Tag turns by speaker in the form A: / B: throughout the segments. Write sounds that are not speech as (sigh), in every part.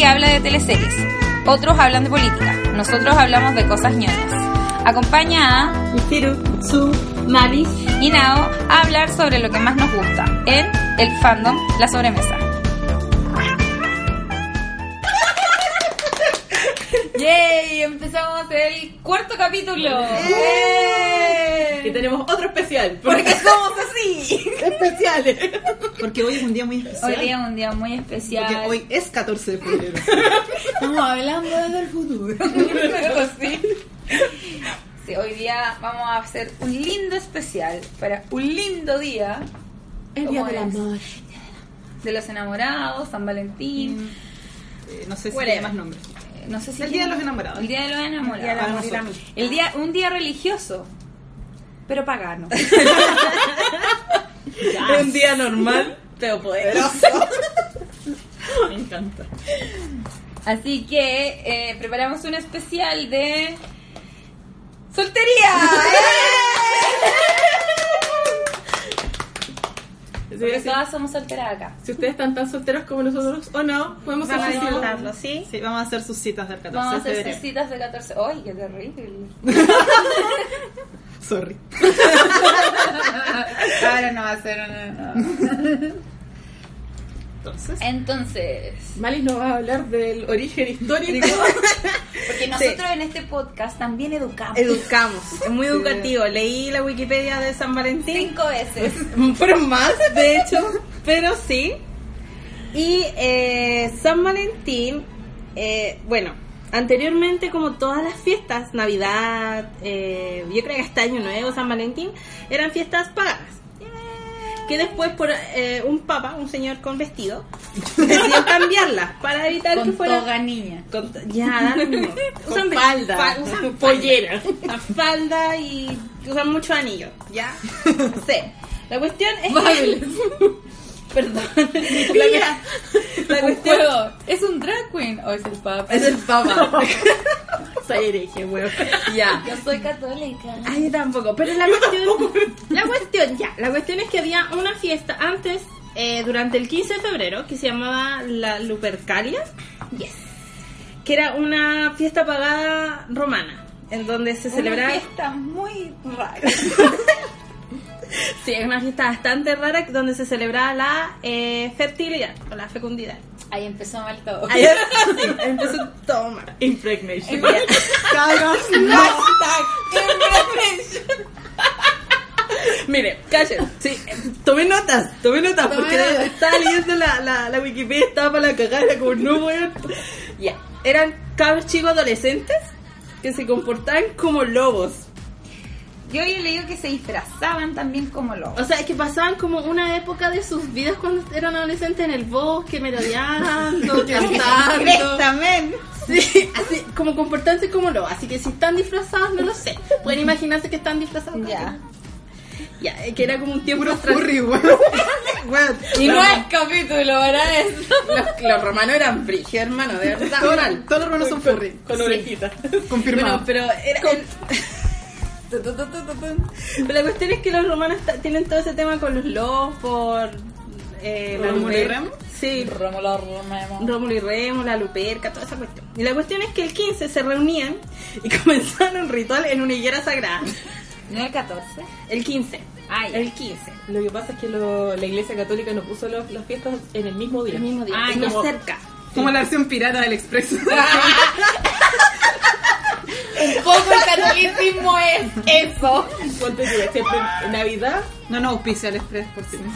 A: teleseries. Otros hablan de política. Nosotros hablamos de cosas ñoñas. Acompaña a
B: Michiru, Tsu, Mali,
A: Inao a hablar sobre lo que más nos gusta en el fandom, la
B: (laughs)
A: sobremesa. ¡Yay! Empezamos el cuarto capítulo.
B: Uh. que tenemos otro especial.
A: Porque somos
B: (laughs)
A: así.
B: especiales. Porque hoy es un día muy especial.
A: Hoy día es un día muy especial.
B: Porque hoy es 14 de febrero.
C: Estamos hablando desde el futuro.
A: Pero sí. (laughs) Sí, hoy día vamos a hacer un lindo especial para un lindo día.
C: El día
A: ¿Cómo
C: del
A: es?
C: amor.
A: De los enamorados, San
C: Mm.
A: Valentín.
B: Eh, no sé si
A: Whatever.
B: tiene más nombres.
A: eh, No sé si
B: El Día de los Enamorados.
A: El día de los enamorados.
B: El Día de la Morirá.
A: El día- un día religioso, pero
C: (laughs)
A: pagano.
B: Es un día normal, pero poderoso. Me encanta.
A: Así que eh, preparamos un especial de
C: (laughs)
A: soltería. ¡Eh!
D: Sí,
A: Porque
D: sí.
A: todas somos solteras acá.
D: Si ustedes están tan solteros como nosotros o no, podemos
B: Vamos a
D: hacer algo.
B: disfrutarlo, ¿sí? Sí, vamos a hacer sus citas del 14
A: Vamos a
B: de
A: hacer sus
B: febrero.
A: citas de 14. ¡Ay, qué terrible!
B: Sorry.
A: Ahora no va a ser una.
B: Entonces,
A: Entonces,
D: Malis nos va a hablar del origen histórico.
A: porque nosotros en este podcast también educamos.
B: educamos. Es muy educativo. Leí la Wikipedia de San Valentín.
A: Cinco veces.
B: (laughs) Fueron más, de hecho, pero sí. Y eh, San Valentín, eh, bueno, anteriormente como todas las fiestas, Navidad, eh, yo creo que hasta Año Nuevo, San Valentín, eran fiestas paganas. Que después por eh, un papa, un señor con vestido, decidió cambiarlas para evitar que
A: Con
B: fueran...
A: toga niña.
B: Con to- ya, da lo mismo.
D: Con
B: Usan ve-
D: falda.
B: fa- usan pollera. Usan falda y usan mucho anillo. Ya. No sé. La cuestión es que. (laughs) Perdón. La, cu- la
A: Un
B: cuestión.
A: juego. ¿Es un drag queen o es el papa?
B: Es el papa. Soy hereje, weón. Ya.
A: Yo soy católica.
B: Ay, yo tampoco. Pero la cuestión, la cuestión, ya. La cuestión es que había una fiesta antes, eh, durante el 15 de febrero, que se llamaba la Lupercalia.
A: Ah,
B: Que era una fiesta pagada romana, en donde se celebraba.
A: Una fiesta muy rara.
B: Sí, es una fiesta bastante rara donde se celebraba la eh, fertilidad o la fecundidad.
A: Ahí empezó mal todo.
B: Ayer sí, empezó todo mal.
D: Impregnation.
B: Mira,
C: Cabros,
B: (laughs) Mire, callen. Sí, eh, tomé notas, tomé notas,
C: Tomé
B: porque
C: notas.
B: estaba leyendo la, la, la Wikipedia, estaba para la cagada, era como no voy a... Ya, eran cabros chicos adolescentes que se comportaban como lobos.
A: Yo hoy le digo que se disfrazaban también como lobos.
B: O sea, que pasaban como una época de sus vidas cuando eran adolescentes en el bosque, merodeando, (laughs) cantando.
C: Exactamente.
B: Sí, así, como comportarse como lo. Así que si están disfrazados, no lo sé. Pueden imaginarse que están disfrazados.
A: Ya.
B: Ya, eh, que era como un tiempo
C: Puro
B: tras- (laughs)
C: furry, weón. Weón.
A: Y no es capítulo, ahora es.
B: Los, los romanos eran brígidos, hermano, de verdad.
C: Todos
B: mal.
C: todos los romanos son furry.
D: Con orejitas.
C: Confirmado.
B: Bueno, pero era-
A: Tu, tu, tu, tu, tu, tu.
B: pero la cuestión es que los romanos ta- tienen todo ese tema con los lobos, por eh, la
D: ¿Rómulo y
B: luper-
D: Remo?
B: Sí,
A: Rómulo, Romemo.
B: Rómulo y Remo, la Luperca, toda esa cuestión. Y la cuestión es que el 15 se reunían y (laughs) comenzaron un ritual en una higuera sagrada.
A: ¿No es el 14?
B: El 15.
A: Ay.
B: El 15.
D: Lo que pasa es que lo- la iglesia católica no puso los- las fiestas en el mismo día.
B: El mismo día.
A: Ay, (laughs)
B: y más
D: como-
B: cerca.
C: Como la versión pirata del Expreso.
A: Un poco el catolicismo es eso.
D: Ponte que siempre en Navidad,
C: (laughs) No nos auspicia el Express, por si no.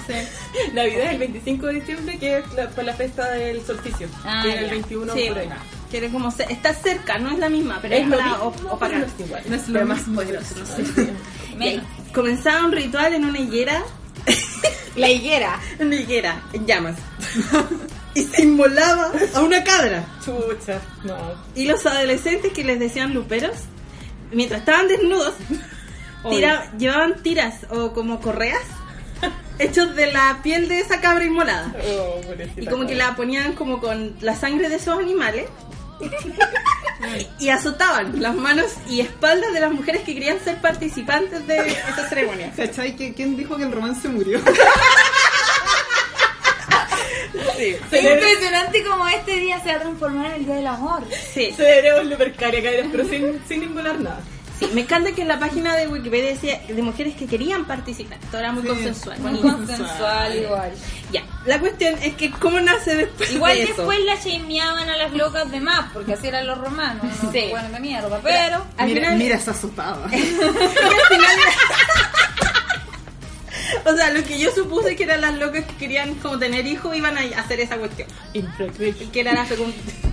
D: Navidad es el 25 de diciembre, que es la, fue la fiesta del solsticio.
A: Ah,
D: que era el
A: ya.
D: 21
B: Sí,
D: por ahí.
B: que era como ce- está cerca, no es la misma, pero
D: Es
B: es
D: lo
B: la
D: mismo,
B: o- opacada.
D: pero es igual.
C: No es lo
B: Pero más
C: mismo.
B: poderoso, no sé.
A: Me-
B: Comenzaba un ritual en una higuera,
A: La higuera.
B: en una higuera, en llamas. (laughs) y se inmolaba a una cabra.
D: Chucha. No.
B: Y los adolescentes que les decían luperos, mientras estaban desnudos, tira- llevaban tiras o como correas (laughs) hechos de la piel de esa cabra inmolada.
D: Oh,
B: Y
D: pobrecita
B: como que
D: cabra.
B: la ponían como con la sangre de esos animales. y azotaban las manos y espaldas de las mujeres que querían ser participantes de esa ceremonia.
C: ¿Cachai? ¿Qui- ¿Quién dijo que el romance murió?
B: Sí.
A: Es impresionante como este día se va a transformar en el Día del Amor.
B: Sí.
D: Celebremos lo percaria, cabros, pero sin, sin involar nada.
B: Sí, me encanta que en la página de Wikipedia decía de mujeres que querían participar. Esto era muy
C: Sí,
B: consensual.
A: Muy
B: Y-
A: consensual igual.
B: Ya. La cuestión es que cómo nace después
A: Igual
B: de eso.
A: después la shameaban a las locas de más, porque así eran los romanos. ¿no?
B: Sí.
A: Bueno, de mierda, pero...
B: Al
C: mira,
B: final-
C: mira esa sopada.
B: (laughs) O sea, lo que yo supuse que eran las locas que querían como tener hijos iban a hacer esa cuestión. Que era la fecundación.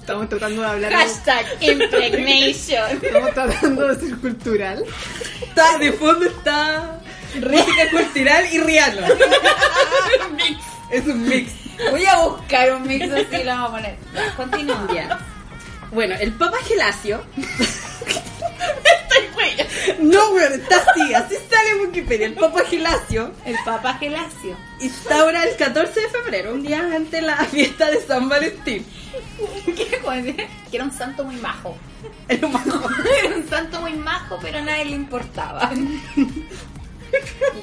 C: Estamos tratando de hablar.
B: Hashtag impregnation.
C: Estamos tratando de ser cultural. (laughs)
B: Está, de fondo está música cultural y Rihanna.
C: Es un mix.
A: (laughs) Voy a buscar un mix así y lo vamos a poner. Ya, Continúa.
B: Ya. Bueno, el Papa Gelasio. No, weón, está así, así sale en Wikipedia. El Papa Gelasio
A: El Papa Gelasio.
B: instaura el 14 de febrero, un día antes la fiesta de San Valentín.
A: ¿Qué, Juan? Que era un santo muy majo. (laughs)
B: El humano.
A: Era un santo muy majo, pero a nadie le importaba.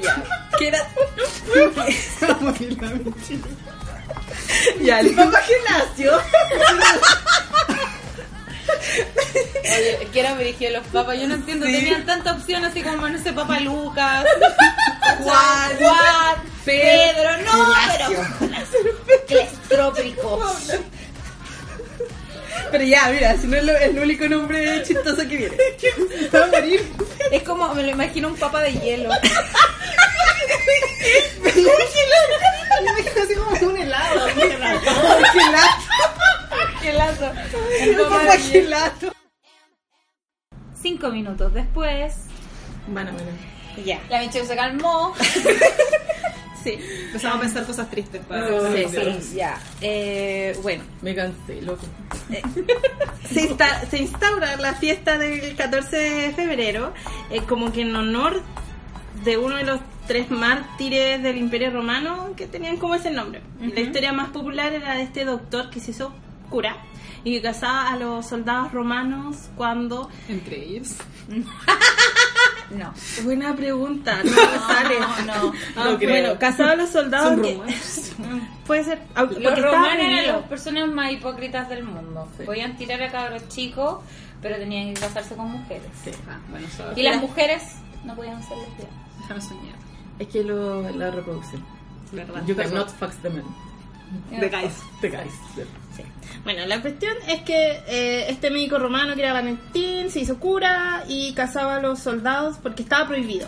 B: Ya. Que era-
C: Vamos a ir la mentira.
B: Ya, el Papa Gelasio.
A: Oye, que eran dirigidos los papas, yo no entiendo,
B: Sí.
A: tenían tanta opción así como, no sé, Papa Lucas, (laughs)
B: Juan,
A: Juan, Pedro, no, (laughs) pero qué
B: Pero ya, mira, si no es lo- el único nombre chistoso que viene.
C: Va a morir.
A: Es como, me lo imagino un papa de hielo. (laughs)
C: Me imagino así como un helado.
B: (laughs)
C: Un helado. Un helado.
A: Qué lazo. Un
C: Un
A: papa
C: papa
A: de hielo.
C: gelato.
A: Cinco minutos después,
C: Bueno, bueno.
B: Ya.
A: la Michelle se calmó.
B: Sí.
C: Empezamos a pensar cosas tristes para.
B: Sí,
D: Dios.
B: sí, ya. Eh, bueno,
D: Me cansé, loco.
B: se, insta- se instaura la fiesta del 14 de febrero eh, como que en honor de uno de los tres mártires del Imperio Romano que tenían como ese nombre. La historia más popular era de este doctor que se hizo cura y que casaba a los soldados romanos cuando...
C: Entre ellos.
A: No,
B: Buena pregunta,
A: (laughs)
B: no me sale.
A: no, no.
B: Ah,
D: No creo.
B: Bueno, casaba a los soldados...
C: Son
B: que-
C: romanos.
B: Puede ser... (laughs) ah,
A: Los
B: porque estaba
A: romanos eran
B: prohibido.
A: las personas más hipócritas del mundo. Podían tirar a cabros chicos, pero tenían que casarse con mujeres.
D: Sí.
C: Ah, bueno, eso.
A: Y las mujeres no podían ser lesbianas.
C: Déjame soñar.
D: Es que lo, la reproducción.
C: ¿Verdad?
D: You
C: Perdón.
D: cannot fuck the men.
C: The guys.
D: The guys.
B: Sí. Bueno, la cuestión es que eh, este médico romano que era Valentín se hizo cura y cazaba a los soldados porque estaba prohibido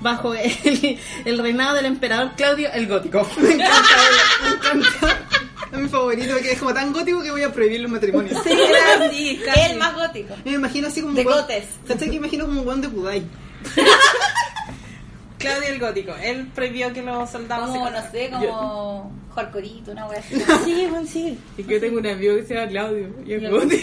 B: bajo el, (laughs) el reinado del emperador Claudio el Gótico.
C: Me encanta. Es (laughs) mi favorito porque es como tan gótico que voy a prohibir
B: (laughs)
C: los matrimonios.
B: era así,
A: El más gótico.
C: Me imagino así como
B: De
C: un guan-
B: gotes.
C: ¿Cachai que imagino como un guan de Kudai?
B: Claudio el Gótico. Él prohibió que los soldados
A: Como, no sé, como Jorcorito, una wea así.
B: Ah, Sí, bueno, sí.
D: Es que yo tengo un amigo que se llama Claudio. Y es
A: Ya.
D: como, tío,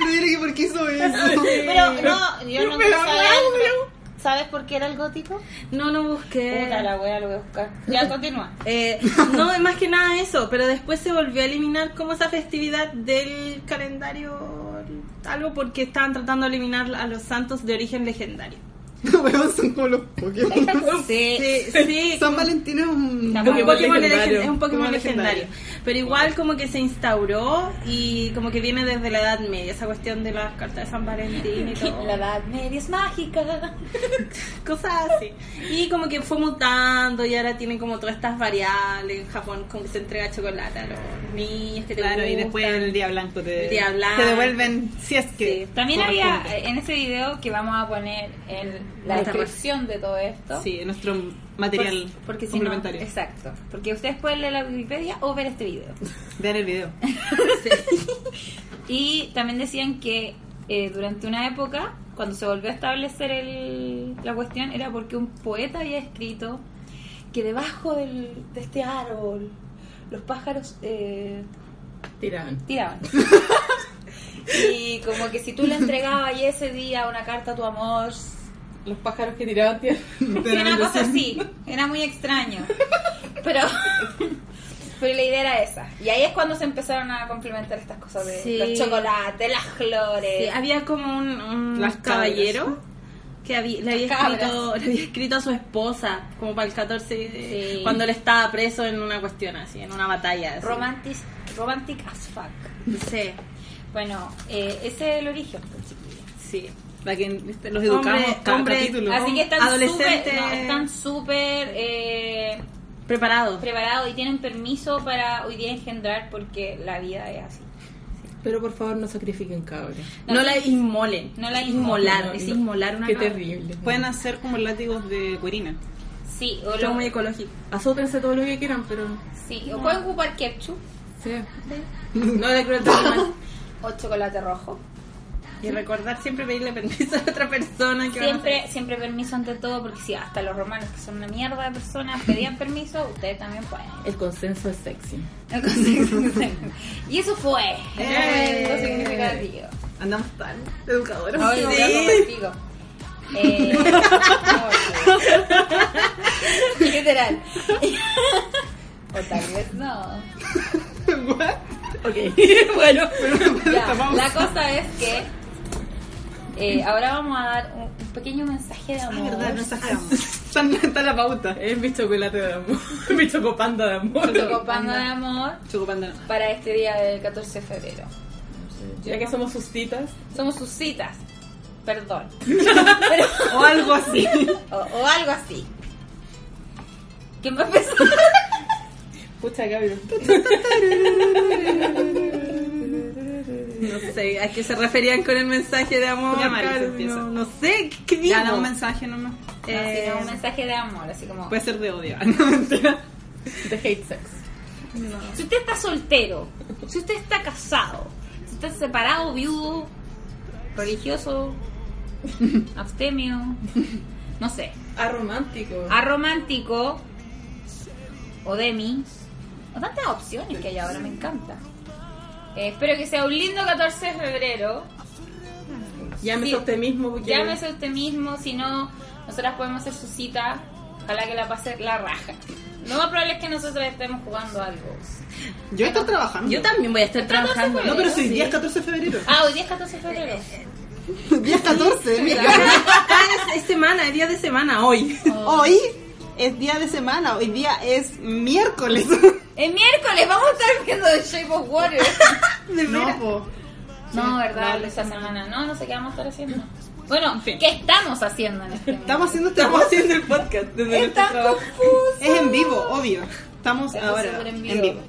C: No diré que por qué hizo eso. (laughs)
A: Pero no, yo no
D: Me
A: quiero
D: la
A: saber.
D: hago,
A: ¿Sabes por qué era el gótico?
B: No, no busqué.
A: Puta la wea, lo voy a buscar. Ya, (laughs) continúa.
B: Eh, no, es más que nada eso, pero después se volvió a eliminar como esa festividad del calendario, algo porque estaban tratando de eliminar a los santos de origen legendario.
C: Los huevos son como los (laughs) Pokémon.
B: Eh, Sí, sí.
C: San Valentín es un.
A: La
B: Es un
A: Pokémon
B: Pokémon
D: legendario.
B: legen- es un Pokémon
C: Pokémon
B: legendario.
C: legendario.
B: Pero igual como que se instauró y como que viene desde la Edad Media, esa cuestión de las cartas de San Valentín y todo.
A: (laughs) La edad media es mágica.
B: Cosas así. Y como que fue mutando y ahora tiene como todas estas variables. En Japón como que se entrega chocolate a los niños que te
C: Claro, y
B: gustan.
C: después el día blanco te,
B: El día blanco.
C: te devuelven si es que.
B: Sí.
A: También había
C: corresponde.
A: eh, en ese video que vamos a poner en la
B: Nuestra
A: descripción de todo esto.
C: Sí, nuestro material
D: Pues,
A: Por- porque si no-
C: complementario.
A: exacto. Porque ustedes pueden leer la Wikipedia o ver este video.
C: Vean el video.
A: Y también decían que eh, durante una época, cuando se volvió a establecer el- la cuestión, era porque un poeta había escrito que debajo del- de este árbol los pájaros eh,
D: (laughs) Tiraban.
A: tiraban. y como que si tú le entregabas y ese día una carta a tu amor,
D: Los pájaros que tiraban, tío.
A: Sí, una cosa así, era muy extraño. Pero, (laughs) pero la idea era esa. Y ahí es cuando se empezaron a complementar estas cosas de
B: Sí.
A: los chocolates, las flores.
B: Sí, había como un, un
C: Las
B: caballero que habí- le, había
E: Cabras.
B: escrito, le había escrito a su esposa, como para el 14, de-
A: Sí.
B: cuando él estaba preso en una cuestión así, en una batalla. así.
A: Romantic, romantic as fuck.
B: Sí,
A: Bueno, eh, ese es el origen, pues, chiquillos.
B: sí. este,
C: Para que los educamos
B: Hombre-
C: cada
B: hombre-
C: capítulo.
A: Así que están
B: Adolescente.
A: súper, no, están súper eh,
B: Preparado.
A: preparados y tienen permiso para hoy día engendrar porque la vida es así.
D: (laughs) Pero por favor no sacrifiquen cabras.
B: No, la inmolen.
A: No la
B: Es inmolar,
A: inmolen,
B: es
A: no.
B: inmolar una
D: Qué
B: cabra.
D: terrible.
C: Pueden hacer como látigos de cuerina.
A: Sí, o
B: Todo
A: lo,
B: muy ecológico.
D: Azótense todo lo que quieran, pero...
A: sí, o pueden ocupar ketchup
D: Sí. No la crueldad animal.
A: o chocolate rojo.
B: Y recordar siempre pedirle permiso a la otra persona que van a
A: Siempre, siempre permiso ante todo, porque si hasta los romanos, que son una mierda de
C: (laughs)
A: personas, pedían permiso, ustedes también pueden. (laughs)
D: El consenso es sexy.
A: y eso fue.
C: ¡Eh!
A: Lo significativo.
C: Andamos (laughs) tan educadoras.
A: Ay, me acuerdo
C: (laughs)
A: contigo. Eh, (laughs) no, sí. Literal.
C: (laughs)
A: O tal vez no.
C: What?
B: hacer. bueno,
A: Ya,
C: Vamos.
A: la cosa es que eh, ahora vamos a dar un, un pequeño mensaje de
C: Ah,
A: amor.
C: verdad, no exageramos. Está, (laughs) está la pauta.
D: Es mi chocolate de amor. (laughs) mi chocopanda de amor.
A: Chocopanda de amor
C: Chocopanda.
A: para este día del 14 de febrero.
D: Ya que somos sus citas.
A: Somos sus citas.
C: (laughs)
A: Perdón.
C: O algo así.
A: O, o algo así. ¿Quién va a empezar?
D: Pucha, Gabriel.
B: no sé, ¿a qué se referían con el mensaje de amor?
C: Ya, Marisa,
B: Carmen?
C: empieza.
B: no, no sé, ¿qué, qué digo?
C: Ya, da un mensaje nomás.
A: No, sí,
B: Eh,
A: no, un mensaje de amor, así como...
C: Puede ser de odio. (laughs) No, mentira.
D: The hate sex.
A: Si usted está soltero, si usted está casado, si usted está separado, viudo,
C: (laughs)
A: religioso, abstemio, no sé,
D: Ah, Aromántico.
A: aromántico o demi, o tantas opciones que hay ahora, me encanta. Eh, espero que sea un lindo 14 de febrero.
D: Llámese
A: Sí.
D: a usted mismo porque...
A: Llámese usted mismo, si no, nosotras podemos hacer su cita. Ojalá que la pase la raja. Lo más probable es que nosotros estemos jugando algo.
C: Yo estoy trabajando.
B: yo también voy a estar trabajando.
A: se
C: No, pero si día es 14 de (laughs) febrero.
A: Ah, hoy día es 14 de febrero.
C: Eh, Día es 14, mira.
B: Ah, (laughs) es, es semana, es día de semana, hoy.
C: (laughs) Hoy es día de semana, hoy día es (laughs) miércoles.
A: El miércoles vamos a estar viendo The Shape of
C: (laughs)
A: Water.
C: No, po.
A: No, verdad, esta semana. No, no sé qué vamos a estar haciendo. Bueno, ¿qué estamos haciendo en este momento?
C: Estamos haciendo este Estamos haciendo el
D: podcast desde nuestro
A: Está
D: trabajo.
A: confuso.
C: Es en vivo, obvio. Estamos
A: Está
C: ahora
A: súper
C: en vivo.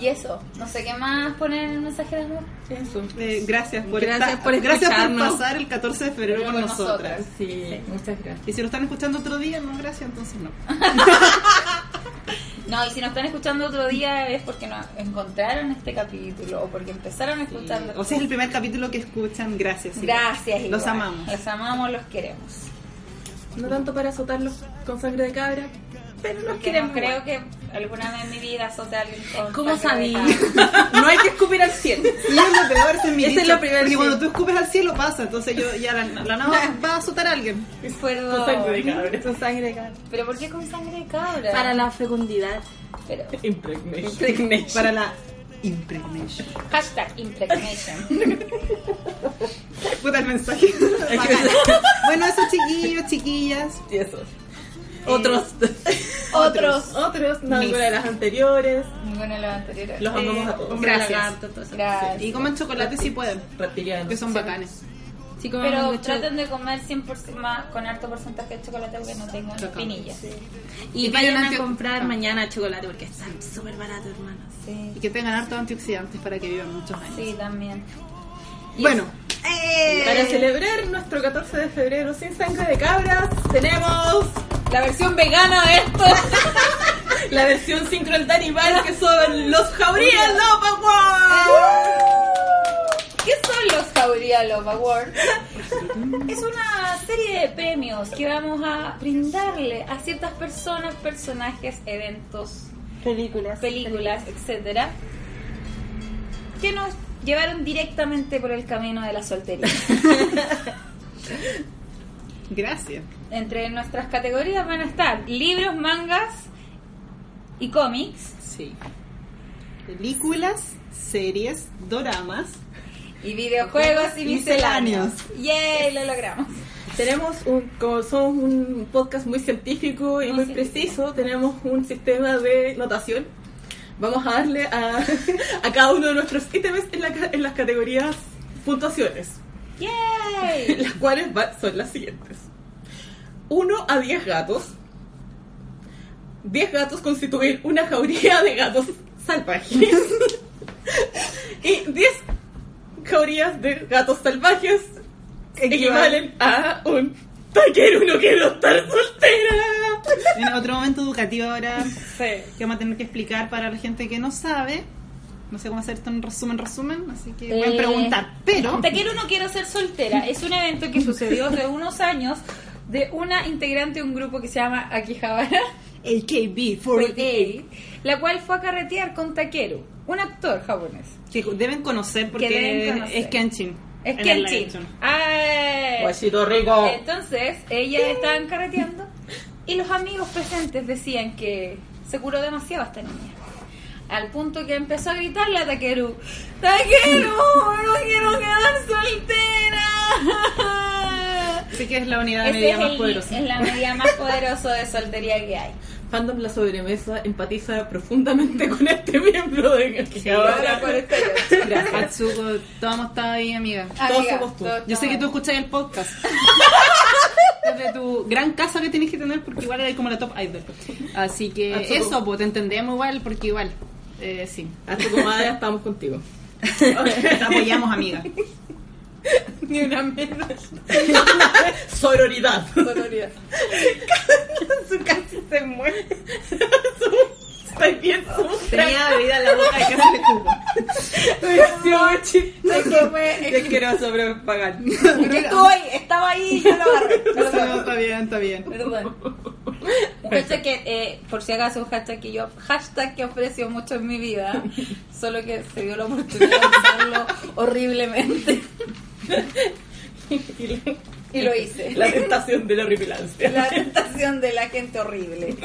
A: Y eso, no sé qué más poner en el mensaje de amor.
D: Eso.
C: Eh, gracias por
B: Gracias
C: estar-
B: por
C: gracias por
B: escucharnos.
C: pasar el 14 de febrero
A: Pero
C: con
A: con
C: nosotras.
A: nosotras.
D: Sí, muchas gracias.
C: Y si lo están escuchando otro día, no, gracias, entonces no.
A: No, y si nos están escuchando otro día es porque nos encontraron este capítulo o porque empezaron a escucharlo.
C: O sea, es el primer capítulo que escuchan, gracias. igual.
A: Gracias, igual.
C: Los amamos.
A: Los amamos, los queremos.
D: No tanto para azotarlos con sangre de cabra, pero los
A: Porque no
D: queremos.
A: creo que alguna vez en mi vida azote a alguien con.
B: ¿Cómo sabí?
A: sabía?
B: No hay que escupir al cielo.
C: Y es lo peor, ese es
B: (laughs)
C: mi
B: Ese es
C: dicho.
B: lo primero,
C: Porque
B: sí.
C: cuando tú escupes al cielo pasa, entonces yo ya la, la nada
B: (laughs)
C: va a azotar a alguien.
A: (laughs)
D: Con sangre de cabra.
B: Con sangre de cabra.
A: ¿Pero por qué con sangre de cabra?
B: Para la fecundidad.
A: Pero,
D: Impregnation.
C: Para la impregnation.
A: hashtag impregnation.
C: Puta el
B: (laughs)
C: mensaje. Bacán. bueno, eso chiquillos, chiquillas.
D: Y esos.
B: Otros.
A: Otros.
D: Otros, no,
C: Mis.
D: alguna de las anteriores.
A: Ninguno de los anteriores.
D: Los amamos a todos.
C: hombre Gracias.
B: Eh, lagarto, todo eso.
A: Gracias.
C: Y coman chocolate si pueden, que
D: Reptilianos.
C: son bacanes.
B: Sí, como
A: Pero
B: mucho-
A: traten de comer 100% más, con harto porcentaje de chocolate porque no tengan
C: Chocamos.
A: espinillas.
B: Y
C: Y
B: vayan
C: vayan
B: a
C: a-
B: comprar
C: Ah.
B: mañana chocolate porque están súper barato, hermanos.
A: Sí.
C: Y que tengan harto antioxidantes para que vivan muchos años.
A: Sí, también.
C: Bueno,
D: Para celebrar nuestro 14 de febrero sin sangre de cabras, tenemos
A: La versión vegana de (laughs) esto.
D: la versión sin crueldad animal que son los jaurías Love Awards.
A: ¿Qué son los Jauría Love Awards? Es una serie de premios que vamos a brindarle a ciertas personas, personajes, eventos,
B: Películas.
A: películas, etcétera, que nos llevaron directamente por el camino de la (laughs) soltería.
C: gracias.
A: Entre nuestras categorías van a estar libros, mangas y cómics.
C: Sí. Películas, series, doramas.
A: Y videojuegos y misceláneos.
C: Misceláneos.
A: ¡Yay! Lo logramos.
D: Tenemos un, como somos un podcast muy científico y
A: Muy
D: muy,
A: científico.
D: preciso, tenemos un sistema de notación. Vamos a darle a, (laughs) a cada uno de nuestros ítems en, la ca- en las categorías puntuaciones,
A: ¡Yay!
C: (laughs)
D: las cuales va- son las siguientes. 1 a 10 gatos. 10 gatos constituyen una jauría de gatos salvajes. y 10 jaurías de gatos salvajes equivalen a un taquero no quiero estar soltera.
C: (laughs) En otro momento educativo ahora
B: Sí.
C: que vamos a tener que explicar para la gente que no sabe. No sé cómo hacer esto en resumen, resumen, así que pueden
A: Eh,
C: preguntar. Pero
A: Te quiero no quiero ser soltera. Es un evento que sucedió hace unos años de una integrante de un grupo que se llama Akihabara Pues,
C: AKB48,
A: 48, la cual fue a carretear con Takeru, un actor japonés.
C: que deben conocer porque
A: deben conocer.
C: es Kenshin.
A: Es
C: En el live
A: Kenshin. Ah,
C: action.
A: ¡Ay!
D: Guachito rico.
A: Entonces, ellas estaban carreteando y los amigos presentes decían que se curó demasiado esta niña. Al punto que empezó a gritarle a Takeru, ¡Takeru! ¡No quiero quedar soltera!
C: Así que es la unidad
A: Esa
C: media
A: es,
C: más
A: el-
C: poderosa.
A: es la medida más poderosa de soltería que hay.
D: Fandom La Sobremesa empatiza profundamente con este miembro de
A: Sí, ahora por
D: Akihabara.
A: este hecho. Gracias.
C: Atsuko, todos hemos estado ahí, amiga.
D: Todos
A: Amiga,
D: somos tú.
A: todos
C: Yo sé que tú
A: somos-
C: escuchas el podcast. Desde tu gran casa que tienes que tener, porque igual eres como la top idol. Así que
D: Atsuko.
C: eso, pues te entendemos igual, porque igual, eh, sí.
D: A tu comadre estamos contigo.
C: Te apoyamos, amiga.
D: Ni una menos. (laughs) Sororidad.
A: sororidad.
D: Su casi se muere. Estoy bien sucia.
C: Tenía bebida en la
B: (laughs)
C: boca y casi me tuvo.
A: Sé que fue-
D: Te
A: (laughs)
D: quiero sobrepagar.
A: Yo estuve ahí, estaba ahí y yo lo (laughs) agarré. Yo lo
C: No,
A: agarré.
C: está bien, está bien.
A: Perdón. Un hashtag que, eh, por si acaso, un hashtag que yo, hashtag que aprecio mucho en mi vida, solo que se dio la oportunidad de usarlo horriblemente (laughs) y lo hice.
D: La tentación de la horripilancia.
A: La tentación de la gente horrible.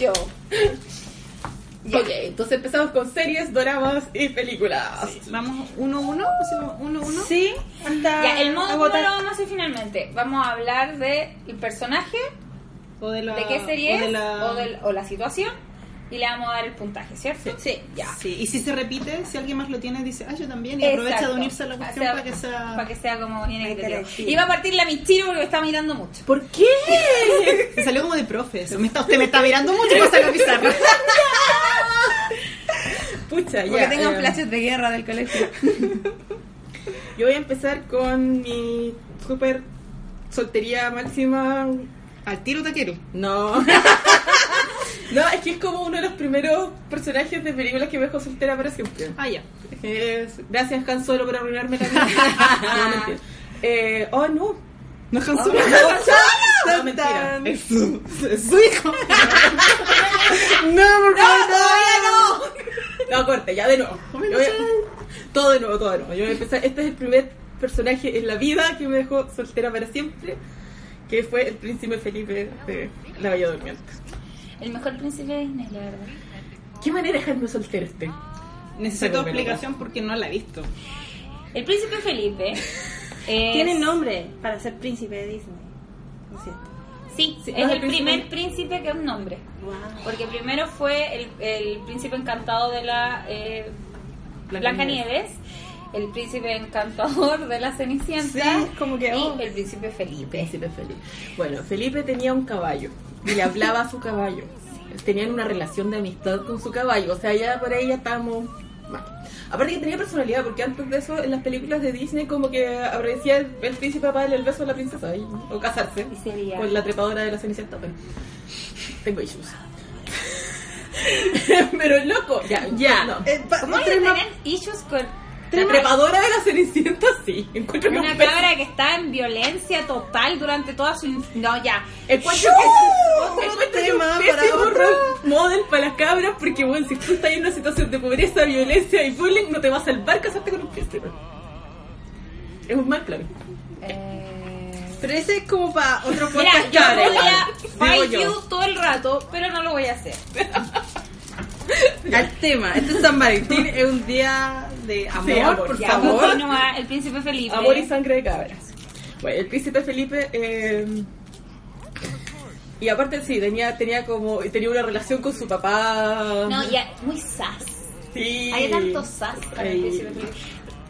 A: Yo. Ya.
D: Ok, entonces empezamos con series, doramas y películas.
C: Vamos, uno, uno, hacemos uno, uno.
B: Sí, hasta
A: Ya, el modo no lo
B: agotar.
A: vamos a hacer finalmente. Vamos a hablar del personaje,
C: O de, la,
A: de qué serie
C: o de
A: es,
C: la-
A: o, del- o la situación, y le vamos a dar el puntaje, ¿cierto?
B: Sí.
A: Ya.
C: Sí, y si se repite, si alguien más lo tiene, dice, ah, yo también, y aprovecha
A: Exacto.
C: de unirse a la cuestión
A: O sea,
C: para que sea...
A: para que sea como bien equitativo.
B: Interactivo.
A: Iba a partirle a mi chiro porque me está mirando mucho.
C: ¿Por qué? Me salió como de profe. eso. Me está, usted me está mirando mucho por sacar pizarra.
D: Pucha,
A: Porque
D: ya.
A: tengo
D: eh,
A: flashes de guerra del colegio.
D: Yo voy a empezar con mi super soltería máxima.
C: Al tiro taquero.
D: No. (laughs) no, es que es como uno de los primeros personajes de películas que me dejó soltera para siempre.
C: Ah, ya.
D: Es- gracias, Han Solo, por arruinarme la
C: (laughs)
D: vida. no, mentira. Eh, oh, no.
C: No es Han
D: Oh,
C: Solo.
D: no, no, mentira.
C: Es su, es su
D: (laughs)
C: hijo. no, por favor,
D: no, no. No, corte, ya de nuevo. Yo voy a- todo de nuevo, todo de nuevo. Yo voy a empezar. Este es el primer personaje en la vida que me dejó soltera para siempre, que fue el príncipe Felipe de La Bella Durmiente.
A: El mejor príncipe de Disney, la verdad.
D: ¿Qué manera de dejarme soltera este?
C: Necesito
D: Pero, pero,
C: explicación porque no la he visto.
A: El príncipe
C: (laughs)
A: Felipe. es-
B: Tiene nombre para ser príncipe de Disney. ¿No es cierto?
A: Sí,
D: Sí,
A: es
D: no,
A: el
D: el príncipe-
A: primer príncipe que es un nombre.
B: Wow.
A: Porque primero fue el, el príncipe encantado de la eh, Blancanieves, el príncipe encantador de la Cenicienta
B: Sí, como que, oh.
A: y el príncipe Felipe.
D: Príncipe Felipe. Bueno, Felipe tenía un caballo y le hablaba a su caballo. Tenían una relación de amistad con su caballo. O sea, ya por ahí ya estábamos mal. Aparte que tenía personalidad, porque antes de eso en las películas de Disney como que aparecía el, el príncipe para darle el beso a la princesa y- o casarse
A: Y sería-
D: con la trepadora de la Cenicienta. Bueno, tengo issues. Pero loco, ya, ya. no.
A: ¿Cómo le tener issues con
D: La trepadora de la Cenicienta, sí. Encuentro que
A: una
D: un pez-
A: cabra que está en violencia total durante toda su... inf- No, ya.
D: Encuentro que este
C: Otro
D: otro tema
C: tema
D: para
C: para otro.
D: (laughs) model para las cabras porque bueno, si tú estás en una situación de pobreza, violencia y bullying, no te va a salvar casarte con un príncipe. Es un mal plan.
A: Eh,
B: Pero ese es como para otro
A: Mira,
B: podcast.
A: yo
D: cabre,
A: voy a
D: vale.
A: fight
D: Digo yo.
A: you todo el rato, pero no lo voy a hacer.
B: Al tema. Este es San Valentín, es un día de amor,
D: amor,
B: por
D: ya,
A: Ya,
B: favor.
A: continúa el príncipe Felipe.
D: Amor y sangre de cabras. Bueno, el príncipe Felipe. eh, y aparte, sí, tenía, tenía como. Tenía una relación con su papá.
A: No, ya, muy sas.
D: Sí.
A: Hay tantos sas para el
D: Ay.
A: príncipe Felipe.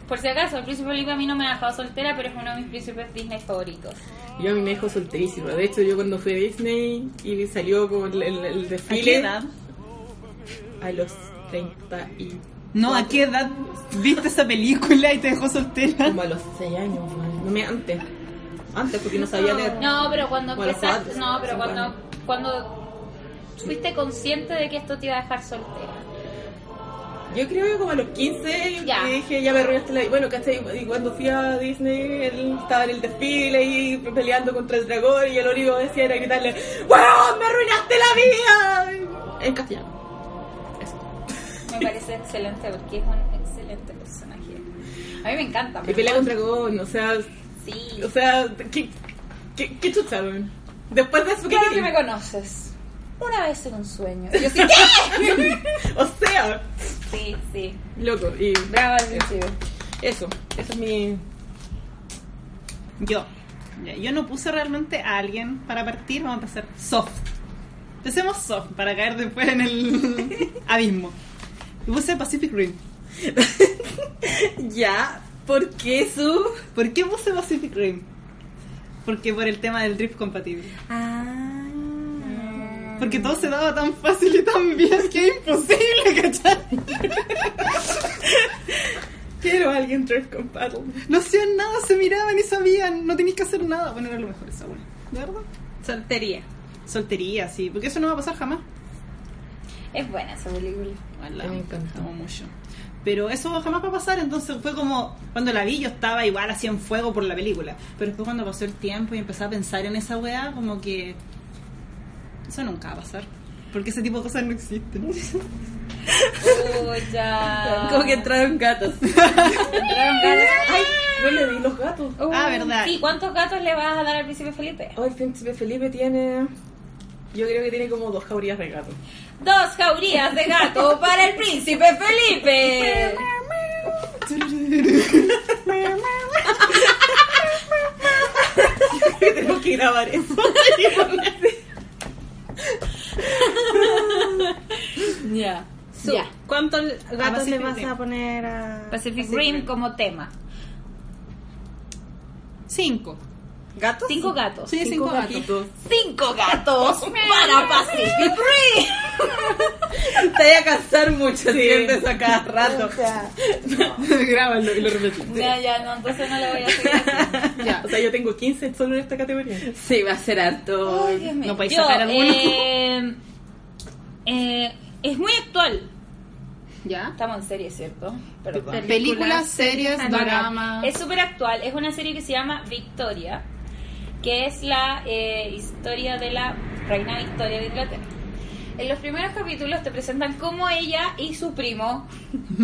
A: Por si acaso, el príncipe Felipe a mí no me ha dejado soltera, pero es uno de mis príncipes Disney favoritos.
D: Yo a mí me dejó solterísima. De hecho, yo cuando fui a Disney y salió con el, el- el
C: ¿A
D: desfile.
C: qué edad?
D: A los 30 y.
C: No, ¿a qué edad viste esa película y te dejó soltera?
D: Como a los 6 años, weón. no me antes. Antes, porque no sabía leer.
A: No, pero cuando
D: Bueno,
A: empezaste,
D: cuatro,
A: no, pero
D: cinco
A: cuando,
D: años.
A: cuando fuiste consciente de que esto te iba a dejar soltera.
D: Yo creo que como a los 15
A: Ya.
D: y dije, ya me arruinaste la vida. Bueno, ¿cachai? Y cuando fui a Disney, él estaba en el desfile y peleando contra el dragón y el único que decía era gritarle, ¡Wow! ¡Me arruinaste la vida! En castellano.
A: Me parece excelente porque es un excelente personaje. A mí me encanta.
D: Y
A: pero-
D: pelea contra dragón, o sea,
A: Sí.
D: o sea, ¿qué, qué, qué chucha, weón? Después de eso, ¿qué
A: Claro que
D: querí?
A: me conoces. Una vez en un
D: (laughs)
A: sueño. Yo sí,
D: O sea,
A: sí, sí.
D: loco, y
A: Bravo, el príncipe.
D: eso, eso es mi...
C: Yo. Ya, Yo no puse realmente a alguien para partir, vamos a empezar soft. Empecemos soft para caer después en el abismo. Y puse Pacific Rim.
B: Ya, ¿por qué su?
C: ¿Por qué puse Pacific Rim? Porque por el tema del drift compatible.
B: Ah.
C: Porque todo se daba tan fácil y tan bien que es imposible, ¿cachai?
D: Quiero a alguien drift compatible.
C: No hacían nada, se miraban y sabían, no tenías que hacer nada. Bueno, era lo mejor esa wea. ¿De verdad?
B: Soltería.
C: Soltería, sí, porque eso no va a pasar jamás.
A: Es buena esa película.
C: Bueno, la
D: Me
C: amo,
D: encantó.
C: la amo mucho. Pero eso jamás va a pasar, entonces fue como, cuando la vi yo estaba igual así en fuego por la película, pero después cuando pasó el tiempo y empecé a pensar en esa weá, como que eso nunca va a pasar, porque ese tipo de cosas no existen. (laughs)
A: Pucha.
B: Como que entraron gatos.
A: Entraron gatos.
D: Ay, no le di los gatos.
A: Uh,
C: Ah, verdad.
A: Sí, ¿cuántos gatos le vas a dar al príncipe Felipe?
D: Hoy el príncipe Felipe tiene. Yo creo que tiene como dos jaurías de gato.
A: Dos jaurías de gato para el príncipe
D: (laughs)
A: Felipe.
D: Tenemos que grabar eso.
A: (laughs) Ya. Su
B: Ya. ¿Cuántos gatos le
C: Pacific
B: vas
C: Rim.
B: a poner a
A: Pacific Rim como tema.
C: Cinco.
B: gatos?
A: Cinco gatos.
C: Sí, cinco, gatos.
D: Gatitos.
A: Cinco gatos para Pacific Rim.
B: Te voy a cansar mucho,
D: sientes
B: a cada rato.
C: (laughs) Grábalo y lo repetí.
A: Ya, ya, no, entonces no le voy a seguir. haciendo.
C: Ya.
D: O sea, yo tengo 15 solo en esta categoría.
B: Sí, va a ser harto.
A: Ay, Dios mío.
C: No podéis
A: Yo,
C: sacar alguno.
A: eh, eh, es muy actual.
C: Ya.
A: Estamos en serie, ¿cierto? Perdón.
C: Películas, series,
A: Bueno,
C: dramas.
A: Es súper actual. Es una serie que se llama Victoria, que es la eh, historia de la reina Victoria de Inglaterra. En los primeros capítulos te presentan cómo ella y su primo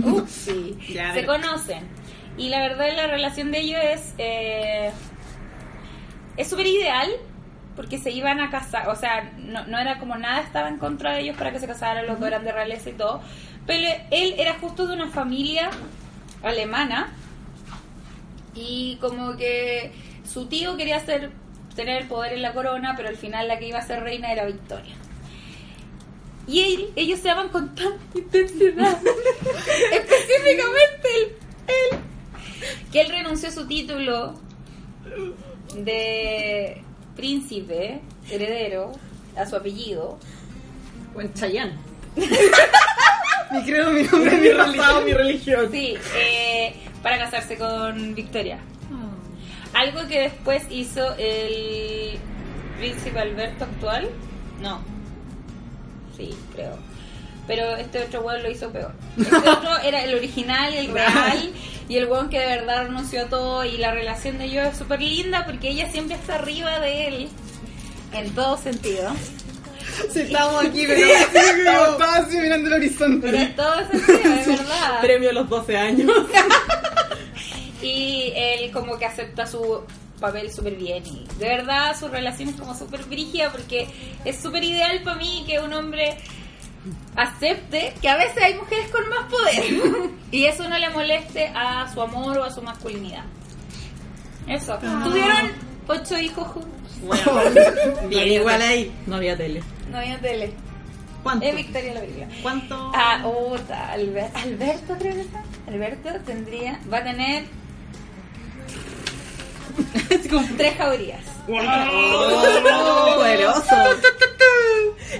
A: Upsi,
C: Ya,
A: se
C: pero-
A: conocen. Y la verdad la relación de ellos es eh, es súper ideal porque se iban a casar, o sea, no, no era como nada estaba en contra de ellos para que se casaran, los dos eran de realeza y todo. Pero él era justo de una familia alemana y como que su tío quería hacer, tener el poder en la corona, pero al final la que iba a ser reina era Victoria. Y él- ellos se aman con tanta intensidad, específicamente él, él, que él renunció a su título de príncipe, heredero, a su apellido.
C: Buen Chayanne. Me creo (laughs) mi nombre
D: mi religión. Mi religión.
A: Sí, eh, para casarse con Victoria.
C: Ah.
A: Algo que después hizo el príncipe Alberto actual.
C: No.
A: Sí, creo. Pero este otro weón lo hizo peor.
C: (laughs)
A: Este otro era el original, el real, y el weón que de verdad renunció a todo. Y la relación de ellos es súper linda porque ella siempre está arriba de él. En todo sentido.
C: Si estamos
A: (laughs)
C: aquí, pero me creo que yo estaba así mirando el
A: Pero
C: horizonte.
A: en todo sentido, de verdad.
D: Ah. Premio a los 12 años.
A: Y él como que acepta su papel súper bien y de verdad su relación es como súper brígida porque es súper ideal para mí que un hombre acepte que a veces hay mujeres con más (laughs) poder y eso no le moleste a su amor o a su masculinidad. Eso. Tuvieron ocho hijos juntos.
C: Bueno, bien, igual ahí.
D: No había tele.
A: No había tele.
C: ¿Cuánto?
A: Es Victoria la película.
C: ¿Cuánto?
A: Ah, puta, Alber- Alberto creo que está. Alberto tendría, va a tener (laughs) tres jaurías.
C: Oh, poderoso.
D: (laughs)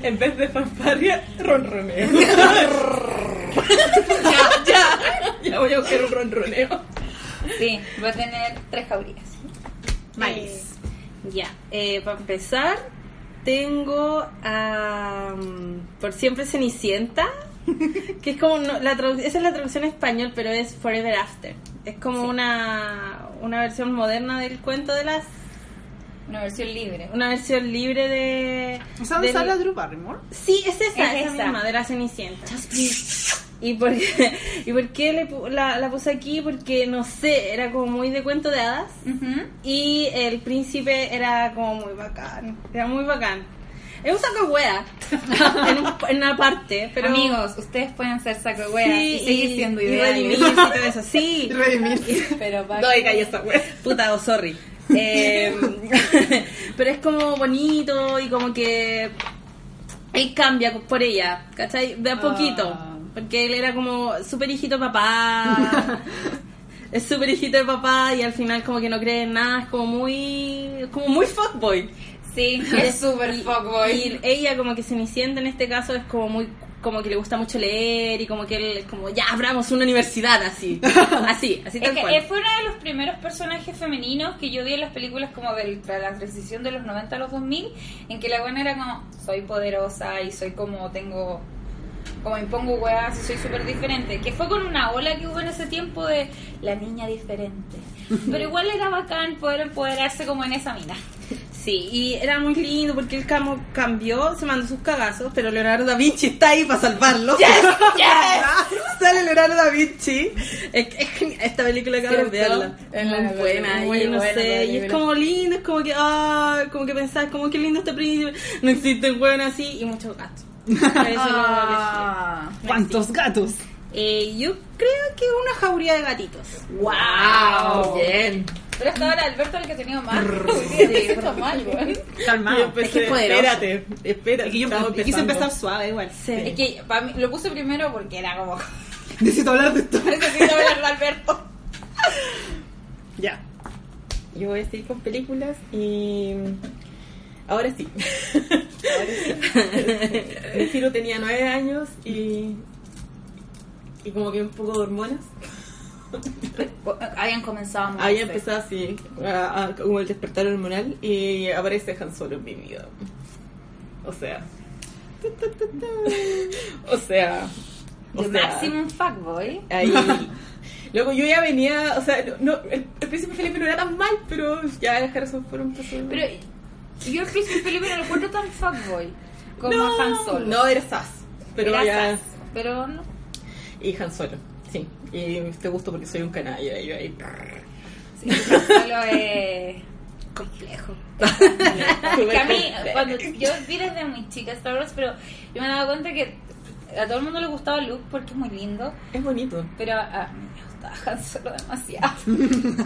D: En vez de fanfarria,
C: (laughs)
D: ronroneo. (laughs) ya, ya. Ya voy a buscar un ronroneo.
A: Sí, va a tener tres jaurías.
C: Nice.
B: Ya, eh, para empezar, tengo a. mm, por siempre Cenicienta, que es como. no- la traduc- esa es la traducción en español, pero es Forever After. Es como una, una versión moderna del cuento de las.
A: Una versión libre.
B: Una versión libre de.
C: O sea, ¿dónde
B: del-
C: sale Drew Barrymore?
B: Sí, es esa,
A: Es
B: es
A: esa.
B: esa misma, de la Cenicienta. ¿Y por qué, (laughs) y por qué le pu- la, la puse aquí? Porque no sé, era como muy de cuento de hadas.
A: Ujú.
B: Y el príncipe era como muy bacán. Era muy bacán. Es un saco de wea. (laughs) en, un- en una parte, pero.
A: Amigos, ustedes pueden ser saco de
B: sí,
A: weas y seguir siendo
B: y
A: ideales.
B: redimirse y todo eso.
C: (laughs)
B: Sí.
A: Pero para
D: No, y calla esa wea.
B: Puta, oh, sorry. Eh, (laughs) pero es como bonito y como que él cambia por ella, ¿cachai? De a poquito.
C: Ah.
B: Porque él era como súper hijito de papá. es súper hijito de papá y al final como que no cree en nada. Es como muy, como muy fuckboy.
A: Sí, es súper fuckboy.
B: Y ella como que Cenicienta en este caso es como muy como que le gusta mucho leer y como que él es como ya abramos una universidad así así así
A: Es
B: tal
A: que
B: cual
A: eh, fue uno de los primeros personajes femeninos que yo vi en las películas como de la transición de los 90 a los 2000, en que la buena era como, soy poderosa y soy como, tengo, como impongo weas y soy súper diferente. Que fue con una ola que hubo en ese tiempo de la niña
B: (laughs)
A: diferente. Pero igual era bacán poder empoderarse como en esa mina.
B: Sí, y era muy lindo porque el camo cambió, se mandó sus cagazos, pero Leonardo da Vinci está ahí para salvarlo. (laughs) Sale Leonardo da Vinci. Es que- es genial, esta película acabo de
A: ¿Cierto?
B: verla.
A: Es la-
B: muy buena,
A: muy
B: y no
A: buena la
B: sé, y es
A: película.
B: como lindo, es como que, ah, como que pensás, como que lindo este príncipe. No existen bueno así, y muchos
A: (laughs)
B: gatos. Por eso lo
A: Ah.
B: elegí.
C: ¿Cuántos gatos?
B: Eh, yo creo que una jauría de gatitos.
A: ¡Wow!
D: Bien.
A: Pero hasta ahora Alberto es el que tenía más. (laughs) Sí, está mal, weón.
C: Calmado.
B: Es que es poderoso.
D: Espérate, espérate.
C: Es que yo
D: estaba
C: quise
D: empezando.
C: empezar suave igual.
A: Es que pa' mí- lo puse primero porque era como.
C: Necesito hablar de esto.
A: Necesito hablar de Alberto.
C: Ya.
D: Yo voy a seguir con películas y. Ahora sí. Mi Ciro tenía nueve años y. Y como que un poco de hormonas.
A: Habían comenzado a
D: Había
A: moverse.
D: empezado así, a- a- como el despertar hormonal, y aparece Han Solo en mi vida. O sea. tu, tu, tu, tu. O sea. O
A: The
D: sea,
A: Maximum Fuckboy.
D: Ahí. Luego yo ya venía, o sea, no, el, el príncipe Felipe no era tan mal, pero ya Harrison Ford empezó.
A: Pero yo el Príncipe Felipe no lo encuentro tan fuckboy como
D: no,
A: a Han Solo.
D: No, era Sass. Pero
A: Era
D: ya.
A: Sass, Pero no.
D: Y Han Solo, sí. Y te gusto porque soy un canalla. Y yo ahí.
A: Sí, Han Solo es. complejo. que a mí, cuando yo vi desde muy chica Star Wars, pero yo me daba cuenta que a todo el mundo le gustaba Luke porque es muy lindo,
D: Es bonito.
A: pero a mí me gustaba Han Solo demasiado.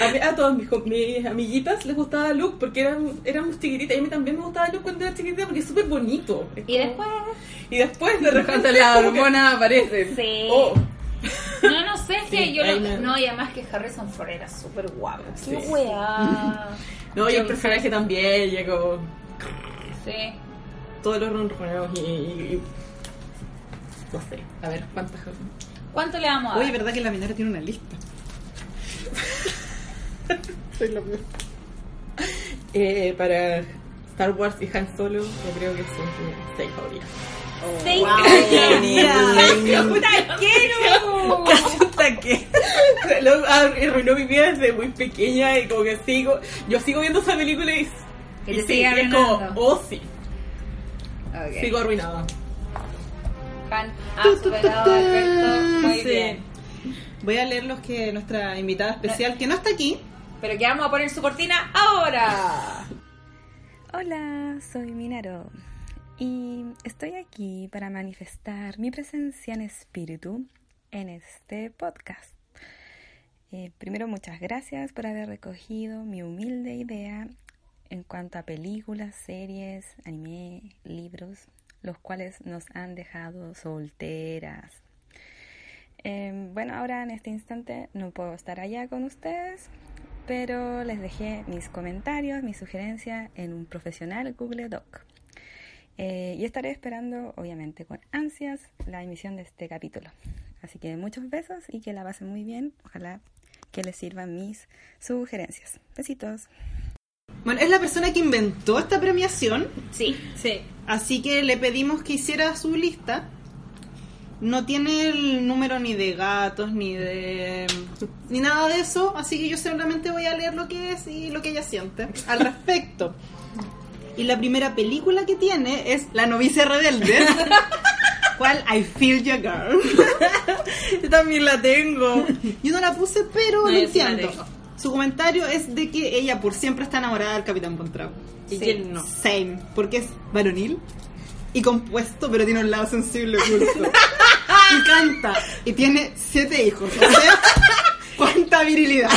D: A, mí- a todas mis, jo- mis amiguitas les gustaba Luke porque eran, éramos chiquititas. Y a mí también me gustaba Luke cuando era chiquitita porque es súper bonito. Es
A: Y
D: como-
A: después, (laughs)
D: y después de repente.
B: la
D: como que-
B: hormona aparece.
A: sí.
D: Oh,
A: No, no sé, es que
D: Sí,
A: yo
D: ahí
A: lo-
D: me-
A: No, y además que Harrison Ford era súper guapo. Qué
D: Sí.
A: weá.
D: no, y el personaje también llegó.
A: Sí.
D: Todos los ronroneos y, y- No sé. A ver, ¿cuántas.
A: ¿Cuánto le vamos a dar?
C: Oye, ¿verdad que la minera tiene una lista?
D: (laughs) Soy la peor. Eh, para Star Wars y Han Solo, yo creo que son mis seis favoritas.
A: Seis. (laughs) ¡Taquero!
D: Hasta que lo arruinó mi vida desde muy pequeña y como que sigo, yo sigo viendo esa película y,
A: Que
D: y
A: te
D: sí,
A: siga
D: es como,
A: arruinando.
D: oh sí,
A: Ok.
D: sigo arruinada.
A: Han ha superado a Alberto. Muy
B: Sí.
A: bien.
C: Voy a leer los que nuestra invitada especial, que no está aquí,
A: Pero que vamos a poner su cortina ahora.
F: Hola, soy Minaro y estoy aquí para manifestar mi presencia en espíritu en este podcast.
B: Eh, primero, muchas gracias por haber recogido mi humilde idea en cuanto a películas, series, anime, libros, los cuales nos han dejado solteras. Em, bueno, ahora en este instante no puedo estar allá con ustedes, pero les dejé mis comentarios, mis sugerencias en un profesional Google Doc. Eh, y estaré esperando, obviamente, con ansias la emisión de este capítulo. Así que muchos besos y que la pasen muy bien. Ojalá que les sirvan mis sugerencias. Besitos.
C: Bueno, es la persona que inventó esta premiación,
A: Sí. Sí.
C: así que le pedimos que hiciera su lista. No tiene el número ni de gatos, ni de... ni nada de eso, así que yo seguramente voy a leer lo que es y lo que ella siente al respecto. Y la primera película que tiene es La novicia
A: (laughs)
C: rebelde, cual I Feel Your Girl.
D: Yo también la tengo.
C: Yo no la puse, pero
A: No,
C: lo
A: yo sí la
C: entiendo.
A: tengo.
C: Su comentario es de que ella por siempre está enamorada del Capitán Contrao.
D: Y él no.
C: Same, porque es varonil y compuesto, pero tiene un lado sensible oculto. y canta. Y tiene siete hijos. O sea, cuánta virilidad.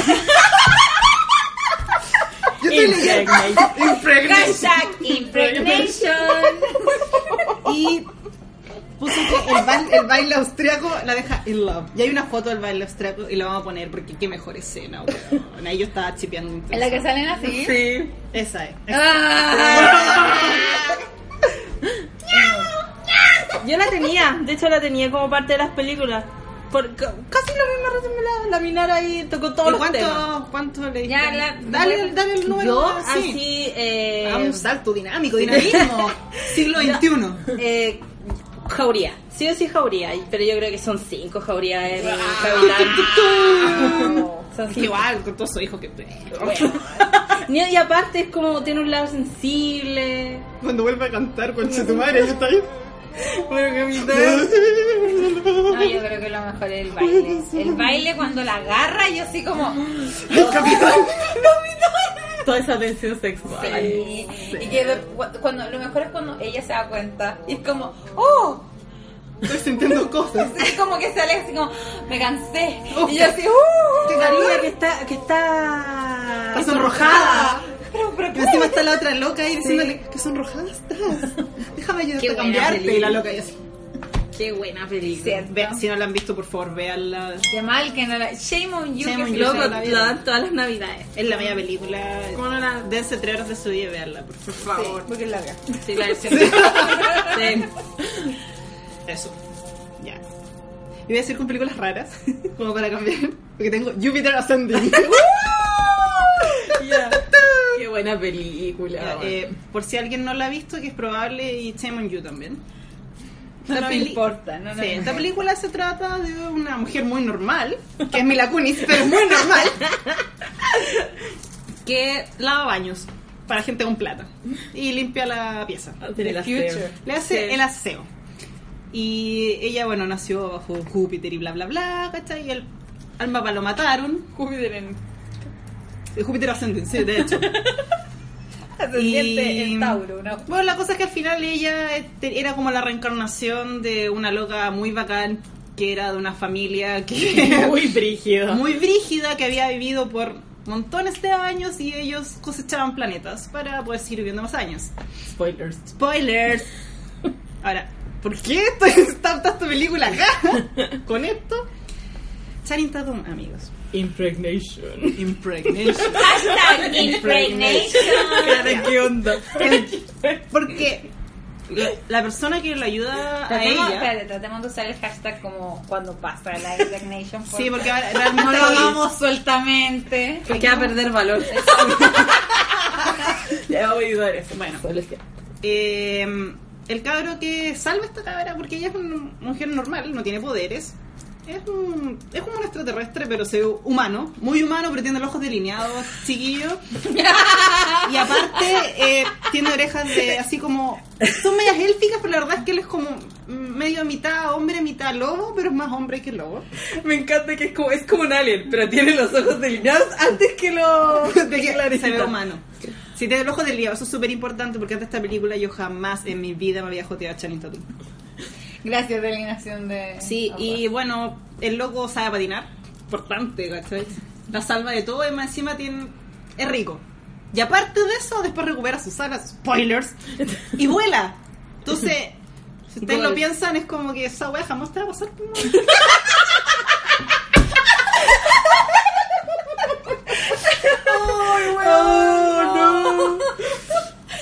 C: Yo estoy leyendo. Impregnate.
A: (laughs) Hashtag impregnation.
C: Y puso que el, ba- el baile austriaco la deja in love. Y hay una foto del baile austriaco y la vamos a poner porque qué mejor escena, weón. Ahí yo estaba chipeando un
A: (laughs) ¿En la que salen así? Ah.
C: Sí. Esa es.
D: Yo la tenía, de hecho la tenía como parte de las películas. Por, ca- casi lo mismo resumen la, la Minara ahí tocó todos
C: ¿Y
D: los temas.
C: cuánto, cuánto le
A: Ya, la-
C: dale, dale el número.
D: Yo
C: sí.
D: así eh,
C: A
B: Ah,
C: un salto dinámico, (laughs) dinamismo. Siglo XXI.
D: eh, Jauría, sí o sí Jauría, y- pero yo creo que son cinco Jauría en (laughs) Capitán.
C: Es
D: Son
C: que
D: cinco.
C: igual, con todo su hijo que
D: Bueno. Ni- Y aparte es como tiene un lado sensible.
C: Cuando vuelva a cantar con Chetumare, yo estoy.
D: Bueno, Capitán.
A: No, (laughs) yo creo que lo mejor es el (laughs) baile. El baile cuando la agarra, yo así como.
D: Toda esa tensión sexual.
A: Sí. Y que de- cuando, lo mejor es cuando ella se da cuenta. Y es como, ¡oh!
C: Estoy sintiendo cosas.
A: Es como que sale así como, me cansé.
C: Oh.
A: Y yo así, ¡uh!
C: ¡Qué
D: Jauría
C: calor!
D: que está, que está.
C: Está sonrojada.
A: Pero, pero,
C: Y encima está la otra loca ahí diciéndole que sonrojada estás. Déjame ayudarte
D: Qué
C: a
D: buena
C: cambiarte.
D: peli.
C: Y la loca y así.
D: Qué buena película.
A: Cierto.
C: Ve- si no la han visto, por favor, véanla.
A: Qué mal que no la. Shame on you.
C: Shame
A: que
C: on
A: sí.
C: you.
D: Loco,
C: Loco,
D: la dan todas las navidades.
C: Es la media película.
D: ¿Cómo no la-
C: Dense tres horas de su vida y véanla, por favor.
A: Sí, porque es
C: (laughs)
A: larga.
D: Sí, la versión. Sí.
C: Eso. Ya. Y voy a decir con películas raras, (laughs) como para cambiar. Porque tengo Jupiter (laughs) Ascending.
D: Qué buena película.
C: Ya, eh, por si alguien no la ha visto, que es probable, y Shame on You también.
A: No
C: La
A: me
C: peli-
A: importa, no, no
C: Sí,
A: me
C: esta
A: importa.
C: película se trata de una mujer muy normal, que es Mila Kunis, pero muy normal,
A: (laughs)
C: que lava baños para gente con plata y limpia la pieza.
A: Ah,
D: Tiene la
A: Future.
C: Le hace
D: Sí.
C: el aseo. Y ella, bueno, nació bajo Júpiter y bla, bla, bla, ¿cachai? Y el, al papá lo mataron.
A: Júpiter en.
C: Eh, Júpiter ascendente, sí, de hecho.
A: Ascendiente en Tauro, ¿no?
C: Bueno, la cosa es que al final ella este, era como la reencarnación de una loca muy bacán que era de una familia (laughs) que (laughs) muy brígida. (laughs) Muy brígida que había vivido por montones de años y ellos cosechaban planetas para poder seguir viviendo más años. Spoilers. (laughs) Spoilers. Ahora, ¿por qué estoy tanta esta película acá? (laughs) Con esto. Channing Tatum, amigos. Impregnation.
A: (laughs)
C: Impregnation.
A: Hashtag impregnation.
C: (laughs) ¿Qué onda? (laughs) Porque la, la persona que la ayuda a
A: Tratemos,
C: ella.
A: espérate, tratemos de usar el hashtag como cuando pasa la impregnation. por-
C: Sí, porque
A: (laughs)
C: ahora realmente
A: no lo
C: lo hizo.
A: hagamos sueltamente.
D: Porque va a perder valor.
C: Ya voy a ayudar eso. Bueno, eh, el cabro que salva a esta cabra, porque ella es una mujer normal, no tiene poderes. Es, un- es como un extraterrestre, pero se ve humano. Muy humano, pero tiene los ojos delineados,
A: (laughs)
C: chiquillo. Y aparte, eh, tiene orejas de así como. Son medias élficas, pero la verdad es que él es como medio mitad hombre, mitad lobo, pero es más hombre que lobo.
D: Me encanta que es como, es como un alien, pero tiene los ojos delineados antes que
A: Oh,
D: los.
C: (laughs) de que se ve humano. Si te el ojo del día, eso es súper importante porque antes de esta película yo jamás en mi vida me había joteado a Channing Tatum.
A: Gracias, delineación de.
C: Sí,
A: (laughs) Ah,
C: y bueno, el loco sabe patinar. importante, ¿cachai? La salva de todo y más encima tiene, es rico. Y aparte de eso, después recupera sus alas,
A: (laughs)
C: spoilers, y vuela. Entonces, si ustedes lo piensan, es como que esa wea jamás te va a pasar. ¿no?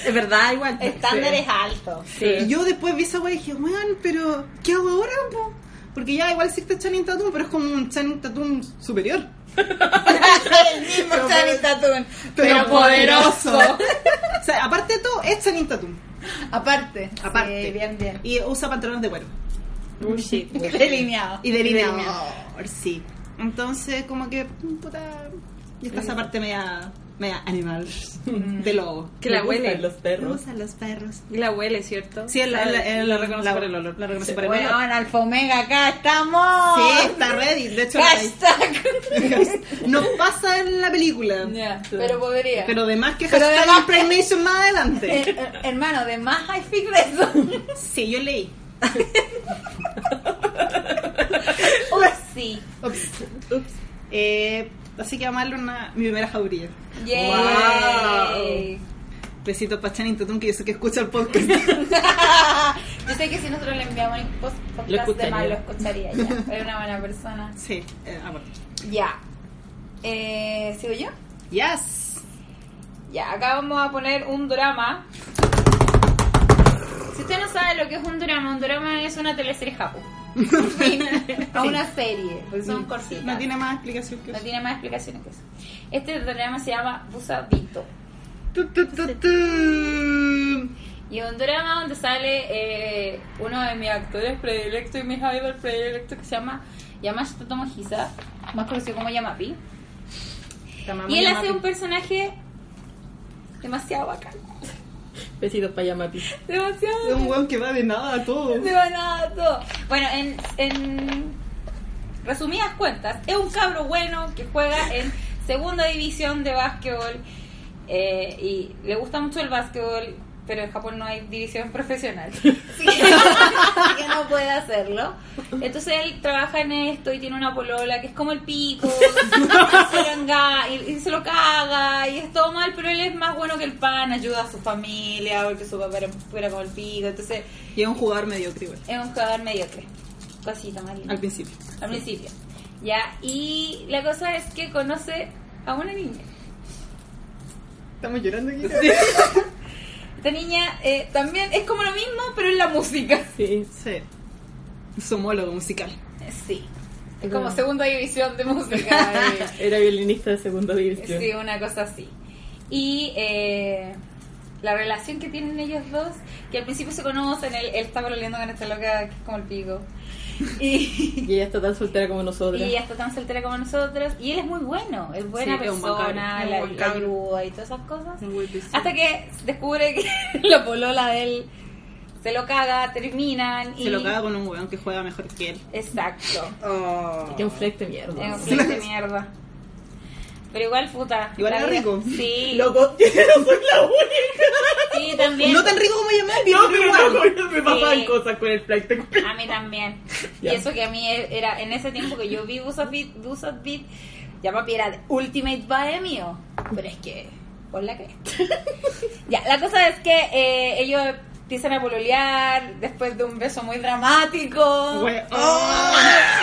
B: Es verdad, igual.
A: Estándar es alto.
C: Y yo después vi esa wea y dije, weón, pero ¿qué hago ahora? po?" Porque ya igual existe Channing Tatum, pero es como un Channing Tatum superior.
A: El mismo Channing Tatum, pero poderoso.
C: (laughs) o sea, aparte de todo, es Channing Tatum.
A: Aparte.
C: Aparte.
A: Sí, bien, bien.
C: Y usa pantalones de cuero.
A: Delineado.
C: Y delineador, sí. Entonces, como que, puta... Y está esa parte media, media animal de lobo.
B: Que la
D: Me gustan
B: huele.
D: los
C: Me
D: perros.
C: gustan los Mm. perros.
B: Y la huele, ¿cierto?
C: Sí, la, la, eh, la, la reconoce
B: La-
C: por el olor. La reconoce por el
A: Bueno,
C: olor.
A: en Alfomega acá estamos.
C: Sí, está ready. De hecho,
A: Hashtag.
C: no pasa en la película.
A: Ya, pero podría.
C: Pero de más que
A: Pero de
C: hashtag
A: más que-
C: impregnation más adelante. (laughs)
A: Eh, eh, hermano, de más high fic de eso.
C: Sí, yo leí.
A: Oh, sí.
C: Ups. Ups. Eh, así que amarlo una, mi primera jauría.
A: Yay.
C: Besitos para Channing Tatum, que yo sé que escucha el podcast.
A: Yo sé que si nosotros le enviamos el post-
D: Lo
A: podcast de
D: escucharía.
A: más lo escucharía ya. Pero es una buena
C: (laughs)
A: persona.
C: sí, eh, amor.
A: Ya. Eh, ¿Sigo yo?
C: Yes.
A: Ya, acá vamos a poner un drama. Si usted no sabe lo que es un drama, un drama es una teleserie
C: (laughs)
A: japo. a una serie, porque Pues son cortitas.
C: Mm, No tiene más explicación que
A: No
C: eso.
A: tiene más explicaciones que eso. Este drama se llama Busadito.
C: Tu, tu, tu, tu.
A: Y es un drama donde sale eh, uno de mis actores predilectos y mis idols predilectos que se llama Yamashita Tomohisa, más conocido como Yamapi. Y él hace un personaje demasiado bacán.
D: Besitos para Yamapi.
A: Demasiado
C: Es un weón que va de nada a todo.
A: No va nada, todo. Bueno, en, en resumidas cuentas, es un cabro bueno que juega en segunda división de básquetbol eh, y le gusta mucho el básquetbol, pero en Japón no hay división profesional. (laughs) Así que, así que no puede hacerlo. Entonces él trabaja en esto y tiene una polola que es como el pico, se lo enga- y, y se lo caga y es todo mal, pero él es más bueno que el pan, ayuda a su familia porque su papá era, era como el pico. Entonces
C: Y es un jugador mediocre igual.
A: es un jugador mediocre. Cosita más linda.
C: Al principio.
A: Al principio. Ya, y la cosa es que conoce a una niña.
C: Estamos llorando aquí.
A: Esta niña eh, también es como lo mismo, pero en la música. (laughs)
D: Sí.
C: Sí. Su homólogo musical.
A: Sí. Es como segunda división de
C: (laughs)
A: música. eh.
D: Era violinista de segunda
A: (laughs)
D: división.
A: Sí, una cosa así. Y eh, la relación que tienen ellos dos, que al principio se conocen, él, él está volviendo con esta loca que es como el pico. Y,
D: Y ella está tan soltera como nosotras.
A: Y hasta tan soltera como nosotros. Y él es muy bueno, es buena
C: Sí, es un buen
A: persona,
C: cabro,
A: la,
C: un buen
A: la
C: cabro.
A: ayuda y todas esas cosas.
C: Un buen vecino.
A: Hasta que descubre que (laughs) la polola de él se lo caga, terminan y...
C: Se lo caga con un weón que juega mejor que él.
A: Exacto.
D: Que un flex de mierda.
A: Es un flick de mierda. Pero igual, puta.
C: Igual
A: la
C: era
A: vida-
C: rico.
A: Sí,
C: (laughs)
D: Loco, no soy la única.
A: sí, también.
C: No tan rico como Yamati,
D: No,
C: pero
D: pero
C: igual.
D: no, coño, me pasaban
A: Sí.
D: cosas con el flex de
A: A mí también.
D: Ya.
A: Y eso que a mí era, en ese tiempo que yo vi Buzzat Beat, Buzzat Beat, ya papi era de Ultimate Vibe mío. Pero es que, por la cresta. ya, la cosa es que eh, ellos empiezan a pololear después de un beso muy dramático. Oh,
C: Weón. Oh.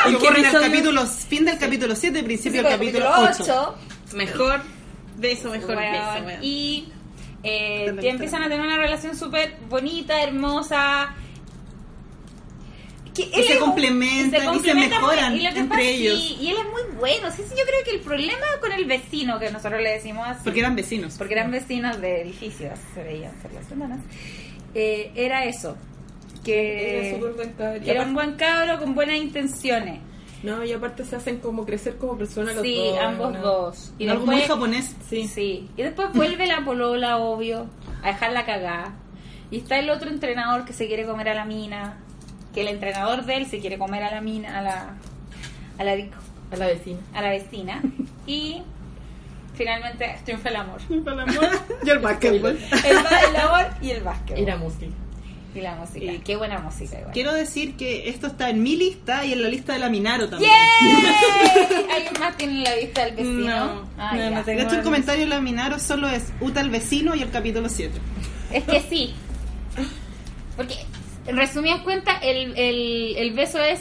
B: ¿En qué
C: Y ocurre en el
B: episodio?
C: capítulo, fin del capítulo 7,
A: Principio
C: principio del
A: del
C: capítulo 8.
A: ocho.
B: Mejor beso, mejor
A: Weón,
B: beso, weón.
A: Y eh,
C: Dale,
A: te empiezan a tener una relación súper bonita, hermosa. Que él
C: se
A: es un-
C: complementan y se mejoran
A: muy- y lo que
C: entre
A: pasa-
C: ellos.
A: sí, Y, él es muy bueno. Sí, sí, yo creo que el problema con el vecino, que nosotros le decimos así,
C: Porque eran vecinos.
A: porque eran vecinos de edificios, se veían por las ventanas, eh, era eso. Que
D: Era súper buen cabro.
A: era un buen cabro con buenas intenciones.
D: No, y aparte se hacen como crecer como personas los
A: sí,
D: dos.
A: ambos
D: ¿no?
A: dos. Y
C: Algo muy
A: después-
C: japonés.
D: Sí.
A: Sí. Y después vuelve la polola, obvio, a dejarla cagada. Y está el otro entrenador que se quiere comer a la mina. Que el entrenador de él se quiere comer a la mina, a la, a la, vic-
D: A la vecina.
A: a la vecina. Y finalmente triunfa el amor.
C: (laughs) Y el básquetbol.
A: El, ba- el amor y el básquet.
D: Era música.
A: Y la música.
C: Y-
A: Qué buena música igual.
C: Quiero decir que esto está en mi lista y en la lista de la Minaro también.
A: ¡Yay! ¿Alguien más tiene la vista del vecino?
C: No,
A: Ah,
B: no,
A: ya.
B: no
C: De
B: tengo.
C: hecho, el comentario de la Minaro solo es Uta el vecino y el capítulo 7.
A: Es que sí. Porque, en resumidas cuentas, el, el, el beso es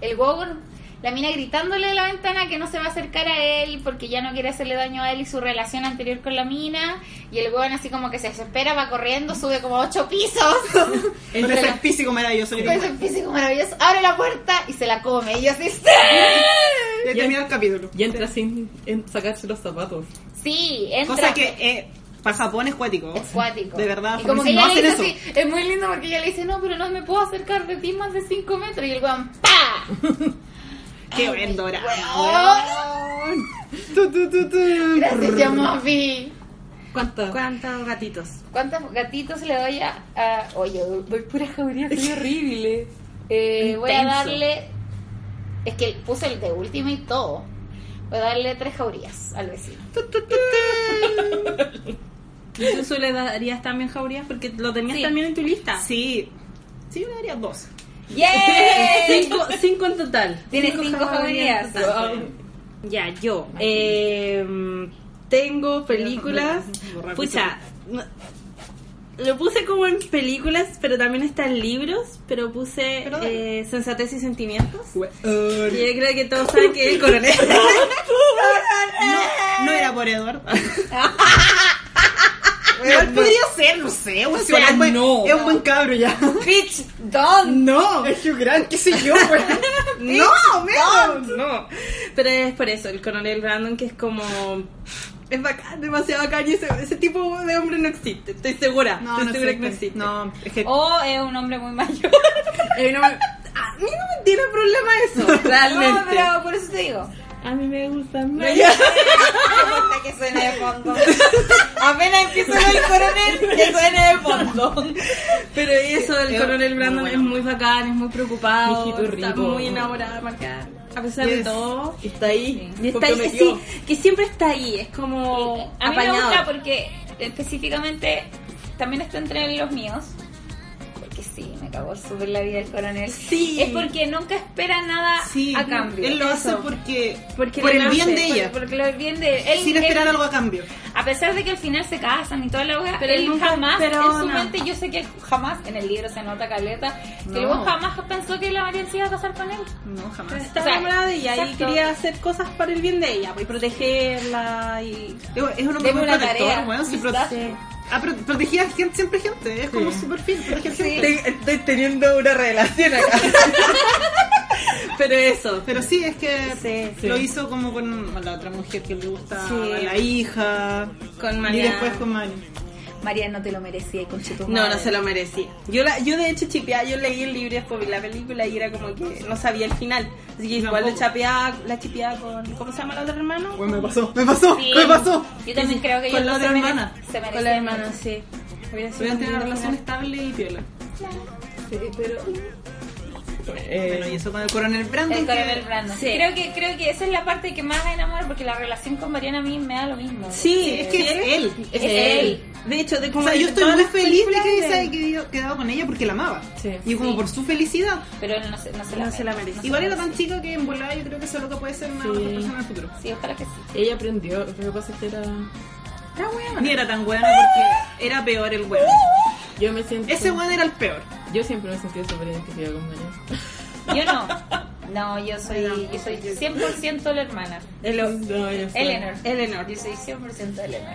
A: el Gogor, la mina gritándole de la ventana que no se va a acercar a él porque ya no quiere hacerle daño a él y su relación anterior con la mina. Y el Gogor así como que se desespera, va corriendo, sube como ocho pisos. (laughs)
C: El
A: Porque
C: tercer
A: la-
C: físico maravilloso que
A: Con
C: tengo.
A: ese físico maravilloso, abre la puerta y se la come. Y yo así, ¡sí!
C: Ya termina el capítulo.
D: Y entra sin en sacarse los zapatos.
A: Sí, entra.
C: Cosa que eh, para Japón es cuático.
A: Es cuático.
C: De verdad,
A: Y como que
C: no
A: ella le
C: hacen
A: dice
C: eso.
A: así, es muy lindo porque ella le dice, no, pero no me puedo acercar de ti más de 5 metros. Y el weón, ¡pa!
C: Qué buen dorado.
A: Weón.
C: Tu, tu, tu, tu.
A: Gracias, Yamofi.
D: ¿Cuántas?
B: ¿Cuántos gatitos?
A: ¿Cuántos gatitos le doy a...? a- Oye, doy pura jauría, soy horrible. Eh, voy a
D: Intenso.
A: darle... Es que puse el de última y todo. Voy a darle tres jaurías al vecino. (laughs)
B: ¿Y tú, Su, le darías también jaurías? Porque lo tenías
A: Sí.
B: también en tu lista.
C: Sí. Sí, yo le daría dos.
A: ¡Yay!
B: (laughs) Cinco, cinco en total.
A: ¡Eh! Tienes cinco
B: jaurías
A: jaurías.
B: en total. Ya, yo. eh, tengo películas.
C: Borrar
B: Pucha. no- Lo puse como en películas, pero también está en libros. Pero puse
C: Pero dale.
B: eh, Sensatez y Sentimientos. Y
C: Weón.
B: yo creo que todos saben que es el coronel.
C: No, no era por Edward. Igual podría ser, no sé. O
D: sea,
C: es, buen-
D: no.
C: es un buen cabro ya.
A: Bitch, don't.
C: No. Es Hugh Grant, qué sé yo, weón. No, menos.
B: no. Pero es por eso, el coronel Brandon, que es como. Es bacán, demasiado bacán. Y ese, ese tipo de hombre no existe, estoy segura. estoy segura que no existe.
C: No, es que
A: O Oh, es un hombre muy mayor.
B: Eh, no me- a mí no me tiene problema
D: (laughs)
B: eso, realmente.
A: No, pero por eso te digo.
B: A mí me gusta más.
A: Hasta que suena de fondo. Apenas empieza el coronel, que suena de fondo.
B: Pero eso, el
C: Eh,
B: coronel Brandon
C: muy
B: es
C: bueno.
B: muy bacán, es muy preocupado,
D: Mijito
B: está
D: rico.
B: muy enamorada de Marcar, a pesar de
C: Yes.
B: todo.
D: Está ahí.
B: Y está ahí,
D: comprometido.
B: sí, que siempre está ahí, es como
A: A mí me
B: apañado.
A: gusta porque específicamente también está entre los míos. Porque sí, me cagó súper la vida del coronel.
B: Sí.
A: Es porque nunca espera nada
C: sí.
A: a cambio.
C: Él lo hace
A: Eso.
C: porque,
B: Porque
C: por
B: le
C: el bien
B: nace,
C: de
A: Por-
C: ella.
A: Porque lo bien de él.
C: sin esperar
A: él-
C: algo a cambio.
A: A pesar de que al final se casan y toda la weá,
B: Pero
A: él
B: él nunca
A: jamás,
B: esperó
A: en su
B: nada.
A: mente, yo sé que él jamás, en el libro se nota caleta, que
C: No.
A: el weón jamás pensó que la María se iba a casar con él.
C: No, jamás.
B: Está
A: O sea,
B: enamorada de ella y
A: exacto.
B: quería hacer cosas para el bien de ella, pues, y protegerla y...
C: Es es un hombre
A: Deme
C: muy
A: una
C: protector,
A: tarea.
C: weón. Si pro-
A: Sí.
C: Ah, pero protegía gente, siempre gente. Es como súper fiel, protege gente.
D: Estoy teniendo una relación acá.
B: Pero eso,
C: (laughs) Pero sí, es que
B: Sí, sí.
C: lo hizo como con la otra mujer que le gusta
B: Sí.
C: a la hija.
B: con
C: Y
B: María...
C: después con Mari.
A: María no te lo merecía, conchetumare.
B: No, no se lo merecía. Yo, la, yo de hecho chipeaba, yo leí el libro y después vi la película y era como que no sabía el final. Así que igual lo
C: Tampoco.
B: chapeaba, la chipeaba con... ¿Cómo se llama la otra hermana?
C: Bueno, me pasó, me pasó,
A: Sí.
C: me pasó.
A: Yo también creo que
C: Con
A: yo
C: la otra
A: se mere-
C: hermana.
A: se merecía
B: Con la hermana, sí. Hubiera sido
C: Podían
B: un
C: tener una
B: lindo
C: relación
B: final.
C: estable y piola. Bueno, y
D: Eh,
C: eso con el coronel Brandon.
A: El
C: que-
A: coronel Brandon.
B: Sí.
A: Creo, que, creo que esa es la parte que más me enamora porque la relación con Mariana a mí me da lo mismo.
B: Sí,
C: Es que es él.
A: Es él.
B: De hecho, de
C: O
B: como
C: sea, yo
B: de
C: estoy
B: todas
C: muy
B: las
C: feliz de
B: películas
C: que
B: de-
C: se haya quedado- quedado con ella porque la amaba.
B: Sí.
C: Y como
A: Sí.
C: por su felicidad.
A: Pero él no se, no se la
B: No se la merece.
A: no se
C: Igual
A: la
C: era tan
A: merece.
C: chica que en volada yo creo que eso es lo que puede ser una
D: Sí.
C: mejor persona en el futuro.
A: Sí, ojalá que sí.
D: ella aprendió, lo que pasa es que era.
C: Ni era tan bueno porque era peor el weón.
D: Yo me siento.
C: Ese weón era el peor.
D: Yo siempre me he sentido súper identificada con María.
A: Yo no. No, yo soy, yo soy 100% la hermana.
B: El-
D: No, yo soy-
A: Eleanor.
B: Eleanor.
A: Yo soy 100% Eleanor.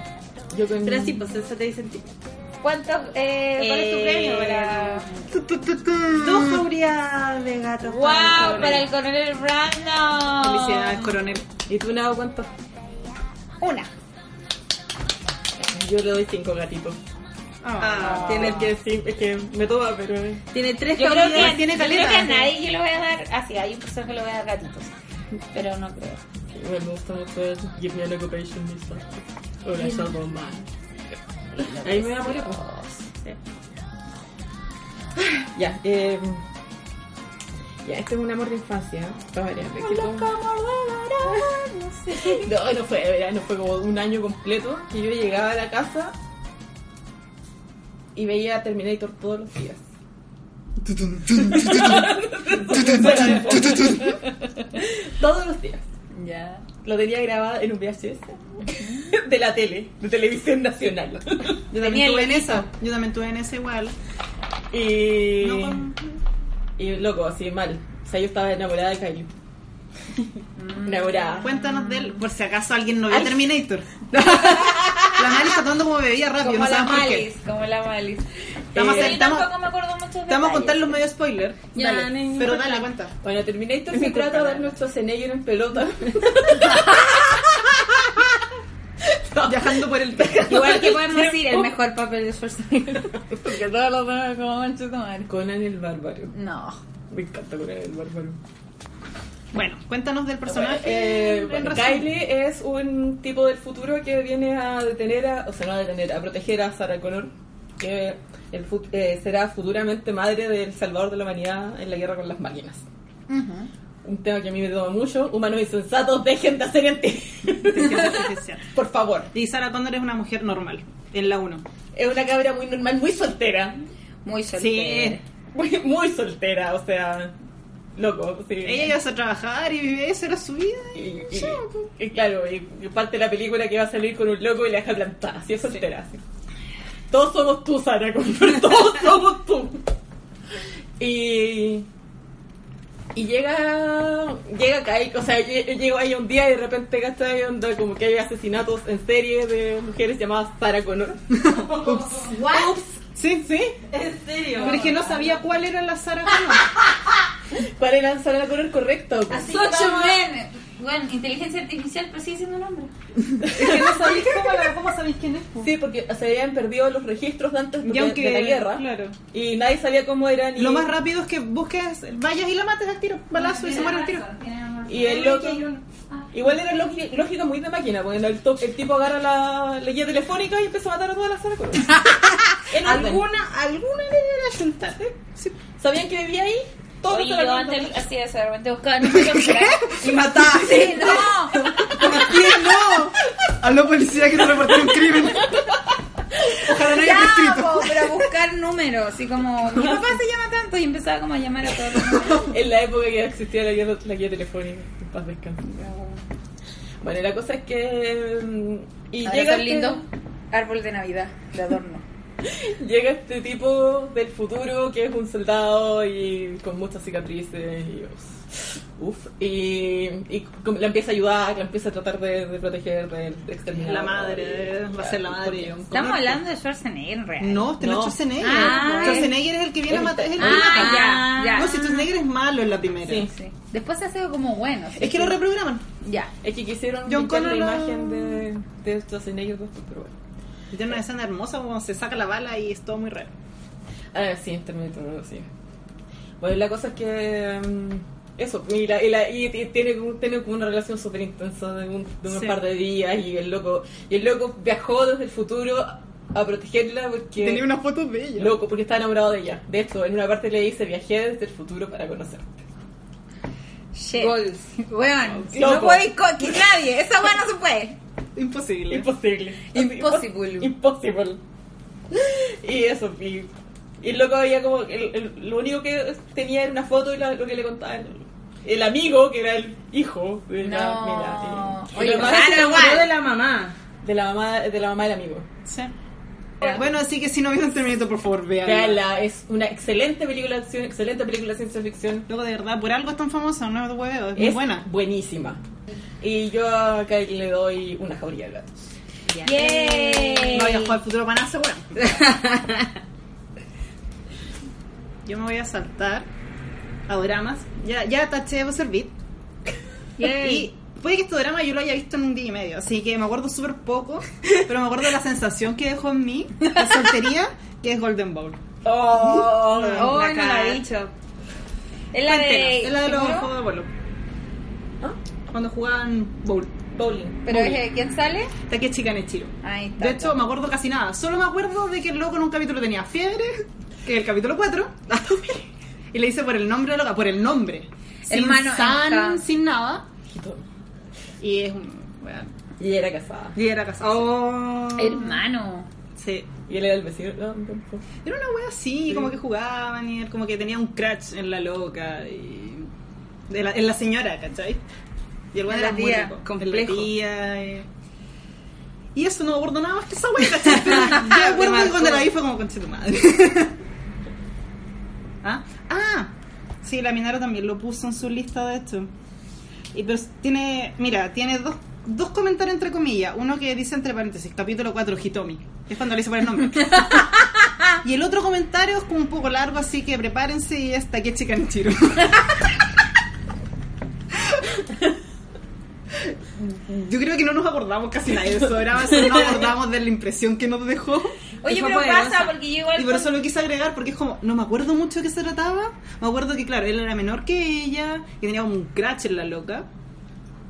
D: Yo con.
B: Pero sí, pues eso te dicen ti.
A: ¿Cuántos, eh, ¿Cuál es tu
B: Eh,
A: premio para...?
C: Tu, tu, tu, tu.
B: Dos jaurías de gatos.
A: ¡Wow! Para el coronel Brandon.
C: Felicidades, coronel.
D: ¿Y tú, Nao, cuánto?
A: Una.
D: Yo le doy cinco gatitos.
C: Ah.
D: Tiene que decir, es que me toma, pero. eh,
B: Tiene tres
A: Yo creo, que,
B: jaurías.
C: tiene
A: yo creo
C: caleta.
A: que a nadie yo le voy a dar... Ah, sí, hay un personaje que le voy a dar gatitos. Pero no creo.
D: Me gusta mucho el Give Me an Occupation Lisa. O la Shadow Man. Ahí me da por Ya, eh. Ya, este es un amor de infancia. Para variar. es que como- No, no fue de verano, fue como un año completo que
G: (laughs)
D: yo llegaba a la casa y veía Terminator todos los días. Todos los días.
G: Ya.
D: Lo tenía grabado en un VHS de la tele, de televisión
G: (laughs)
D: nacional.
C: Yo
G: Tenía
C: también tuve en
G: el
C: esa. Yo también tuve en esa igual.
D: Y.
C: No con-
D: Y loco, así mal. O sea, yo estaba enamorada de
G: (laughs)
D: Kylie.
C: Ah.
D: enamorada.
C: Cuéntanos de él, por si acaso alguien no vio
D: Ay.
C: (laughs) Terminator. la madre está tomando como bebida rápido,
G: Como
C: no
G: la
C: sabemos por qué.
G: Malice, como la Malice.
C: Estamos
G: Eh,
C: a hacer-
G: yo
C: estamos-
G: tampoco me acuerdo mucho
C: Te vamos a contar los medio spoiler.
B: Ya,
C: Dale,
B: no hay ningún
C: pero dale,
B: problema.
C: cuenta.
D: Bueno, Terminator
G: Es mi
D: se
G: culpa,
D: trata de
G: la
D: Arnold Schwarzenegger en pelota.
C: Viajando por el techo.
G: Igual que podemos decir el mejor papel de Schwarzenegger. Porque todos los demás como mancho tomar.
D: Conan el bárbaro.
G: No.
D: Me encanta Conan el bárbaro.
C: Bueno, cuéntanos del personaje.
D: Eh,
C: en
D: bueno,
C: resumen. (laughs)
D: Kylie es un tipo del futuro que viene a detener, a, o sea, no a detener, a proteger a Sarah Connor, que el fu- eh, será futuramente madre del salvador de la humanidad en la guerra con las máquinas.
C: Ujú.
D: Un tema que a mí me toma mucho. Humanos insensatos, dejen de hacer ente.
C: Inteligencia artificial.
D: (laughs) Por favor.
C: Y Sarah Connor es una mujer normal, en la 1.
D: Es una cabra muy normal, muy soltera.
G: Muy soltera.
D: (laughs) Muy, muy soltera, o sea, loco. Sí.
C: Ella iba a hacer trabajar y vivía, eso era su vida.
D: Y, y- y claro, y y parte de la película que va a salir con un loco y la deja plantada, así es soltera. así. Todos somos tú, Sara, Connor, (laughs) todos somos tú. Y, y llega llega Kyle, o sea, lle- llegó ahí un día y de repente ¿cachai? onda como que hay asesinatos en serie de mujeres llamadas
C: (laughs)
D: Sara Connor.
C: Sí, sí.
G: ¿En serio?
C: Pero es que no sabía cuál era la Sarah Connor.
D: ¿Cuál era Sara Connor correcta?
G: Así
D: Such a
G: como-
D: man.
G: Bueno, inteligencia artificial, pero sigue siendo un hombre.
C: Es que no sabéis cómo, la- cómo sabéis quién es. po.
D: Sí, porque se habían perdido los registros de antes
C: Y
D: de,
C: aunque-
D: de la guerra.
C: claro.
D: Y nadie sabía cómo eran. Y,
C: Lo más rápido es que busques, vayas y la mates al tiro, balazo y se muere al tiro.
D: y el loco.
C: Ah.
D: Igual era lógi- lógica muy de máquina, porque el, top- el tipo agarra la, la guía telefónica y empieza a matar a todas
C: (laughs)
D: las zona pues. en orden.
C: Alguna, alguna le debe ayuntar. Sí.
D: ¿Sabían que vivía ahí? Todos
G: Oye,
D: los
G: yo
D: aracanos.
G: antes hacía eso, de repente buscaba en un celular.
C: Y mataba.
D: (laughs)
G: Sí, no.
C: ¿Por qué (laughs) no? Habló policía que te reportó un crimen. Ojalá no haya
G: Ya,
C: prescrito.
G: po, pero buscar números, así como mi papá se llama tanto y empezaba como a llamar a todos. los números.
D: en la época que existía la guía, la guía telefónica. En paz descanse. Bueno, la cosa es que. mm, Y
G: Ahora
D: llega.
G: son
D: este-
G: lindos árbol de Navidad, de adorno.
D: Llega este tipo del futuro que es un soldado y con muchas cicatrices y uf, y, y com- la empieza a ayudar, la empieza a tratar de, de proteger del exterminador.
C: La madre,
D: Y-
C: va a ser la madre.
G: Estamos hablando de Schwarzenegger, en realidad.
C: No, este no es
D: No.
C: Schwarzenegger.
G: Ah,
C: Schwarzenegger es el que viene a matar. Es el que mata.
G: Ah, ya, ya.
C: No, si Schwarzenegger es malo en la primera.
D: Sí.
G: Sí. Después se ha sido como bueno. ¿sí?
C: Es que lo reprograman.
G: Ya.
D: Es que quisieron
C: John
D: limpiar la
C: Connor no-
D: imagen de, de Schwarzenegger, pero bueno.
C: Y tiene una escena hermosa cuando se saca la bala y es todo muy raro.
D: Ah, sí, en Terminator, sí. Bueno, la cosa es que. mm, eso, y, la- y la- y- y tiene, como- tiene como una relación súper intensa de, un, de unos
C: Sí.
D: par de días y el loco y el loco viajó desde el futuro a protegerla porque.
C: Tenía unas fotos de ella.
D: Loco, porque estaba enamorado de ella. De hecho, en una parte le dice: Viajé desde el futuro para conocerte.
G: Shit.
C: Goals.
G: Weón, si no
D: Loco.
G: podéis co- que nadie, esa weá no se puede.
C: Imposible.
D: Imposible.
G: Impossible.
D: Impossible. Y eso, y, y el loco había como. el- el- lo único que tenía era una foto y la- lo que le contaban. El amigo, que era el hijo de la, eh,
G: No.
D: de la- de-
G: Oye,
D: de la
G: o
D: mamá,
G: sea,
B: Se enamoró de la mamá.
D: de la mamá de la mamá del amigo.
C: Sí. Bueno, así que si no vieron Terminator, por favor, vean.
D: Véanla, es una excelente película de acción, excelente película de ciencia ficción.
C: Luego, de verdad, por algo es tan famosa, no es hueveo, es muy
D: Es
C: buena.
D: buenísima. Y yo a Kyle le doy una jauría de gatos.
G: (laughs) Yay.
C: No voy a jugar al futuro para nada, (laughs) seguro. Yo me voy a saltar a dramas. Ya, ya taché Buzzer Beat.
G: Yay.
C: Y puede que este drama yo lo haya visto en un día y medio, así que me acuerdo súper poco, pero me acuerdo de la sensación que dejó en mí, la soltería, que es Golden Bowl.
D: Oh,
G: Oh,
C: La
G: no la
C: cara.
G: he dicho. Es la de.
C: Es la de los
G: ¿Seguro?
C: juegos de bolo.
D: ¿Ah?
C: Cuando jugaban bowl.
D: bowling.
G: Pero es de quién sale?
C: Taque Chicanechiro.
G: Ahí está.
C: De hecho, me acuerdo casi nada. Solo me acuerdo de que el loco en un capítulo tenía fiebre, que es el capítulo 4. (laughs) y le dice por el nombre, loca, por el nombre. Sin
G: Hermano,
C: san,
G: ajá.
C: sin nada. Y es un. weón.
D: Y era casada.
C: Y era casado.
G: Oh. hermano.
C: Sí.
D: Y él era el vecino. Ah, tampoco.
C: Era una wea así, como que jugaban y él como que tenía un crash en la loca y. de la- en la señora, ¿cachai? Y el weón
B: En la
C: era muy
B: tía,
C: rico, en
B: complejo.
C: la tía, eh. y... y eso no me acuerdo nada más que esa wea, ¿cachai? Pero yo me acuerdo que
B: marcó.
C: cuando la vi fue como conche tu madre. (laughs) ¿Ah? ah, sí, la Minaro también lo puso en su lista de esto. Y pero tiene, mira, tiene dos, dos comentarios entre comillas. Uno que dice entre paréntesis, capítulo 4, Hitomi. Es cuando le hice por el nombre. y el otro comentario es como un poco largo, así que prepárense y hasta que chica chiro. Yo creo que no nos acordamos casi nadie de eso. Ahora no nos acordamos de la impresión que nos dejó.
G: Oye,
B: Y fue
G: pero pasa
B: poderosa.
G: porque yo igual.
C: Y por
G: con- (laughs)
C: eso lo quise agregar, porque es como, no me acuerdo mucho de qué se trataba. Me acuerdo que, claro, él era menor que ella, que tenía como un crash en la loca,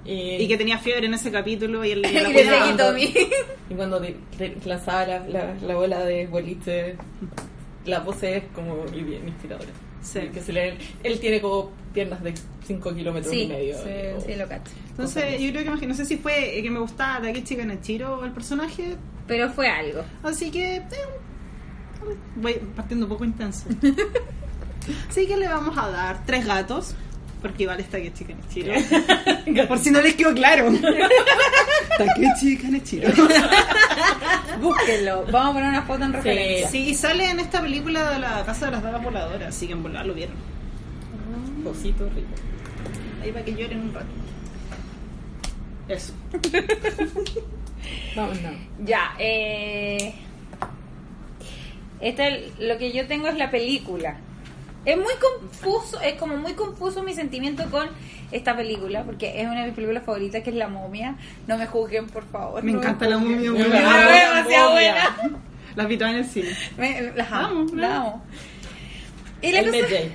D: Y,
C: y que tenía fiebre en ese capítulo y él
G: (laughs) Y
C: ella la
G: le seguí
C: cuidaba. (laughs)
G: Tommy.
D: y cuando te- te lanzaba la, la, la bola de boliche, la pose es como y bien inspiradora.
C: Sí.
D: Y Que se le, él tiene como piernas de 5 kilómetros y
G: Sí,
D: medio.
G: sí,
D: o-
G: sí, lo cacho.
C: Entonces, yo creo que, imagi- no sé si fue eh, que me gustaba Takechi Kanachiro el personaje,
G: Pero fue algo.
C: así que. eh, voy partiendo un poco
G: (laughs)
C: intenso. Así que le vamos a dar tres gatos, porque igual es Takechi
G: (laughs)
C: Kanachiro. por si no les quedó claro. Takechi Kanachiro.
G: Búsquenlo. Vamos a poner una foto en referencia.
C: Sí, y sale en esta película de la Casa de las Damas Voladoras, así que en volar lo vieron.
D: Cosito rico.
C: Ahí para que lloren un rato. Eso.
D: Vamos, no.
G: Ya, eh. Esta, lo que yo tengo es la película. Es muy confuso, es como muy confuso mi sentimiento con esta película, porque es una de mis películas favoritas, que es La Momia. No me juzguen, por favor.
C: Me
G: no
C: encanta la momia. (laughs)
D: Me
G: juzguen.
D: la
G: Ah,
D: momia.
G: demasiado buena.
C: La vi en el cine.
G: Me- las amo,
C: Vamos,
G: las
C: vamos.
G: amo. Y la
D: El
G: cosa, (laughs)
D: Medjay.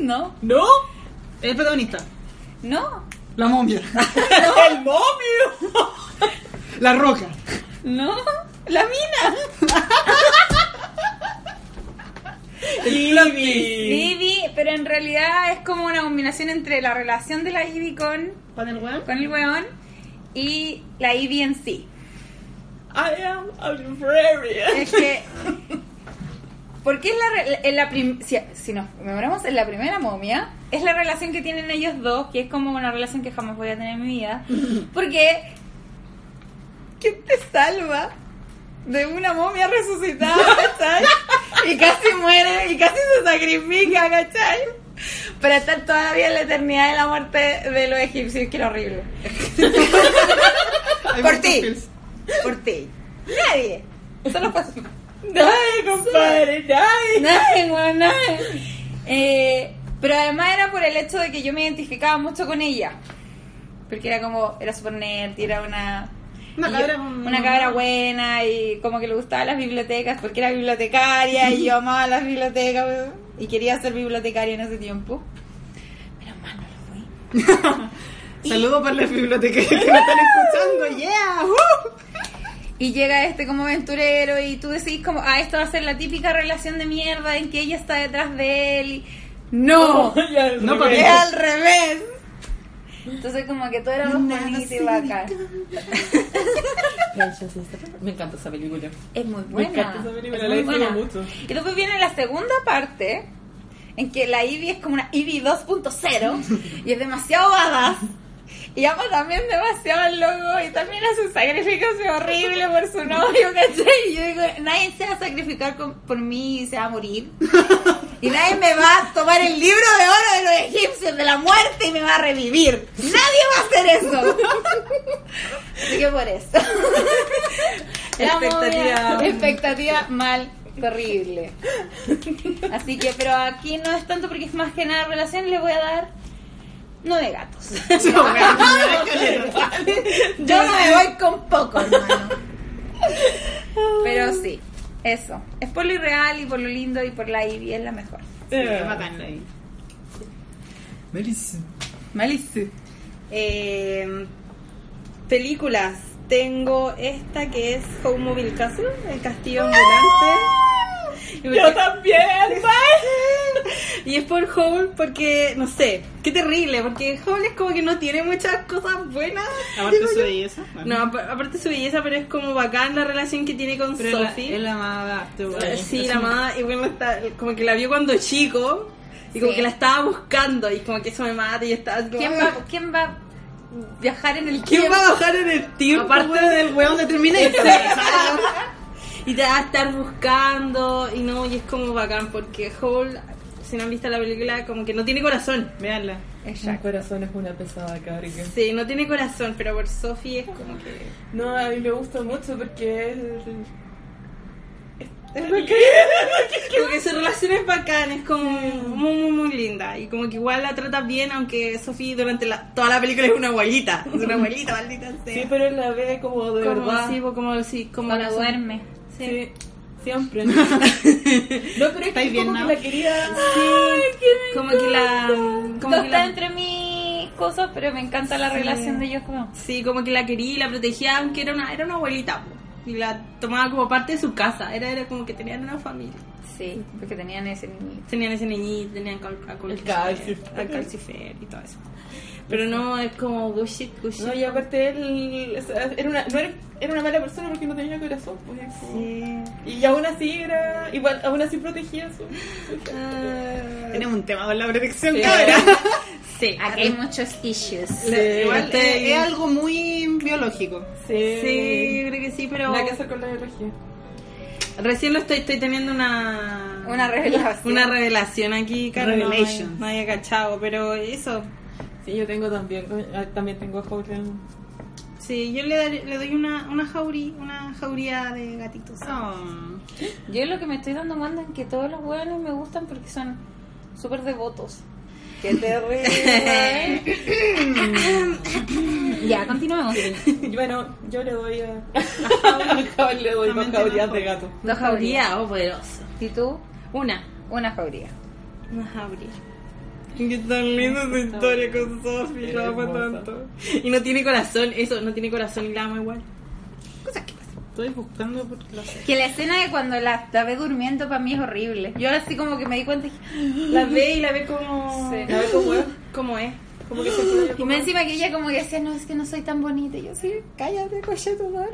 G: no,
C: ¿No? El protagonista.
G: no,
C: La (laughs) momia.
D: ¡El momio!
C: (laughs) La roca.
G: no, (laughs) la mina.
D: Libby.
G: Vivi, pero en realidad es como una combinación entre la relación de la Ivy con,
C: ¿Con el weón?
G: con el weón y la Ivy en sí.
D: I am a librarian.
G: Es que. Porque es la, re- en la prim- si, si nos memoramos en la primera momia, es la relación que tienen ellos dos, que es como una relación que jamás voy a tener en mi vida. Porque. ¿Quién te salva de una momia resucitada, cachai? Y casi muere, y casi se sacrifica, cachai? Para estar todavía en la eternidad de la muerte de los egipcios, que era horrible.
C: Hay
B: Por
C: muchos
B: ti.
C: films.
B: Por ti.
G: Nadie. Solo pasó.
D: (laughs) Nadie, compadre, nadie.
G: Nadie, weón, nadie. Eh, pero además era por el hecho de que yo me identificaba mucho con ella. Porque era como, era super nerd, y era una.
C: Una
G: y
C: cabra-
G: yo- una cabra buena y como que le gustaban las bibliotecas porque era bibliotecaria y yo amaba las bibliotecas weón, y quería ser bibliotecaria en ese tiempo. Menos mal no lo fui.
C: Saludos para las bibliotecas que me están (laughs) escuchando. ¡Yeah! ¡Woo!
G: Y llega este como aventurero y tú decís como, ah, esto va a ser la típica relación de mierda en que ella está detrás de él. y- ¡No!
C: No,
D: No,
C: papi.
G: Es
D: para
G: al revés. Entonces como que todo era más bonito y bacán.
D: Me encanta esa película.
G: Es muy
D: Me
G: buena.
D: encanta esa película,
G: Es
D: la
G: muy
D: disfruto
G: buena.
D: mucho.
C: (laughs)
G: Y después viene la segunda parte en que la Ivy es como una Ivy 2.0 y es demasiado badass. Y ama también demasiado al loco y también hace un sacrificio horrible por su novio, ¿cachai? Y yo digo, nadie se va a sacrificar con- por mí y se va a morir. Y nadie me va a tomar el libro de oro de los egipcios, de la muerte y me va a revivir. Nadie va a hacer eso. Así que por eso. La
B: Expectativa.
G: movida, expectativa mal, terrible. Así que, pero aquí no es tanto porque es más que nada relación, le voy a dar no de gatos.
C: No, weón, nada que ver.
G: Yo no me voy con poco, (laughs) hermano. Pero sí, eso. Es por lo irreal y por lo lindo y por la Ivy es la mejor.
C: Sí, bacán, ahí.
G: Malice.
B: Eh, películas. Tengo esta que es Home Mobile Castle, el castillo ambulante. Y porque-
D: Yo también, bye.
B: (laughs) Y es por Howl porque, no sé, qué terrible, porque Howl es como que no tiene muchas cosas buenas.
C: Aparte
B: digo
C: su
B: yo.
C: belleza. bueno.
B: No, ap- aparte su belleza, pero es como bacán la relación que tiene con
C: pero la-
B: Sophie.
C: él la amaba harto, güey.
B: Sí, la mamá, y bueno, está, como que la vio cuando chico, y como
G: Sí.
B: que la estaba buscando, y como que eso me mata, y está como, "Ah".
G: ¿Quién va, ¿Quién va a viajar en el
B: ¿Quién
G: tiempo?
B: va a bajar en el tiempo?
C: Aparte del weón de Terminator.
B: y te va a estar buscando, y no, y es como bacán, porque Hole, si no han visto la película, como que no tiene corazón.
C: (laughs) Veanla.
G: Exacto.
D: corazón es una pesada carga.
B: Sí, no tiene corazón, pero por Sophie es como que...
D: No, a mí me gusta mucho porque es.
B: Es bacán. Como que su relación es bacán, es como muy, muy, muy linda. Y como que igual la trata bien, aunque Sophie durante la- toda la película es una abuelita. Es una abuelita, maldita sea.
D: Sí, pero la ve como de
B: como,
D: verdad.
B: sí, pues, como, sí, como
G: Cuando duerme.
D: Sí, (laughs) siempre. no, pero es que
C: ¿Estáis bien,
D: como
C: Nao?
D: que la quería.
B: Como que
G: (laughs)
B: la...
G: No
B: Como que
G: está
B: la
G: entre mis cosas, pero me encanta la
B: Sí.
G: relación de ellos como...
B: sí, como que la quería y la protegía, aunque era una, era una abuelita. pues. Y la tomaba como parte de su casa. Era, era como que tenían una familia.
G: Sí, porque tenían ese niñito.
B: Tenían ese niñito, tenían cal- a
D: El
B: calcifer,
D: calcifer.
B: a calcifer y todo eso. Pero no, es como good shit, good shit.
D: No, y aparte él. o sea, era, una, no era, era una mala persona porque no tenía corazón. pues, es como-
B: Sí.
D: Y aún así era. Igual, aún así protegía su.
B: Ah,
C: Tenemos un tema con la protección,
D: Sí.
C: cabrón.
B: sí,
G: Aquí hay muchos issues.
D: (laughs) Sí.
C: Igual eh,
B: Este-
C: es, es algo muy biológico.
B: Sí, creo que sí, pero
D: Nada que hacer con la biología.
B: recién lo estoy, estoy teniendo una
G: Una revelación.
B: una revelación aquí, Carlos. No, había-
C: Revelations.
B: no había cachado, pero eso.
D: Sí, yo tengo también. ah, También tengo a Hawken.
B: Sí, yo le, daré- le doy una una jauría, una jauría de gatitos.
C: Oh.
G: Yo lo que me estoy dando cuenta es que todos los hueones me gustan porque son súper devotos. ¡Qué terrible! ya, continuemos.
D: Y (laughs) bueno, yo le doy (laughs) a. A Hawken le doy dos
C: También
D: caurías
C: tiene
D: de gato.
G: Dos jaurías.
B: o oh, poderoso.
G: ¿Y tú?
B: Una,
G: Una jauría.
B: una jauría. Qué tan linda su historia con Sophie, la amo
D: Hermosa.
B: tanto. Y no tiene corazón, eso, no tiene corazón y la amo igual.
C: Estoy buscando por la
G: Que la escena de cuando la, la ve durmiendo para mí es horrible. Yo ahora sí como que me di cuenta y dije,
B: La ve y la ve como.
G: Sí.
D: A ver
B: (laughs)
D: cómo es.
B: ¿Cómo es?
D: Como que siempre.
G: Y me encima que ella como que decía, no, es que no soy tan bonita. Y yo sí, cállate, coche tu madre.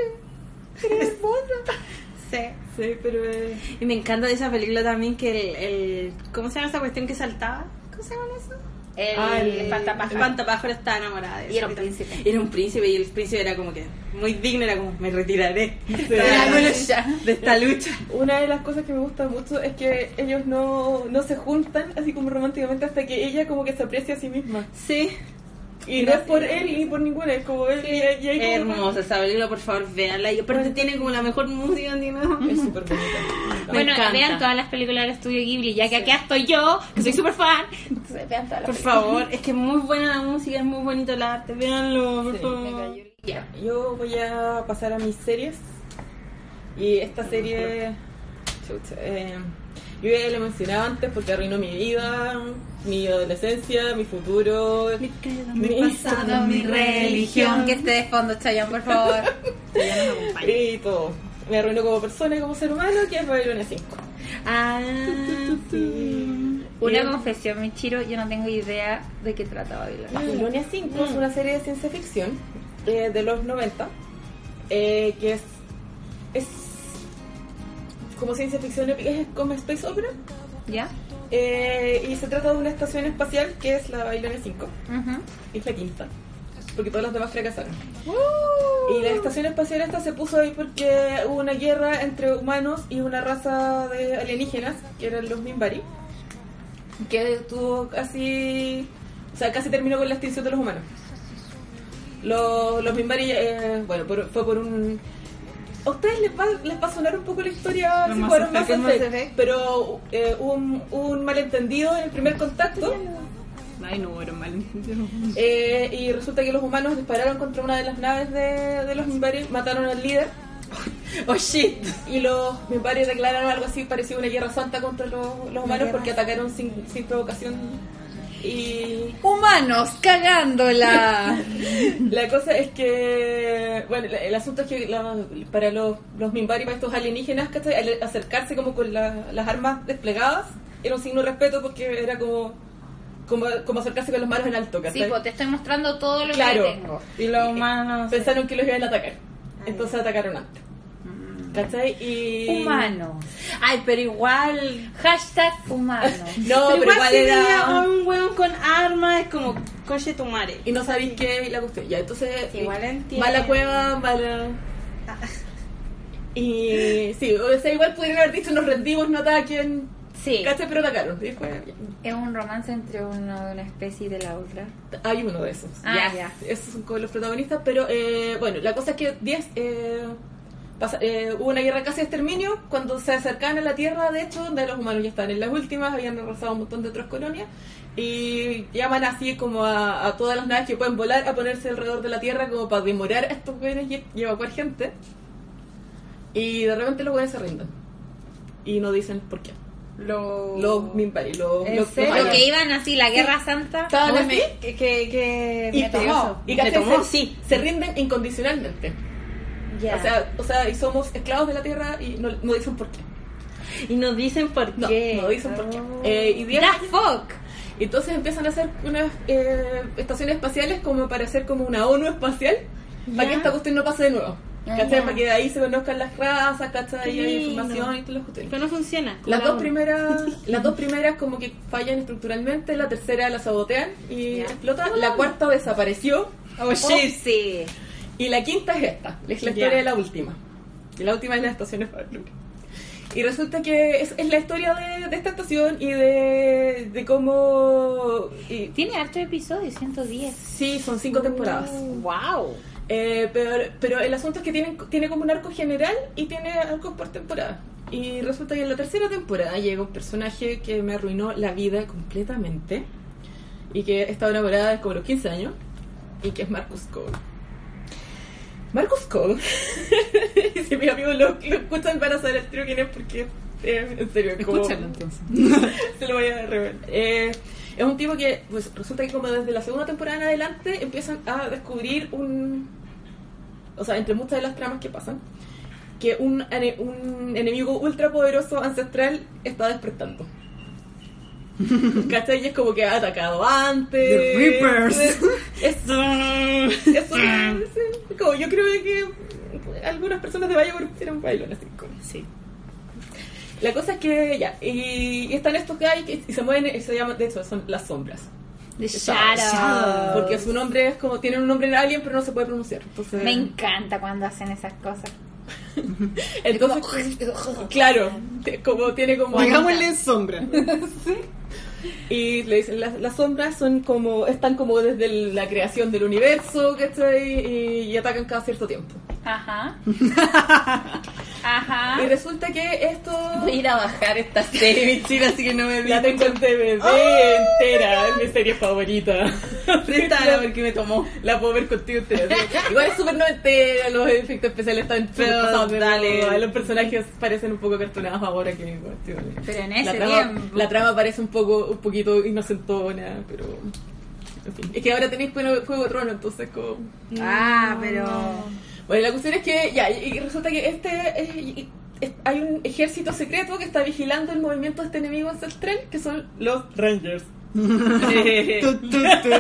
G: Eres (laughs) hermosa.
B: Sí.
D: (laughs) Sí, pero. eh,
B: Y me encanta de esa película también que el, el- ¿Cómo se llama esa cuestión que saltaba? ¿Cómo se llama eso?
G: El,
D: Ah, el-
G: el
B: El
G: espantapájaro.
B: pantapájaro estaba enamorada de
G: Y era
B: eso.
G: un príncipe.
B: Era un príncipe y el príncipe era como que muy digno, era como, me retiraré de,
G: la
B: lucha.
G: lucha.
B: (laughs) de esta lucha.
D: Una de las cosas que me gusta mucho es que ellos no, no se juntan así como románticamente hasta que ella como que se aprecia a sí misma.
B: Sí.
D: Y no es por él ni por ninguno, es como él y, y ahí como-
B: Hermosa esa película, por favor, véanla. Y aparte tiene como la mejor música, ¿no?
D: Es súper (laughs) bonita.
B: Me
G: bueno,
B: encanta.
G: vean todas las películas del estudio Ghibli, ya que acá estoy yo, que soy súper fan. Entonces vean todas las
B: Por
G: películas.
B: favor, es que es muy buena la música, es muy bonito el arte, véanlo, por
D: Sí,
B: favor.
G: Me cayó el- Ya.
D: Yo voy a pasar a mis series. Y esta serie... chucha, eh, yo ya le mencionaba antes porque arruinó mi vida, mi adolescencia, mi futuro.
B: Me quedo
D: Mi-
B: mi pasado, mi religión.
G: Que esté de fondo, Chayanne, por (laughs) favor.
D: Y todo. Me arruinó como persona, como ser humano, que es Babilonia 5.
B: Ah, sí.
G: Una
D: Bien.
G: confesión, Michiro, yo no tengo idea de qué trata Babilonia.
D: Babilonia 5 es una serie de ciencia ficción eh, de los 90 eh, que es, es como ciencia ficción épica, es como space opera
G: ¿Ya?
D: eh, y se trata de una estación espacial que es la Babilonia 5,
G: Ujú.
D: es la quinta, porque todas las demás fracasaron. Y la estación espacial esta se puso ahí porque hubo una guerra entre humanos y una raza de alienígenas que eran los Minbari, que tuvo casi, o sea, casi terminó con la extinción de los humanos. Los, los Minbari, eh, bueno, por- fue por un... A ustedes les va, les va a sonar un poco la historia
C: Los
D: si
C: Mass
D: jugaron
C: Effect,
D: Mass
C: Mass
D: Effect, pero eh, hubo un, un malentendido en el primer contacto
C: Ay, no,
B: (laughs)
C: era mal.
D: eh, y resulta que los humanos dispararon contra una de las naves de, de los Minbari, mataron al líder
B: Oh shit.
D: y los Minbari declararon algo así parecido a una guerra santa contra los, los humanos porque atacaron sin, sin provocación. Y
G: Humanos cagándola.
D: la cosa es que, bueno, el, el asunto es que la- para los, los Minbari, para estos alienígenas, ¿cachai? Al acercarse como con la- las armas desplegadas, era un signo de respeto porque era como, como, como acercarse con las manos en alto,
G: (laughs) Sí,
D: ¿cachai?
G: pues te estoy mostrando todo lo
D: claro.
G: que tengo.
D: Y los
B: Ah,
D: humanos pensaron que los iban a atacar. Entonces atacaron antes. ¿Cachai? Y...
G: Humano.
B: Ay, pero igual
G: Hashtag (laughs) humano.
D: No, pero, igual
B: si
D: era...
B: veía a un hueón con armas es como coche tu madre.
D: Y no sabéis qué es la cuestión. Ya, entonces.
B: Que igual
D: eh,
B: entiendo.
D: Va a la cueva, va a la- Y sí, o sea, igual pudieron haber dicho: nos rendimos, no ataquen.
G: Sí.
D: ¿Cachai? Pero atacaron. Y fue-
G: Es un romance entre uno de una especie y de la otra.
D: Hay uno de esos.
G: Ah,
D: Esos son como los protagonistas. Pero eh, bueno, la cosa es que 10. eh, pasa- eh, hubo una guerra casi de exterminio. Cuando se acercaban a la Tierra, de hecho, donde los humanos ya estaban en las últimas, habían arrasado un montón de otras colonias. Y llaman así como a, a todas las naves que pueden volar a ponerse alrededor de la Tierra como para demorar a estos jóvenes y, y evacuar gente. Y de repente los jóvenes se rinden. Y no dicen por qué.
G: Lo...
D: Los Mimpari, los.
G: Oh. ¿En
D: los- los
G: serio?
D: mayas.
G: que iban así, la Guerra Santa.
D: Estaban así,
B: Que, que, que
D: y
B: me
D: tomó,
B: tomó.
D: y
B: me
D: ¿cachai?
B: tomó,
D: se,
B: sí.
D: se rinden incondicionalmente.
G: Ya.
D: O, sea, o sea, y somos esclavos de la tierra y no, no dicen por qué.
B: Y nos dicen por
D: No,
B: qué. Oh.
D: no dicen por qué. Eh, y diez-
G: The fuck.
D: y entonces empiezan a hacer unas eh, estaciones espaciales como para hacer como una ONU espacial para que esta cuestión no pase de nuevo.
G: Ah,
D: ¿Cachai?
G: ya.
D: Para que de ahí se conozcan las razas, ¿cachai? Y
B: Qué
D: hay
B: lindo.
D: información y todas las cuestiones.
B: Pero no funciona. como
D: Las
B: la
D: dos,
B: uno. (laughs)
D: primeras, las dos primeras como que fallan estructuralmente, la tercera la sabotean y
B: Ya.
D: explota, la cuarta desapareció
B: Oh, shit.
G: Sí.
D: Y la quinta es esta, es la
B: Ya.
D: historia de la última. Y la última es la estación de Fairloop. Y resulta que es, es la historia de, de esta estación y de, de cómo... y-
G: Tiene harto episodio, 110.
D: sí, son cinco temporadas.
G: Wow.
D: Eh, pero, pero el asunto es que tienen, tiene como un arco general y tiene arcos por temporada. Y resulta que en la tercera temporada llega un personaje que me arruinó la vida completamente y que está enamorada desde como los 15 años y que es Marcus Cole. Marcus Cole, (laughs) si mis amigos lo, lo escuchan van a saber el tiro quién es porque eh, en serio, es como-
C: Escúchalo entonces.
D: (laughs) se lo voy a revelar. Eh, es un tipo que, pues, resulta que como desde la segunda temporada en adelante empiezan a descubrir un... O sea, entre muchas de las tramas que pasan, que un, ene- un enemigo ultrapoderoso ancestral
C: (laughs)
D: está despertando. ¿Cachai? Y es como que ha atacado antes.
C: The Reapers.
D: (laughs) Es, es un- sí, como yo creo que algunas personas de Valle hicieron bailón así como.
C: Sí.
D: La cosa es que ya, y, y están estos guys que- y se mueven, se llaman, de hecho, son las sombras.
G: The
C: Shadows.
G: Shadow.
D: Porque su nombre es como, tienen un nombre en alien, pero no se puede pronunciar. Entonces,
G: Me encanta cuando hacen esas cosas.
D: entonces claro, te- como tiene
C: (laughs)
D: como...
C: Pongámosle en (laughs) sombra.
D: Y le dicen, las, las sombras son como, están como desde el- la creación del universo, ¿cachai? Y, y atacan cada cierto tiempo.
G: (laughs) Ajá.
D: Y
G: Ajá.
D: resulta que esto...
G: Voy a ir a bajar esta
D: serie, chile, así que no me La
B: (laughs)
D: tengo en DVD entera, es mi serie (laughs) favorita.
B: Préstala porque me tomó.
D: La puedo ver contigo entera. ¿sí? (laughs) Igual es súper noventera, los efectos especiales están súper
B: Pero
D: pasados de
B: dale.
D: moda, Los personajes parecen un poco cartonados ahora que bueno, sí, vale.
G: Pero en ese
D: la trama,
G: tiempo.
D: la trama parece un poco un poquito inocentona, pero en fin. es que ahora tenéis bueno, Juego de Trono, entonces como
B: Ah, pero.
D: bueno, la cuestión es que ya, y y resulta que este eh, y- es- hay un ejército secreto que está vigilando el movimiento de este enemigo ancestral, que son los Rangers.
C: Tu, tu, turu, turu,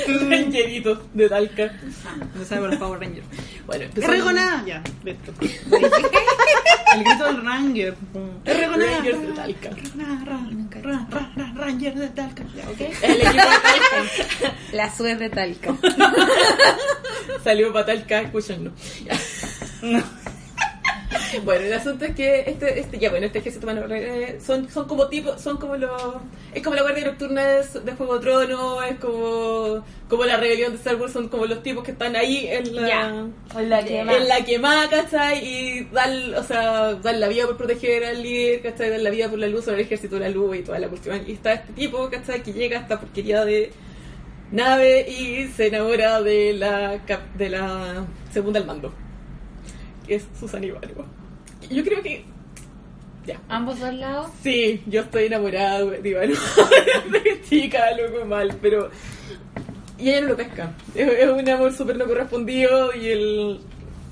D: (laughs)
C: turu.
D: Rangeritos de Talca.
C: No sabe por los Power Rangers.
D: Bueno, empezamos-
C: ¡Erregoná! Ya, listo. El grito del Ranger. ¡Erregoná!
D: Rangers de Talca.
C: Ra, ra, ra, ra, ra, Ranger de Talca. Ya, ok.
D: (laughs) El equipo de
G: La sube de talco.
D: Talca salió para Talca, escúchenlo. Bueno, el asunto es que este, este ya bueno, este ejército humano, eh, son, son como tipo, son como los es como la guardia nocturna de, de Juego de Trono, es como como la rebelión de Star Wars, son como los tipos que están ahí en la
G: Ya.
D: en la quemada, ¿cachai? Y dan, o sea, dan la vida por proteger al líder, ¿cachai? Dan la vida por la luz, sobre el ejército de la luz y toda la cuestión. Y está este tipo, ¿cachai? Que llega a esta porquería de nave y se enamora de la, cap- de la segunda al mando. Que es Susan Ibargo. Yo creo que... Ya.
G: Ambos dos lados.
D: Sí, yo estoy enamorada de Ibargo. (laughs) de chica, loco, mal, pero... Y ella no lo pesca. Es, es un amor súper no correspondido y el...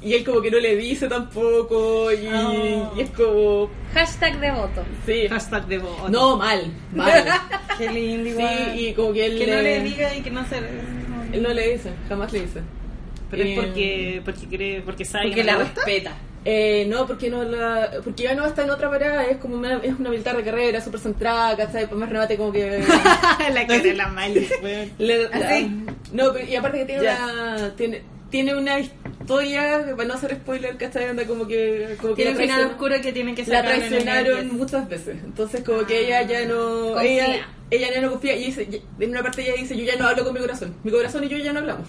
D: Y él como que no le dice tampoco. Y,
C: Ah.
D: y es como...
G: Hashtag devoto.
D: Sí.
C: Hashtag de vos.
D: No, mal. Mal.
B: (laughs) Qué lindo
D: sí,
B: igual.
D: y como que él...
B: que no le diga y que no se... no.
D: Él no le dice, jamás le dice.
C: Pero
D: Eh,
C: es porque, porque cree, porque sabe
B: Porque
C: que no
B: la
C: le gusta.
B: respeta.
D: Eh, no, porque no la, porque ya no está en otra parada, es como una, es una militar de carrera, súper centrada, ¿cachai? Para más remate como que...
C: (laughs) la que de la Miley, weón.
D: le-
B: Así.
D: No, pero, y aparte que tiene
B: Ya.
D: una... Tiene, tiene una historia, para no hacer spoiler, ¿cachai? Anda como que... Como que
B: Tiene un
D: la
B: final
D: traiciona-
B: oscuro que tienen que
D: La
B: sacar.
D: traicionaron muchas veces, entonces como que ella ya no...
G: Confía.
D: Ella, ella ya no confía y dice, en una parte ella dice, yo ya no hablo con mi corazón, mi corazón y yo ya no hablamos.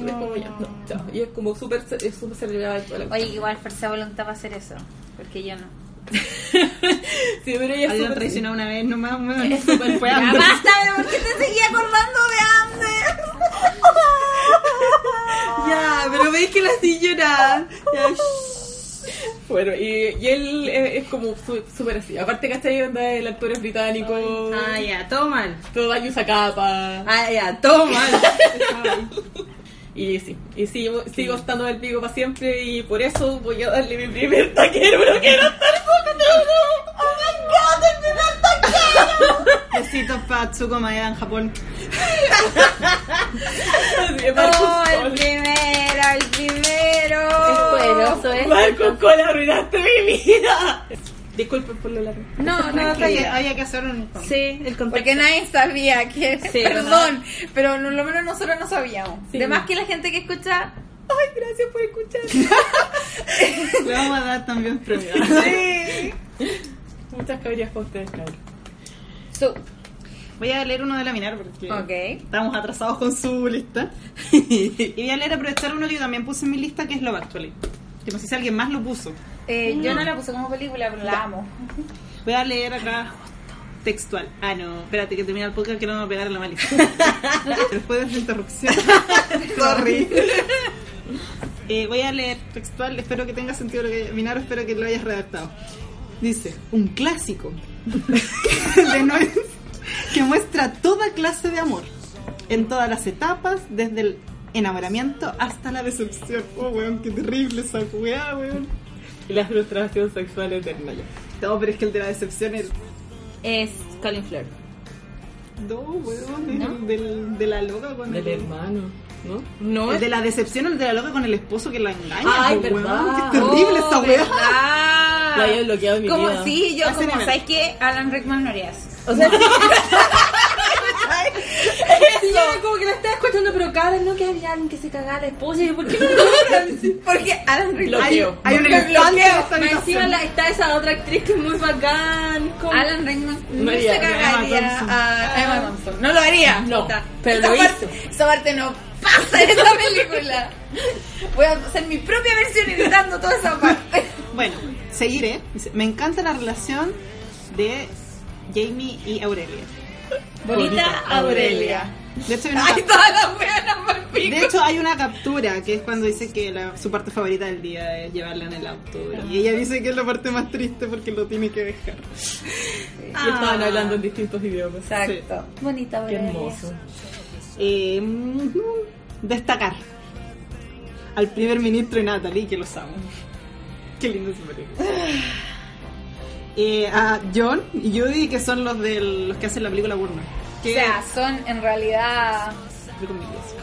D: Y es como ya, no, chao. Y es como súper es súper celebrada y toda la
G: Oye, igual fuerza de voluntad para hacer eso. Porque yo no.
D: Sí, pero ella es
C: Habían
D: súper-
C: traicionado una vez nomás, weón.
D: Es súper
C: Fue
D: Ya,
G: ¡Ya
C: Amber.
G: basta! ¿Por qué te seguí acordando de Ander?
B: Ya, pero veis que la estoy llorando. Ya,
D: Bueno, y, y él eh, es, como su- súper así. Aparte, ¿cachai? Onda, el actor es británico.
B: Ah, ya, todo mal.
D: Todo daño usa capa.
B: Ah, ya, todo mal.
D: Y sí, y sigo, sigo estando del pico para siempre. Y por eso voy a darle mi primer taquero. No quiero estar poco, no, no.
C: Besitos para Tsuko Maeda en Japón.
D: Así es, Marcos
G: ¡Oh, el
D: Col.
G: primero, el primero!
B: poderoso, ¿eh?
D: Marcos Col, arruinaste mi vida. Disculpen por lo largo.
G: No,
C: No,
G: no,
C: había que,
G: no.
C: había que hacer un.
B: (laughs) Sí, el contexto.
G: Porque nadie sabía
D: (laughs)
G: que.
B: Sí,
G: (laughs) perdón, pero no- lo menos nosotros no sabíamos.
D: Sí.
G: De más que la gente que escucha. ¡Ay, gracias por escuchar!
C: Le vamos a dar también premio.
D: Muchas cabrías para ustedes, cabrón.
G: So,
C: Voy a leer uno de la Minar porque
G: Ok.
C: estamos atrasados con su lista. (laughs) y voy a leer aprovechar uno que yo también puse en mi lista que es Love Actually. Que no sé si alguien más lo puso.
G: eh, Yo no la puse como película, pero la amo.
C: Voy a leer acá textual. Ah, no, espérate que termina el podcast que no me va a pegar en la mala. Después de esta interrupción. Sorry. (laughs) Eh, voy a leer textual, espero que tenga sentido lo que Minaro, espero que lo hayas redactado. Dice, un clásico (laughs) de Noyes que muestra toda clase de amor, en todas las etapas, desde el enamoramiento hasta la decepción. Oh, weón, qué terrible esa weá, weón.
D: Y la frustración sexual eterna ya.
C: No, pero es que el de la decepción es...
G: Es Colin Fleur.
C: No, weón, el del- de la loca con
D: Del
C: el...
D: hermano, Mm. ¿no?
B: No,
C: El de la decepción, el de la loca con el esposo que la engaña.
D: Ay,
C: po, weón,
D: verdad.
C: Qué terrible
G: Oh,
C: esta weá.
G: ¿verdad?
D: La había bloqueado en mi
G: como,
D: vida.
G: Sí, yo
C: Hace
G: como,
C: nivel.
G: ¿sabes qué? Alan Rickman no haría eso.
D: O sea,
B: señora como que la estaba escuchando, pero cada vez no que había alguien que se cagara la esposa. Y yo, ¿por qué no lo
G: (laughs)
B: logran? Porque Alan Rickman.
C: Hay,
D: bloqueo.
C: hay un
B: Lo
C: elefante en
B: bloqueo.
C: esta
B: Más Encima
C: habitación.
B: la- está esa otra actriz que es muy bacán. Como...
G: Alan Rickman no
D: No haría,
G: se
C: Emma
D: no,
G: cagaría
C: Thompson.
G: a Emma Thompson. No lo haría.
D: No,
G: Está.
D: pero
G: Esa
D: lo
G: parte- Esa parte no pasa en esta película. Voy a hacer mi propia versión editando toda esa parte.
C: Bueno, seguiré. Dice, Me encanta la relación de Jamie y Aurelia.
G: Bonita Aurelia.
C: De hecho, hay una,
G: Ay, todas las weas no me pico.
C: de hecho, hay una captura que es cuando dice que la- su parte favorita del día es llevarla en el auto. Y ella dice que es la parte más triste porque lo tiene que dejar.
D: Y estaban hablando en distintos idiomas.
G: Exacto. Bonita
D: Qué
G: Aurelia.
D: hermoso.
C: Eh, mm, destacar al primer ministro y Natalie, que los amo. (laughs) Qué lindo su película.
G: Ah.
C: Eh, a John y Judy, que son los, del, los que hacen la película Burma.
G: O sea, son en realidad.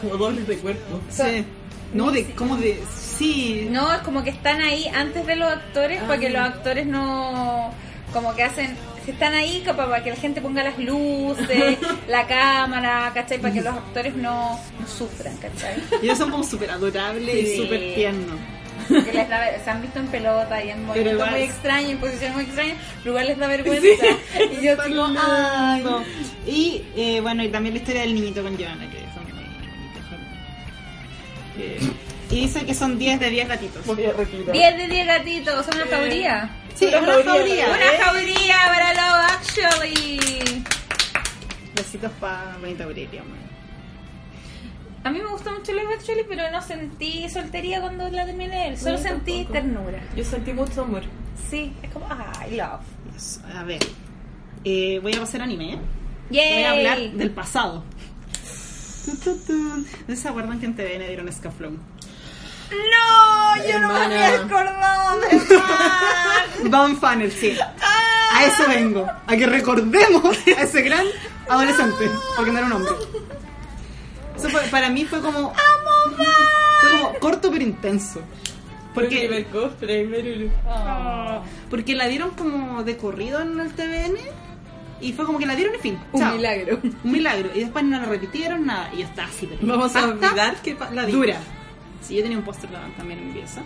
D: Como dobles de cuerpo.
C: Sí. No, de cómo de. Sí.
G: No, es como que están ahí antes de los actores para
C: Ah.
G: que los actores no... Como que hacen... Si están ahí como para que la gente ponga
C: (laughs)
G: las luces, la cámara, ¿cachai? Para que los actores no, no sufran, ¿cachai?
C: Ellos son como súper adorables
G: Sí.
C: y súper tiernos.
G: Porque les da ver- se han visto en pelota y en movimientos
C: igual-
G: muy extraños, en posiciones muy extrañas, pero igual les da vergüenza. Y yo
C: (laughs)
G: digo, "Ah, ay,
C: No. Y eh, bueno, y también la historia del niñito con Giovanna, que son muy bonitas. Eh, Y dice que son 10 de 10 gatitos.
D: Voy a reclinar.
G: 10 de 10 gatitos, son una jauría.
C: Sí,
D: Una
C: una
D: jauría,
C: jauría.
G: Una
C: ¿eh?
G: jauría para Love Actually.
C: Besitos para Benita Aurelia. man.
G: A mí me gustó mucho Love Actually, pero no sentí soltería cuando la terminé de él. Solo
D: No,
G: sentí
D: tampoco.
G: ternura.
D: Yo sentí mucho amor.
G: Sí, es como, ay, love.
C: Yes. A ver, eh, voy a pasar anime. ¿eh? Voy
G: Yay.
C: a hablar del pasado. Tu, tu, tu. ¿No se acuerdan que en TVN dieron Scaflón?
G: ¡No! ¡Yo no me había
D: Hermana.
C: (laughs)
G: acordado de Ah. Van!
C: Van Funnel, sí. A eso vengo. A que recordemos a ese gran adolescente.
G: Ah.
C: Porque no era un hombre. Eso fue- para mí fue como. Fue como corto pero intenso.
D: Porque
C: Porque,
D: primer cosplay, Merulu.
C: porque la dieron como de corrido en el TVN. Y fue como que la dieron y fin.
D: Un
C: Chao.
D: milagro.
C: Un milagro. Y después no la repitieron nada. Y yo estaba así. pero
D: Vamos a
C: hasta
D: olvidar que pa- la di.
C: Dura. Sí, yo tenía un póster de Adán también en mi pieza.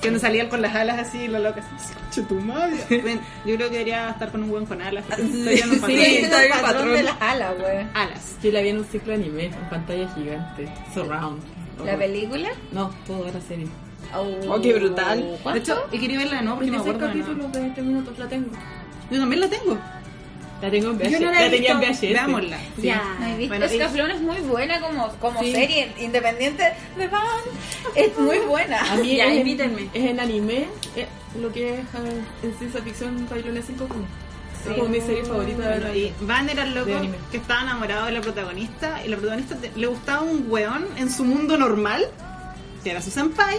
C: Que donde salían con las alas así, la loca así. "Conche tu (laughs) madre". Bueno, yo creo que debería estar con un hueón con alas. porque estoy en un
D: Sí,
C: patrón.
D: ahí está
G: el
D: el
G: patrón,
D: patrón.
G: de las alas, weón.
C: Alas.
D: Yo la vi en un ciclo anime, en pantalla gigante. Surround.
G: ¿La película?
D: No, todo era serie.
G: Oh,
D: Oh, qué brutal.
G: ¿Cuánto?
C: De hecho, he querido verla de nuevo porque no me
D: 26
C: acuerdo de nada.
D: capítulos de 20 minutos la tengo.
C: Yo también la tengo.
D: La tengo en VHS.
C: Yo no la
D: la,
C: he
D: tenía en
C: visto.
D: VHS.
C: Veámosla.
D: Sí.
G: Ya. No he visto.
C: Bueno,
G: es
C: y-
G: que Flon es muy buena como, como
D: Sí.
G: serie independiente de Van. Es muy buena. (laughs)
D: A mí
B: Ya,
D: es,
B: invítenme.
D: es en anime, eh, lo que es eh, en ciencia ficción Bailona 5
G: Sí.
D: Es como mi serie favorita de
C: Bueno,
D: la
C: y Van era el
D: De
C: loco
D: anime.
C: que estaba enamorado de la protagonista y la protagonista te- le gustaba un weón en su mundo normal, que era su senpai,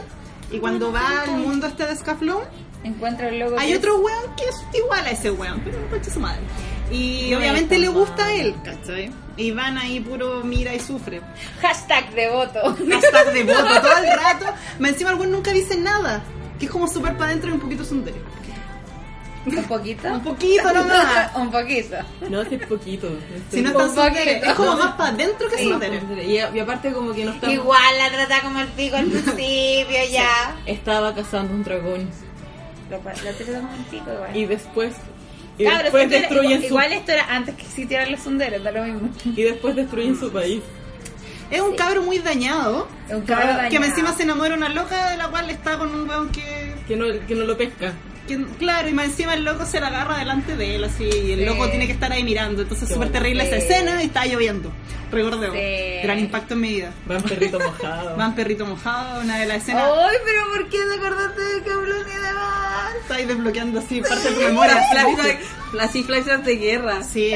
C: y cuando va al mundo este de Scaflón,
G: Encuentro el logo.
C: hay
G: que
C: otro weón que es igual a ese weón, pero un coche su madre. Y
G: No
C: obviamente
G: es
C: le
G: tan
C: gusta a
G: malo.
C: él, ¿cachai? Y van ahí puro mira y
G: (laughs)
C: sufre.
G: es Hashtag devoto.
C: Hasta de voto todo el rato. Más encima el weón nunca dice nada, que es como súper para adentro y un poquito sundere.
G: Un poquito.
C: Un poquito
G: (laughs)
C: nomás.
G: Un poquito.
D: No, sí, es poquito.
C: Si no
D: Sí.
C: está
G: Un poquito.
C: sundere, es como más para adentro que sundere.
D: Y, y aparte como que no estaba...
G: Igual la trata como el pico al principio ya.
D: Estaba cazando un dragón.
G: Lo, pa- lo trata como el pico igual.
D: Y después... Y
G: Cabros,
D: después
G: siempre-
D: destruyen
G: igual,
D: su...
G: igual esto era antes que existieran los sunderes, da lo mismo.
D: Y después destruyen su país.
C: Es un cabro muy dañado.
G: Es un cabro
C: Que
G: dañado.
C: más encima se enamora una loca de la cual está con un weón que.
D: Que no, que no lo pesca.
C: que- claro, y más encima el loco se la agarra delante de él, así, y el
G: Sí.
C: loco tiene que estar ahí mirando. Entonces,
D: Qué
C: súper
D: bueno.
C: terrible esa
G: Sí.
C: escena y está lloviendo. Recordemos.
G: Sí.
C: Gran impacto en mi vida.
D: Van
G: (laughs)
D: perrito mojado.
C: Van perrito mojado, una de las escenas.
G: Ay, pero ¿por qué te acordaste de Cablón y de Van?
C: Está ahí desbloqueando así, parte de tu memoria.
B: (laughs) Flashback, así flashback de guerra.
C: Sí.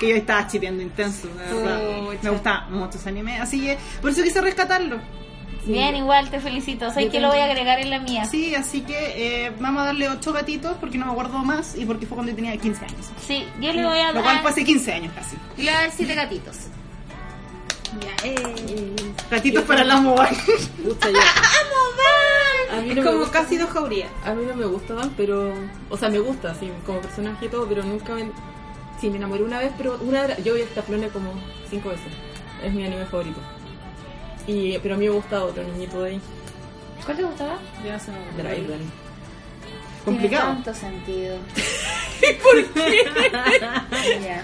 C: Que yo estaba chipeando intenso, de verdad.
B: Pucha.
C: Me gustaba mucho ese anime, así que por eso quise rescatarlo.
G: Bien, igual te felicito. Soy que lo voy a agregar en la mía.
C: Sí, así que eh, vamos a darle 8 gatitos porque no me acuerdo más y porque fue cuando yo tenía 15 años.
G: Sí, yo le voy a
C: Lo
G: dar.
C: cual fue hace 15 años casi.
G: Le voy a dar siete gatitos. Ya, eh.
C: Gatitos para la MOBA.
D: Pucha, yo- A mí no
B: Es
C: (laughs)
D: me
B: como
D: gusta.
B: casi dos jaurías.
D: A mí no me gusta Van, pero... O sea, me gusta, sí, como personaje y todo, pero nunca me... Sí, me enamoré una vez, pero una de la- yo vi esta flone como cinco veces. Es mi anime favorito. Y, pero a mí me gusta otro niñito de ahí.
G: ¿Cuál te gustaba?
D: Dryden.
C: Complicado.
G: Tiene tanto sentido. ¿Por qué? (laughs) ya.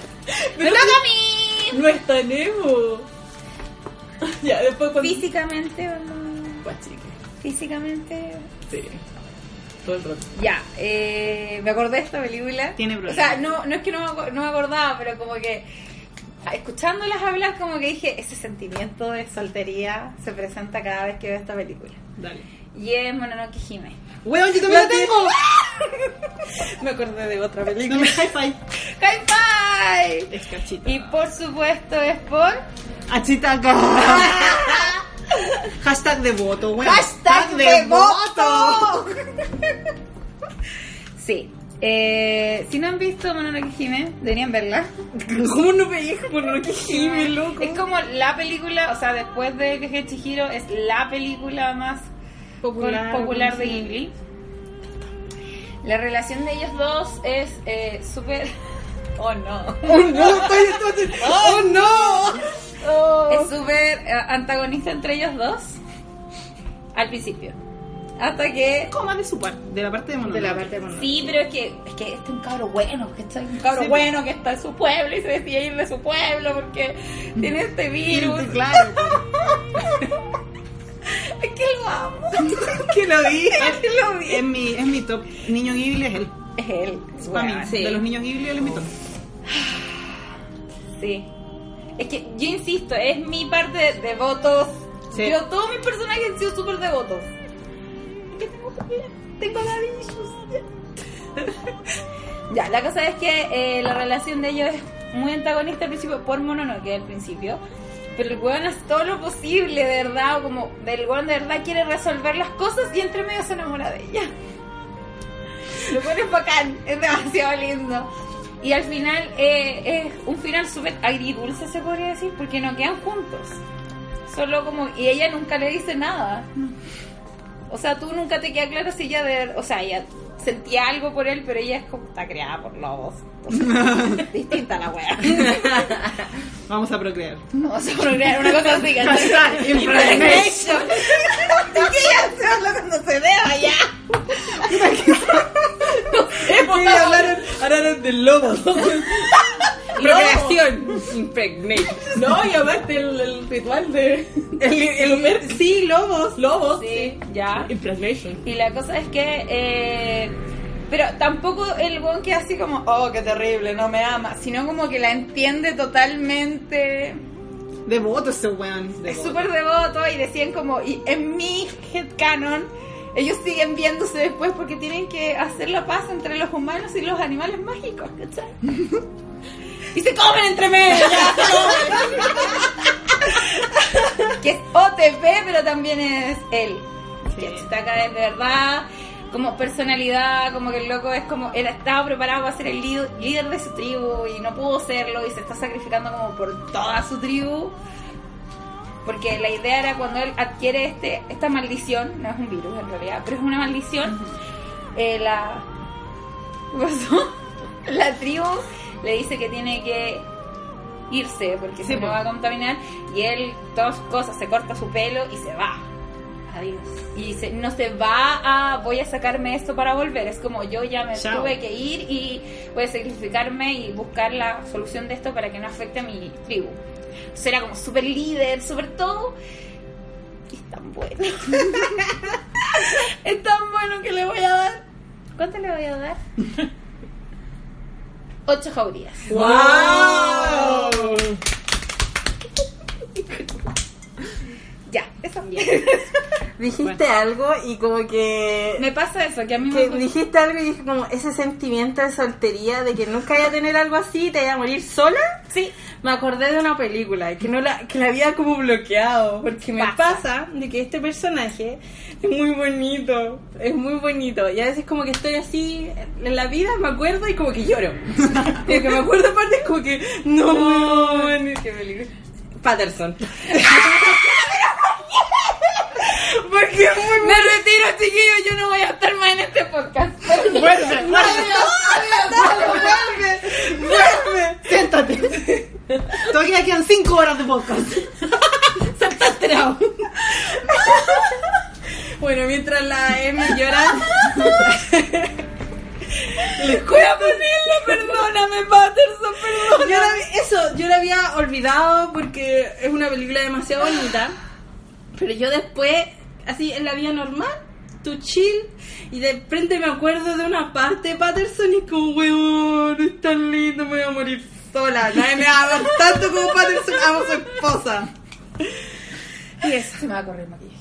D: No es tan emo. (laughs) ya, después cuando...
G: Físicamente o no.
D: Guachique.
G: Físicamente.
D: Sí. Todo el (laughs) rato.
G: Ya, eh, me acordé de esta película.
C: Tiene problemas.
G: O sea, no, no es que no me, acu- no me acordaba, pero como que escuchándolas hablar, como que dije, ese sentimiento de soltería se presenta cada vez que veo esta película.
C: Dale.
G: Y es Mononoke Hime.
C: Weón, yo también la tengo.
B: Me acordé de otra película.
C: Dame hi-fi.
G: ¡Hi-Fi!
C: Es cachita.
G: Y por supuesto es por
C: Achitaca. Hashtag de voto, weón.
G: hashtag de voto. sí. Eh, si no han visto Mononoke Hime, deberían verla.
D: ¿Cómo no me dijo por lo que Jimmy, loco?
G: Es como la película, o sea, después de Viaje de Chihiro, es la película más popular, de Ghibli. La relación de ellos dos es eh, súper... (laughs) Oh no.
C: (laughs) Oh no, estoy, estoy, estoy- Oh no.
G: Es súper eh, antagonista entre ellos dos. Al principio. Hasta que
C: ¿Cómo más de su parte? De la parte de Mononoke.
B: De la parte de
G: Sí, pero es que, es que este es un cabro bueno, que está un cabro
C: Sí,
G: bueno que está en su pueblo y se decide ir de su pueblo porque tiene este
C: (laughs)
G: virus.
C: Sí, Claro.
G: Es que lo amo.
C: que lo vi.
G: Es que lo vi.
C: (laughs) Es mi, es mi top. Niño Ghibli es él.
G: Es él.
C: Es para mí.
G: weón.
B: sí.
C: De los niños Ghibli él es mi top.
G: Sí. Es que yo insisto, es mi parte de devotos.
C: Sí.
G: Yo, todos mis personajes han sido súper devotos. ¿Qué tengo que hablar? Tengo daddy issues. (laughs) ya, la cosa es que eh, la relación de ellos es muy antagonista al principio, por Mononoke al principio. Pero el weón hace todo lo posible, de verdad, o como el weón de verdad quiere resolver las cosas y entre medio se enamora de ella. (laughs) Lo cual es bacán, es demasiado lindo. Y al final eh, es un final súper agridulce, se podría decir, porque no quedan juntos. Solo como. Y ella nunca le dice nada. O sea, tú nunca te queda claro si ella. De, o sea, ella sentía algo por él, pero ella es como. Está creada por lobos. Entonces, es distinta la wea.
C: Vamos a procrear.
G: No (laughs) vas a procrear una cosa así,
C: (laughs)
G: ¿cachai?
C: Hashtag impregnation.
G: que ya se habla cuando se deba ya.
D: Sí, hablaron, hablaron
C: (laughs)
D: del lobo.
B: Procreación. Impregnate.
D: No, y aparte el, el ritual de. El, el Homer-
B: Sí, lobos.
D: Lobos.
G: Sí, ya.
D: Impregnation.
G: Y la cosa es que. eh, pero tampoco el weón que así como, oh, qué terrible, no me ama, sino como que la entiende totalmente.
C: Devoto ese este weón.
G: Es
C: devoto.
G: súper devoto y decían como, y en mi headcanon, ellos siguen viéndose después porque tienen que hacer la paz entre los humanos y los animales mágicos, ¿cachai? y se comen entre medio. ya, se comen. que es OTP, pero también es él. Que destaca es de verdad, como personalidad, como que el loco es como, él estaba preparado para ser el líder, líder de su tribu y no pudo serlo y se está sacrificando como por toda su tribu. Porque la idea era cuando él adquiere este, esta maldición, no es un virus en realidad, pero es una maldición, eh, la... (laughs) ¿Qué pasó? La tribu le dice que tiene que irse porque
C: Sí,
G: se no
C: po.
G: va a contaminar y él, todas cosas, se corta su pelo y se va. Adiós. Y dice, no se va a, voy a sacarme esto para volver. Es como yo ya me
C: Chao.
G: tuve que ir y voy a sacrificarme y buscar la solución de esto para que no afecte a mi tribu. Entonces era como súper líder, súper todo. Y es tan
C: (laughs)
G: bueno. (laughs) es tan bueno que le voy a dar. ¿Cuánto le voy a dar? (laughs) Ocho jaurías.
C: Oh.
D: ¡Wow!
C: (laughs)
G: Ya, eso
B: Dijiste algo y como que...
G: Me pasa eso, que a mí
B: que
G: me.
B: dijiste algo y dije como ese sentimiento de soltería de que nunca iba a tener algo así y te iba a morir sola
G: Sí,
B: me acordé de una película que no la que la había como bloqueado porque me
G: Pasa.
B: pasa. de que este personaje es muy bonito es muy bonito y a veces como que estoy así en la vida me acuerdo y como que lloro (laughs) y que me acuerdo aparte es como que no, weón". Patterson porque es muy
G: Me retiro, chiquillo, yo no voy a estar más en este podcast. Pero-
C: (laughs) Siéntate. Todavía quedan 5 horas de (laughs) podcast.
B: Bueno, mientras la M llora. (laughs) Les voy a ponerlo, perdóname, Patterson, perdóname. Yo la vi- eso, yo la había olvidado porque es una película demasiado bonita. Pero yo después, así en la vida normal, tu chill, y de repente me acuerdo de una parte de Patterson y como, weón, es tan lindo, me voy a morir sola. Nadie me ama tanto como Patterson ama a su esposa.
G: Y eso se me va a correr el maquillaje.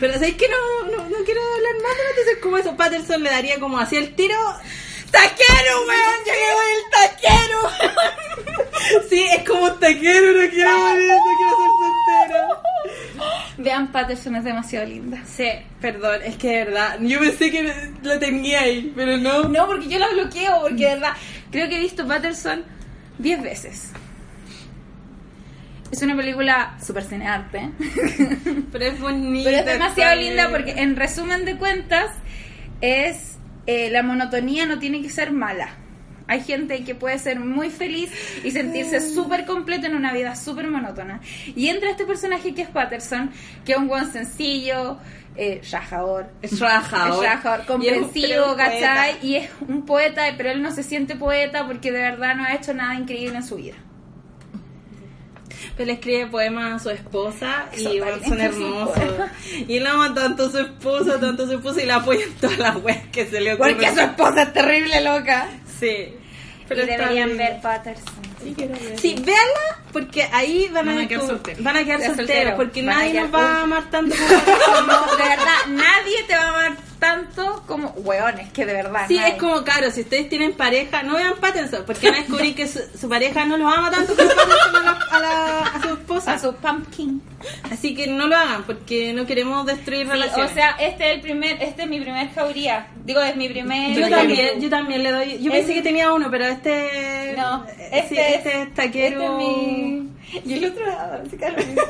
B: Pero sabéis que no, no, no quiero hablar más de Patterson como eso. Patterson le daría como así el tiro. ¡Taquero, weón! ¡Llegué con el taquero! (laughs) sí, es como un taquero, no quiero morir, no quiero ser soltera.
G: Vean, Patterson es demasiado linda.
B: Sí, perdón, es que de verdad, yo pensé que la tenía ahí, pero no.
G: No, porque yo la bloqueo, porque de verdad, creo que he visto Patterson 10 veces. Es una película súper cinearte,
B: Pero es bonita.
G: pero es demasiado
B: también.
G: linda porque en resumen de cuentas es eh, la monotonía no tiene que ser mala. Hay gente que puede ser muy feliz y sentirse súper completo en una vida súper monótona. Y entra este personaje que es Patterson, que es un buen sencillo, eh, rajador,
B: Es rajador.
G: es Rajador,
B: Y es
G: comprensivo,
B: un- pero un
G: ¿cachai?
B: poeta.
G: Y es un poeta, pero él no se siente poeta porque de verdad no ha hecho nada increíble en su vida.
B: Pero le escribe poemas a su esposa
G: Eso,
B: y bueno, son
G: también,
B: hermosos.
G: sí,
B: Y él ama tanto a su esposa, tanto a su esposa y la apoya en todas las weas que se le ocurren.
G: esposa es terrible, loca.
B: Sí. Pero
G: Pero y
B: está
G: deberían
B: lindo.
G: ver Patterson.
B: Sí, véanla porque ahí van,
C: Van a quedar
B: descub-
C: solteros.
B: Van a quedar
G: Quedar
B: solteros
G: solteros.
B: porque
G: Van a
B: nadie
G: (laughs) quedar-
B: nos va a amar tanto como
G: No, de verdad, nadie te va a amar tanto como hueones, que de verdad.
B: Sí,
G: nadie-
B: es como caro, si ustedes tienen pareja, no vean Pattinson, porque van a descubrir que su, su pareja no los ama tanto como Pattinson a, la- a la- a su esposa.
G: a su pumpkin.
B: Así que no lo hagan, porque no queremos destruir
G: Sí,
B: relaciones.
G: o sea, este es el primer, este es mi primer jauría. Digo, es mi primer.
B: yo también, yo también le doy. Yo
G: Es-
B: pensé que tenía uno, pero este.
G: No,
B: eh, sí,
G: este
B: este
G: es-
B: es
G: Este
B: taquero.
G: es mi. Y el otro lado, así que era el mismo.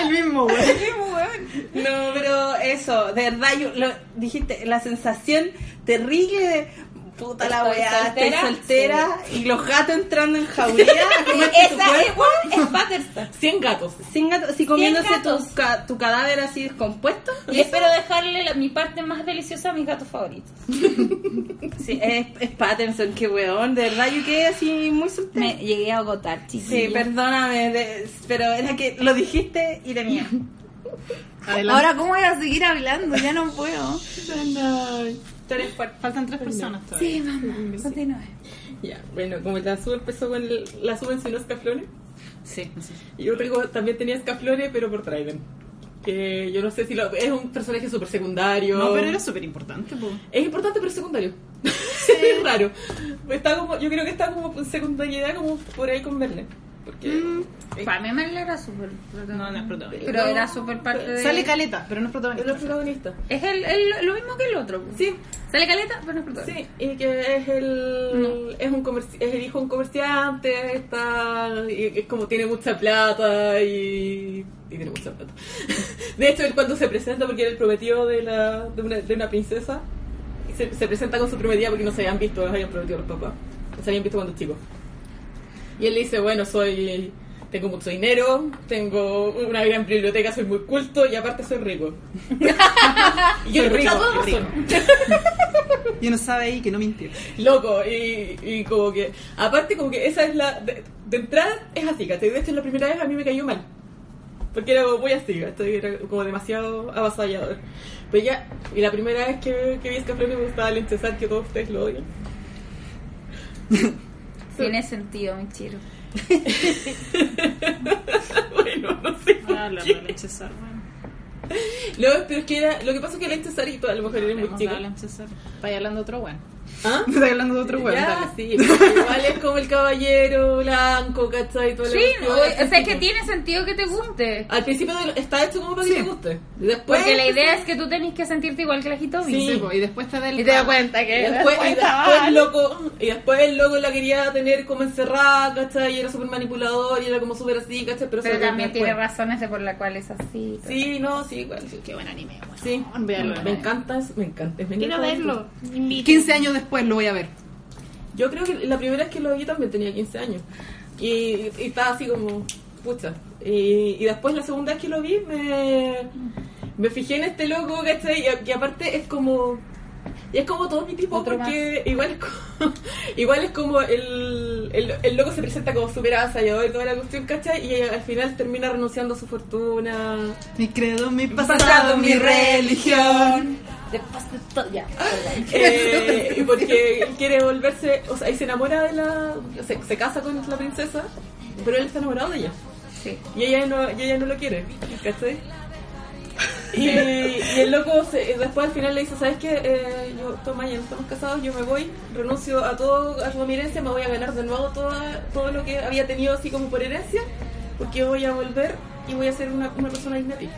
C: El mismo, güey.
G: El mismo hueón.
B: No, pero eso, de verdad, yo lo dijiste, la sensación terrible de puta la
G: Estoy
B: weá, estoy
G: soltera,
B: soltera y los gatos entrando en
G: (laughs)
B: jauría a comerte tu
G: Esa es,
B: cuerpo.
G: hueón, es Patterson.
D: 100 gatos.
B: Sin gato- si comiéndose
G: gatos.
B: tu, ca- tu cadáver así descompuesto.
G: Y espero dejarle la- mi parte más deliciosa a mis gatos favoritos.
B: Sí, es, es Patterson, qué weón, de verdad, yo quedé así muy soltera.
G: Me llegué a agotar, chicos.
B: Sí, perdóname, de- pero era que lo dijiste y tenía.
C: Adelante.
G: ¿cómo voy a seguir hablando? Ya no puedo.
B: Tú eres fuerte.
C: Faltan tres personas todavía.
G: Sí, mamá, continúe.
D: Ya, bueno, como la sub empezó con el- la sub enseñó escaflones,
C: Sí, sí.
D: y Rodrigo también tenía escaflones, pero por Trident. Que yo no sé si lo, es un personaje súper secundario.
C: No, pero era súper importante, po.
D: Es importante, pero es secundario. (laughs) es raro. Está como, yo creo que está como en secundariedad, como por ahí con Verne. Porque.
G: Para mí Merle era súper
C: No, no es protagonista.
G: Pero era súper parte de...
C: Sale caleta, pero no es
D: Era el
C: protagonista.
D: protagonista.
G: Es el, el- lo mismo que el otro. pues.
D: Sí,
G: Sale caleta, pero no es protagonista.
D: sí, y que es el. Es, un comerci- es el hijo de un comerciante, está. y es como tiene mucha plata y. y tiene mucha plata. (laughs) De hecho, él cuando se presenta, porque era el prometido de, la, de, una, de una princesa, se, se presenta con su prometida porque no se habían visto, los habían prometido los papás. Se habían visto cuando chicos. Y él le dice, bueno, soy tengo mucho dinero, tengo una gran biblioteca, soy muy culto y aparte
C: (laughs)
D: soy rico. y yo
C: Soy
D: le
C: rico,
D: escuchaba
C: soy
D: razón.
C: Y uno sabe ahí que no mintió. (laughs)
D: Loco, y, y como que, aparte como que esa es la, de, de entrada es así, ¿cachai? De hecho la primera vez a mí me cayó mal, porque era como muy así, ¿cachai? Era como demasiado avasallador. Pero ya, y la primera vez que, que vi Escaflón me gustaba el Encesar, que todos ustedes lo odian.
G: Tiene sentido, mi chiro.
D: bueno, no sé por
C: Ah, la
D: qué.
C: Lanchesar, bueno.
D: Lo, pero es que era, lo que pasa es que el Encesar y todas las mujeres eran muy
C: Hablemos de
D: chicas.
C: Lanchesar. Está hablando de otro weón.
D: ¿Ah?
G: (laughs)
C: Está hablando de otro weón.
D: Ya,
C: dale.
D: sí. Igual es como el caballero blanco, ¿cachai? Toda la
G: Sí, no,
D: cuestión,
G: o sea, es que
D: tipo.
G: tiene sentido que te guste.
D: Al principio de- está hecho como para que
C: Sí.
D: te guste. Y Después,
G: Porque la idea es que tú tenés que sentirte igual que la Jitobi.
D: Sí.
C: Sí, po, y después te da el.
B: Y te das cuenta que
D: y después, y después el loco, y después el loco la quería tener como encerrada, ¿cachai? Y era súper manipulador y era como súper así, ¿cachai? Pero, se
G: Pero
D: lo
G: también
D: después.
G: tiene razones de por la cual es así.
D: Sí, no, sí, igual. sí.
C: Qué buen anime, weón.
D: Sí,
C: Véanlo.
D: me encanta, eso, me encanta. es mi
G: Quiero
D: anime favorito.
G: verlo.
C: 15 años después lo voy a ver.
D: Yo creo que la primera vez que lo vi también tenía 15 años. Y, y estaba así como, pucha. Y, y después la segunda vez que lo vi me, me fijé en este loco, ¿cachai? Y, a- y aparte es como... Y es como todo mi tipo,
G: Otro
D: porque igual es como, (laughs) igual es como el, el, el loco se presenta como súper avasallador y toda la cuestión, ¿cachai? Y al final termina renunciando a su fortuna.
C: Mi credo, mi
D: pasado,
C: pasado,
D: mi
C: mi religión.
G: Después de todo, ya.
D: Eh, y porque él quiere volverse, o sea, y se enamora de la. Se, se casa con la princesa, pero él está enamorado de ella.
G: Sí.
D: Y ella no, y ella no lo quiere, ¿cachai? Y, y el loco se- eh, después al final le dice, ¿sabes qué? Eh, yo, toma, ya estamos casados, yo me voy, renuncio a todo, a toda mi herencia, me voy a ganar de nuevo toda, todo lo que había tenido así como por herencia, porque voy a volver y voy a ser una, una persona digna a ti.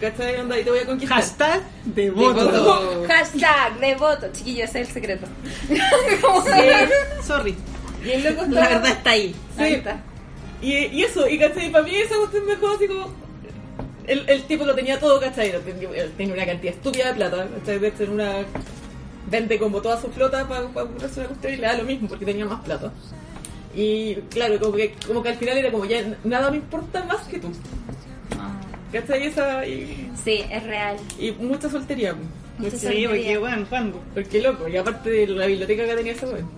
D: ¿Cachai? Onda, y te voy a conquistar.
C: Hashtag devoto.
D: Devoto.
G: Hashtag devoto. Chiquillo, ese es el secreto. ¿Cómo se
C: Sorry.
D: Y el loco está...
B: La verdad está ahí.
D: Sí. Y, y eso, y cachai, para mí esa cuestión me dejó así como. El, el tipo lo tenía todo, cachai. Lo ten- él tenía una cantidad estúpida de plata, cachai. De hecho, en una. Vende como toda su flota para comprarse una cuestión y le da lo mismo porque tenía más plata. Y claro, como que, como que al final era como ya nada me importa más que tú.
B: Ah.
D: ¿Cachai? Esa, y,
G: Sí, es real.
D: y mucha soltería. pues.
G: Mucha
C: Sí, porque
G: soltería.
C: bueno, ¿cuándo?
D: Porque loco, y aparte de la biblioteca que tenía ese weón.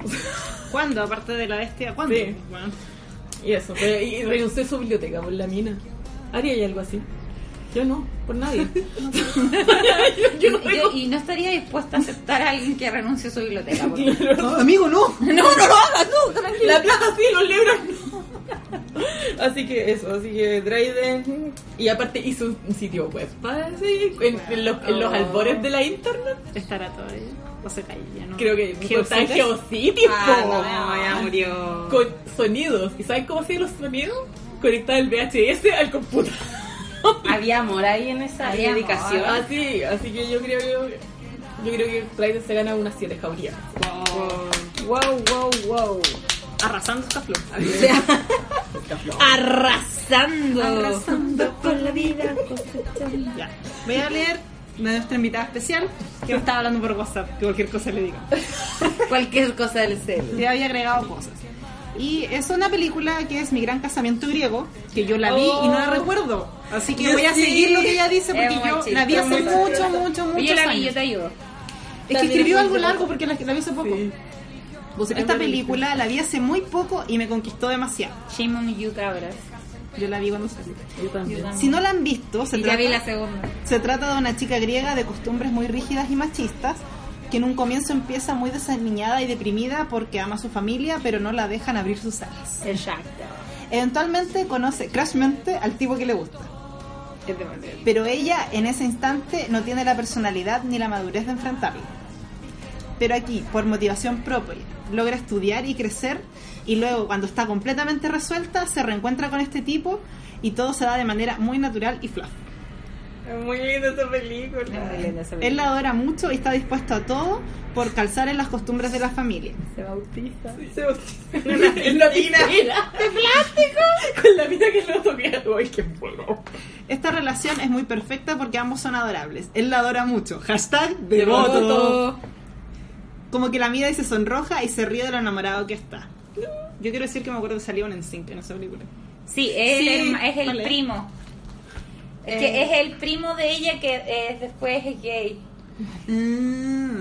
C: ¿Cuándo? Aparte de la bestia, ¿cuándo?
D: Sí.
C: Bueno.
D: Y eso, pero- y renuncié a su biblioteca por la mina. ¿Haría ella algo así? Yo no, por
C: (laughs)
D: nadie. yo, yo no
G: (laughs) Yo- y no estaría dispuesta a aceptar a alguien que renuncie a su (laughs) biblioteca. por favor.
C: No, amigo, no.
G: No, no lo hagas, no, tranquilo.
D: La plata sí, los libros no. (laughs) Así que eso, así que Dryden. Y aparte hizo un sitio web para así, en, en los, en los
C: Oh.
D: albores de la internet.
C: Estará todavía. O se cayó, ya no.
D: Creo que
C: ¿Qué
D: está en
C: obsequias?
D: Geocities,
B: Ah,
D: po.
B: no, ya murió.
D: Con sonidos. ¿Y saben cómo hacían los sonidos? Conectar el VHS al computador.
B: Había amor ahí en esa
G: Había amor.
B: dedicación.
D: Así, Ah, así que yo creo que. Yo creo que Dryden se gana unas 7 jaurías.
G: Wow, wow, wow.
C: Arrasando esta flor.
G: Arrasando.
C: Arrasando
G: por la vida.
C: Ya. Voy a leer la de nuestra invitada especial que me estaba hablando por WhatsApp, que cualquier cosa le
G: (laughs)
C: diga.
B: Cualquier cosa del cel.
C: Le había agregado cosas. Y es una película que es Mi Gran Casamiento Griego, que yo la vi y no la recuerdo. Así que
D: Yo
C: voy a
D: sí.
C: seguir lo que ella dice
G: Oh. Es
C: porque
G: muy
C: yo la
G: chistosa.
C: vi hace mucho, mucho, mucho.
G: Yo la vi, yo te
C: Es
G: ayudo.
C: que escribió algo largo porque la, la vi hace poco. Esta película la vi hace muy poco y me conquistó demasiado.
G: Shame on you, cabras.
C: Yo la vi cuando salió.
D: Yo también.
C: Si no la han visto, se
G: Y ya
C: trata-
G: vi la segunda.
C: Se trata de una chica griega de costumbres muy rígidas y machistas, que en un comienzo empieza muy desaliñada y deprimida porque ama a su familia, pero no la dejan abrir sus alas.
G: Exacto.
C: Eventualmente conoce crashmente al tipo que le gusta, pero ella en ese instante no tiene la personalidad ni la madurez de enfrentarlo. Pero aquí, por motivación propia, logra estudiar y crecer y luego cuando está completamente resuelta se reencuentra con este tipo y todo se da de manera muy natural y fluff.
D: Muy linda esa película.
C: Él la adora mucho y está dispuesto a todo por calzar en las costumbres de la familia.
G: Se bautiza.
D: Se en la mina. ¿De plástico? Con la mina que lo toqué. Ay, qué bueno.
C: Esta relación es muy perfecta porque ambos son adorables. Él la adora mucho. Hashtag devoto. Como que la mira y se sonroja y se ríe de lo enamorado que está. Yo quiero decir que me acuerdo que salió un NSYNC en esa película.
G: Sí, es
C: Sí,
G: el, herma- es el
C: ¿cuál es?
G: primo. Es
C: Eh.
G: que es el primo de ella que eh, después es gay. Mm.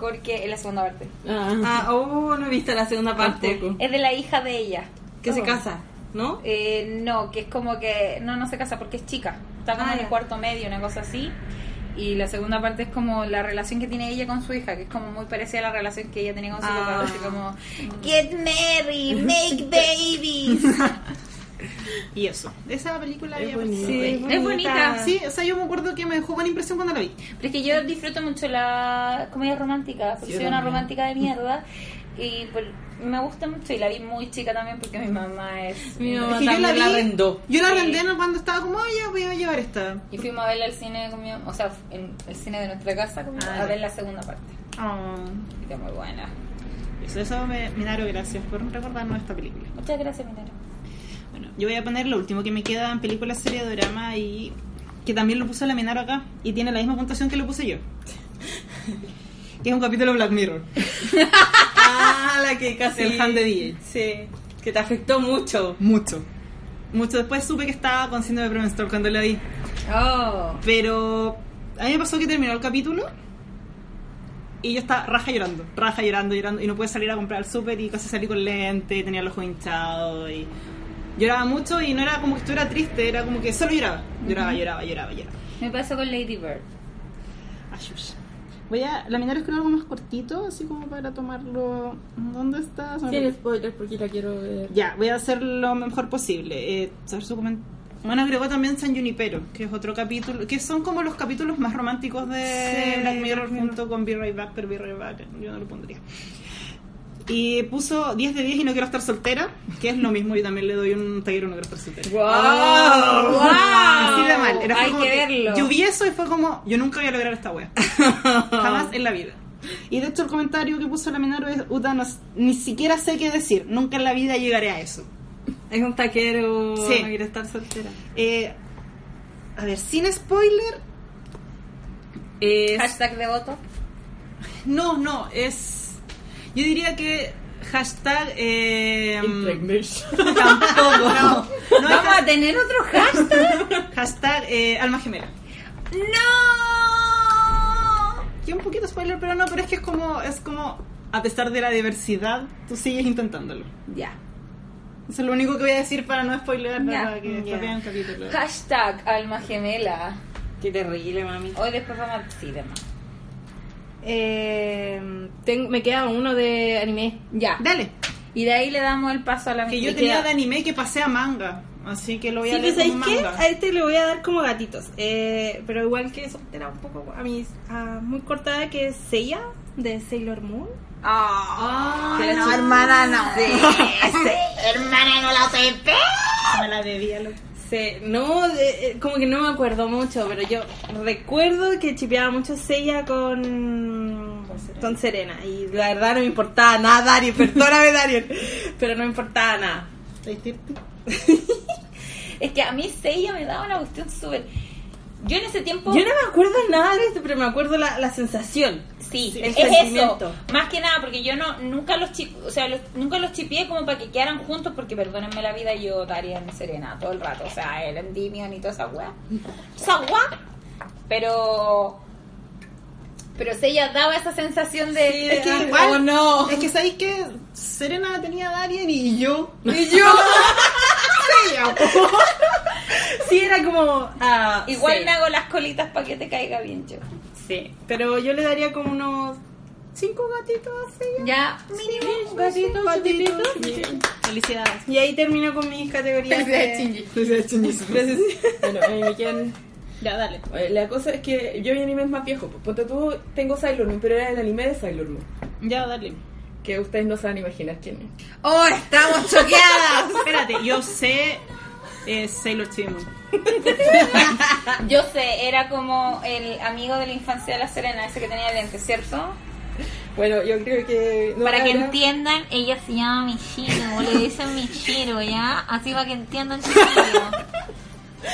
G: Porque es la segunda parte.
B: Ah, oh, no he visto la segunda parte.
D: Tampoco.
G: Es de la hija de ella.
B: Que se casa, ¿no?
G: Eh, no, que es como que. No, no se casa porque es chica. Está como
B: Ah,
G: en el
B: ya.
G: cuarto medio, una cosa así. Y la segunda parte es como la relación que tiene ella con su hija, que es como muy parecida a la relación que ella tenía con su
B: Ah.
G: papá. Así como. Get married,
B: (laughs)
G: make babies.
C: Y eso. Esa película
D: Es
C: había
D: bonita.
C: pasado.
G: es bonita.
C: Ah, Sí, o sea, yo me acuerdo que me dejó buena impresión cuando la vi.
G: Pero es que yo disfruto mucho la comedia romántica, porque soy una romántica de mierda. Y pues, me gusta mucho y la vi muy chica también porque mi mamá es...
B: Mi mamá.
C: Es que yo la vi.
B: También la arrendó.
C: Yo la
G: Sí.
C: arrendé cuando estaba como, oye, voy a llevar esta.
G: Y fuimos a verla al cine con mi mamá, o sea, en el cine de nuestra casa, como
C: Ah,
G: a
C: ya.
G: ver la segunda parte.
C: Oh.
G: Y que muy buena.
C: Eso, eso me, Minaro, gracias por recordarnos esta película.
G: Muchas gracias, Minero.
C: Bueno, yo voy a poner lo último que me queda en película, serie, drama y que también lo puso la Minaro acá y tiene la misma puntuación que
B: (laughs)
C: lo puse yo. que es un capítulo de Black Mirror,
B: Ah, la que casi.
C: el fan de DJ.
B: Sí. Que te afectó mucho.
C: Mucho. Mucho después supe que estaba con síndrome de Premenstrual cuando la vi.
G: Oh,
C: Pero a mí me pasó que terminó el capítulo y yo estaba raja llorando, raja llorando, llorando. Y no pude salir a comprar el súper y casi salí con lente, y tenía el ojo hinchado y lloraba mucho. Y no era como que estuviera triste, era como que solo lloraba. Lloraba, lloraba, lloraba, lloraba.
G: me pasó con Lady Bird.
C: Ayush. Voy a laminar con algo más cortito, así como para tomarlo. ¿Dónde está? Se me
D: Tiene
C: olvidó.
D: spoilers porque la quiero ver.
C: Ya, voy a hacer lo mejor posible. Eh, hacer su comen- bueno, agregó también San Junipero, que es otro capítulo, que son como los capítulos más románticos de
B: Sí,
C: Black Mirror junto con Be Right Back, pero Be Right Back, yo no lo pondría. Y puso 10 de 10 y no quiero estar soltera, que es lo mismo, yo también le doy un taller no quiero estar soltera.
B: Oh,
G: ¡Wow!
C: Así de mal. Era fue
G: Hay
C: como
G: que verlo.
C: Yo vi eso y fue como, yo nunca voy a lograr esta
G: (laughs)
C: wea. Jamás en la vida. Y de hecho el comentario que puso la Minaro es, Uta, no s- ni siquiera sé qué decir, nunca en la vida llegaré a eso.
B: Es un taquero.
C: Sí.
B: No quiere estar soltera.
C: Eh, a ver, sin spoiler. es-
G: Hashtag devoto.
C: no, no, es... Yo diría que hashtag...
G: Em,
C: eh,
G: Ah,
D: Impregnation.
C: tampoco. (laughs) No, no es
G: Vamos a tener otro hashtag.
C: hashtag, hashtag, eh, alma gemela.
G: ¡No!
C: Que un poquito spoiler, pero no, pero es que es como, es como, a pesar de la diversidad, tú sigues intentándolo.
G: Ya.
C: Eso es lo único que voy a decir para no spoiler,
G: Ya,
C: para que
B: ya.
C: vean capítulo.
G: Hashtag alma gemela.
B: Qué terrible, mami.
G: Hoy después vamos a decir, demás.
B: Eh, tengo- me queda uno de anime.
G: Ya.
C: Dale.
G: Y de ahí le damos el paso a la
C: Que yo
G: le
C: tenía
G: queda-
C: de anime que pasé a manga. Así que lo voy a
B: Sí,
C: leer
B: pues, ¿sabéis
C: como
B: qué?
C: manga.
B: A este le voy a dar como gatitos. Eh, pero igual que soltera un poco a mis a muy cortada que es Seiya de Sailor Moon.
C: Ah,
G: que la chica-
B: (laughs)
C: me la debía. lo-
B: Se, no, de- eh, como que no me acuerdo mucho, pero yo recuerdo que chipeaba mucho Seiya con, con Serena. Y la verdad no me importaba nada, Dario, (laughs) perdóname, Dario, pero no me importaba nada.
G: Es que a mí Seiya me daba una cuestión súper. Yo en ese tiempo.
B: Yo no me acuerdo nada de esto, pero me acuerdo la, la sensación.
G: Sí,
B: Sí,
G: es
B: el
G: eso.
B: sentimiento.
G: Más que nada, porque yo no nunca los chip, o sea, los- nunca los chipié como para que quedaran juntos, porque perdónenme la vida, yo daría en Serena todo el rato. O sea, el Endymion y toda esa weá. Esa weá. Pero. Pero si ella daba esa sensación de.
C: Es que
G: ah,
C: igual,
G: oh, no.
C: es que sabéis que Serena tenía a Darien (laughs) y yo.
B: Y yo. sí, era como. ah,
G: Igual
B: sí.
G: me hago las colitas para que te caiga bien yo.
B: Sí, pero yo le daría como unos cinco gatitos así.
G: Ya, mínimo.
B: Gatitos, chiquititos.
C: Felicidades. Eh,
B: Y ahí termino con mis
C: (laughs)
B: categorías.
D: Felicidades,
B: de-
D: Shinji.
C: Felicidades, Chingiz.
B: Gracias.
D: Bueno, a mí me quedan
C: Ya, dale.
D: Eh, La cosa es que yo mi anime es más viejo. pues, Ponte tú, tengo Sailor Moon, pero era el anime de Sailor Moon.
C: Ya, dale.
D: Que ustedes no saben imaginar quién es.
G: ¡Oh, estamos choqueadas!
C: Ah, Espérate, yo sé eh, Sailor Moon.
G: (laughs) yo sé, era como el amigo de la infancia de la Serena, ese que tenía lentes, ¿cierto?
D: Bueno, yo creo que. no
G: Para que
D: era-
G: entiendan, ella se llama Michiro, le dicen Michiro, ¿ya? Así para que entiendan chiquillo.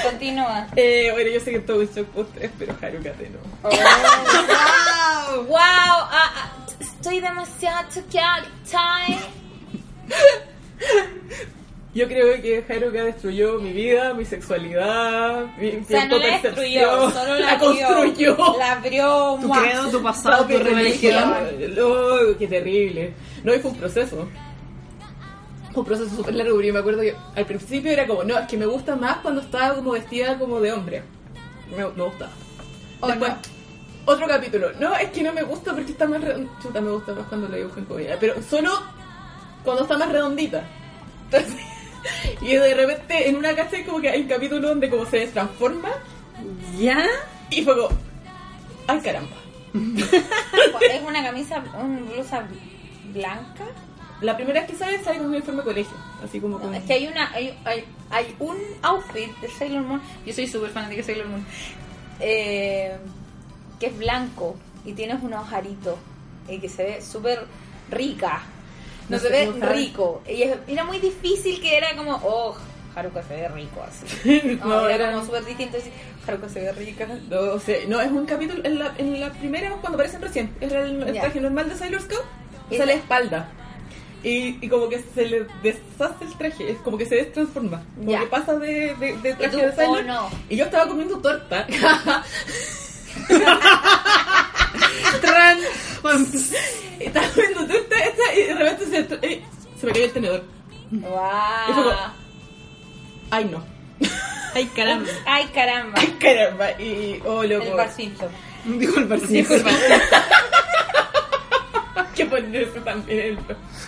G: (laughs) Continúa.
D: Eh, bueno, yo sé que todo es shock para ustedes, pero Harukate no.
G: ¡Wow! ¡Wow! ah, ah, estoy demasiado choqueada. Time.
D: Yo creo que Haruka destruyó mi vida, mi sexualidad, mi
G: O sea, no la destruyó, solo
D: (laughs)
G: la, abrió.
D: construyó.
G: La abrió
C: Tu
G: ¡mua!
C: credo, tu pasado, tu
D: Propia
C: religión.
D: Oh, qué terrible. No, y fue un proceso. Fue un proceso súper largo, porque yo me acuerdo que al principio era como, no, es que me gusta más cuando estaba como vestida como de hombre. Me, me gusta.
C: Oh,
D: Después, otro capítulo. No, es que no me gusta porque está más redondita. Chuta, me gusta más cuando la dibujo en comida. Pero solo cuando está más redondita. Entonces, (laughs) y de repente en una casa es como que hay un capítulo donde como se transforma
B: ¿Ya?
D: y fue como, ay caramba.
G: Es una camisa, una blusa blanca.
D: La primera vez que sale, sale con un uniforme de colegio. Así como con.
G: No, es que hay una hay, hay, hay un outfit de Sailor Moon. Yo soy súper fanática de Sailor Moon. eh, que es blanco y tienes unos aritos y eh, que se ve súper rica. No,
D: No
G: se
D: sé
G: ve
D: cómo sabe.
G: rico. Y es- era muy difícil que era como, oh, Haruka se ve rico así. (laughs) No,
D: no,
G: era
D: era-
G: como súper distinto. así, Haruka se ve (laughs) rica.
D: No, o sea, no, es un capítulo. En la, en la primera, cuando aparecen recién, era el, el
G: Ya.
D: traje normal de Sailor Scout,
G: Y-
D: sale a espalda. Y, y como que se le deshace el traje, es como que se destransforma. Como
G: Ya.
D: que pasa de, de- de traje
G: tú,
D: de Sailor.
G: oh, no.
D: Y yo estaba comiendo
G: (laughs)
D: torta. (laughs)
C: (laughs)
D: estaba comiendo torta esta, y de repente se, tra- eh, se me cayó el tenedor.
G: ¡Wow!
D: Ay, no.
C: Ay, caramba.
G: ¡Ay, (laughs) caramba!
D: Ay, caramba. Y, oh, loco.
G: El Bar Simpson.
C: Dijo el barcillo.
D: (laughs) que ponerse también el.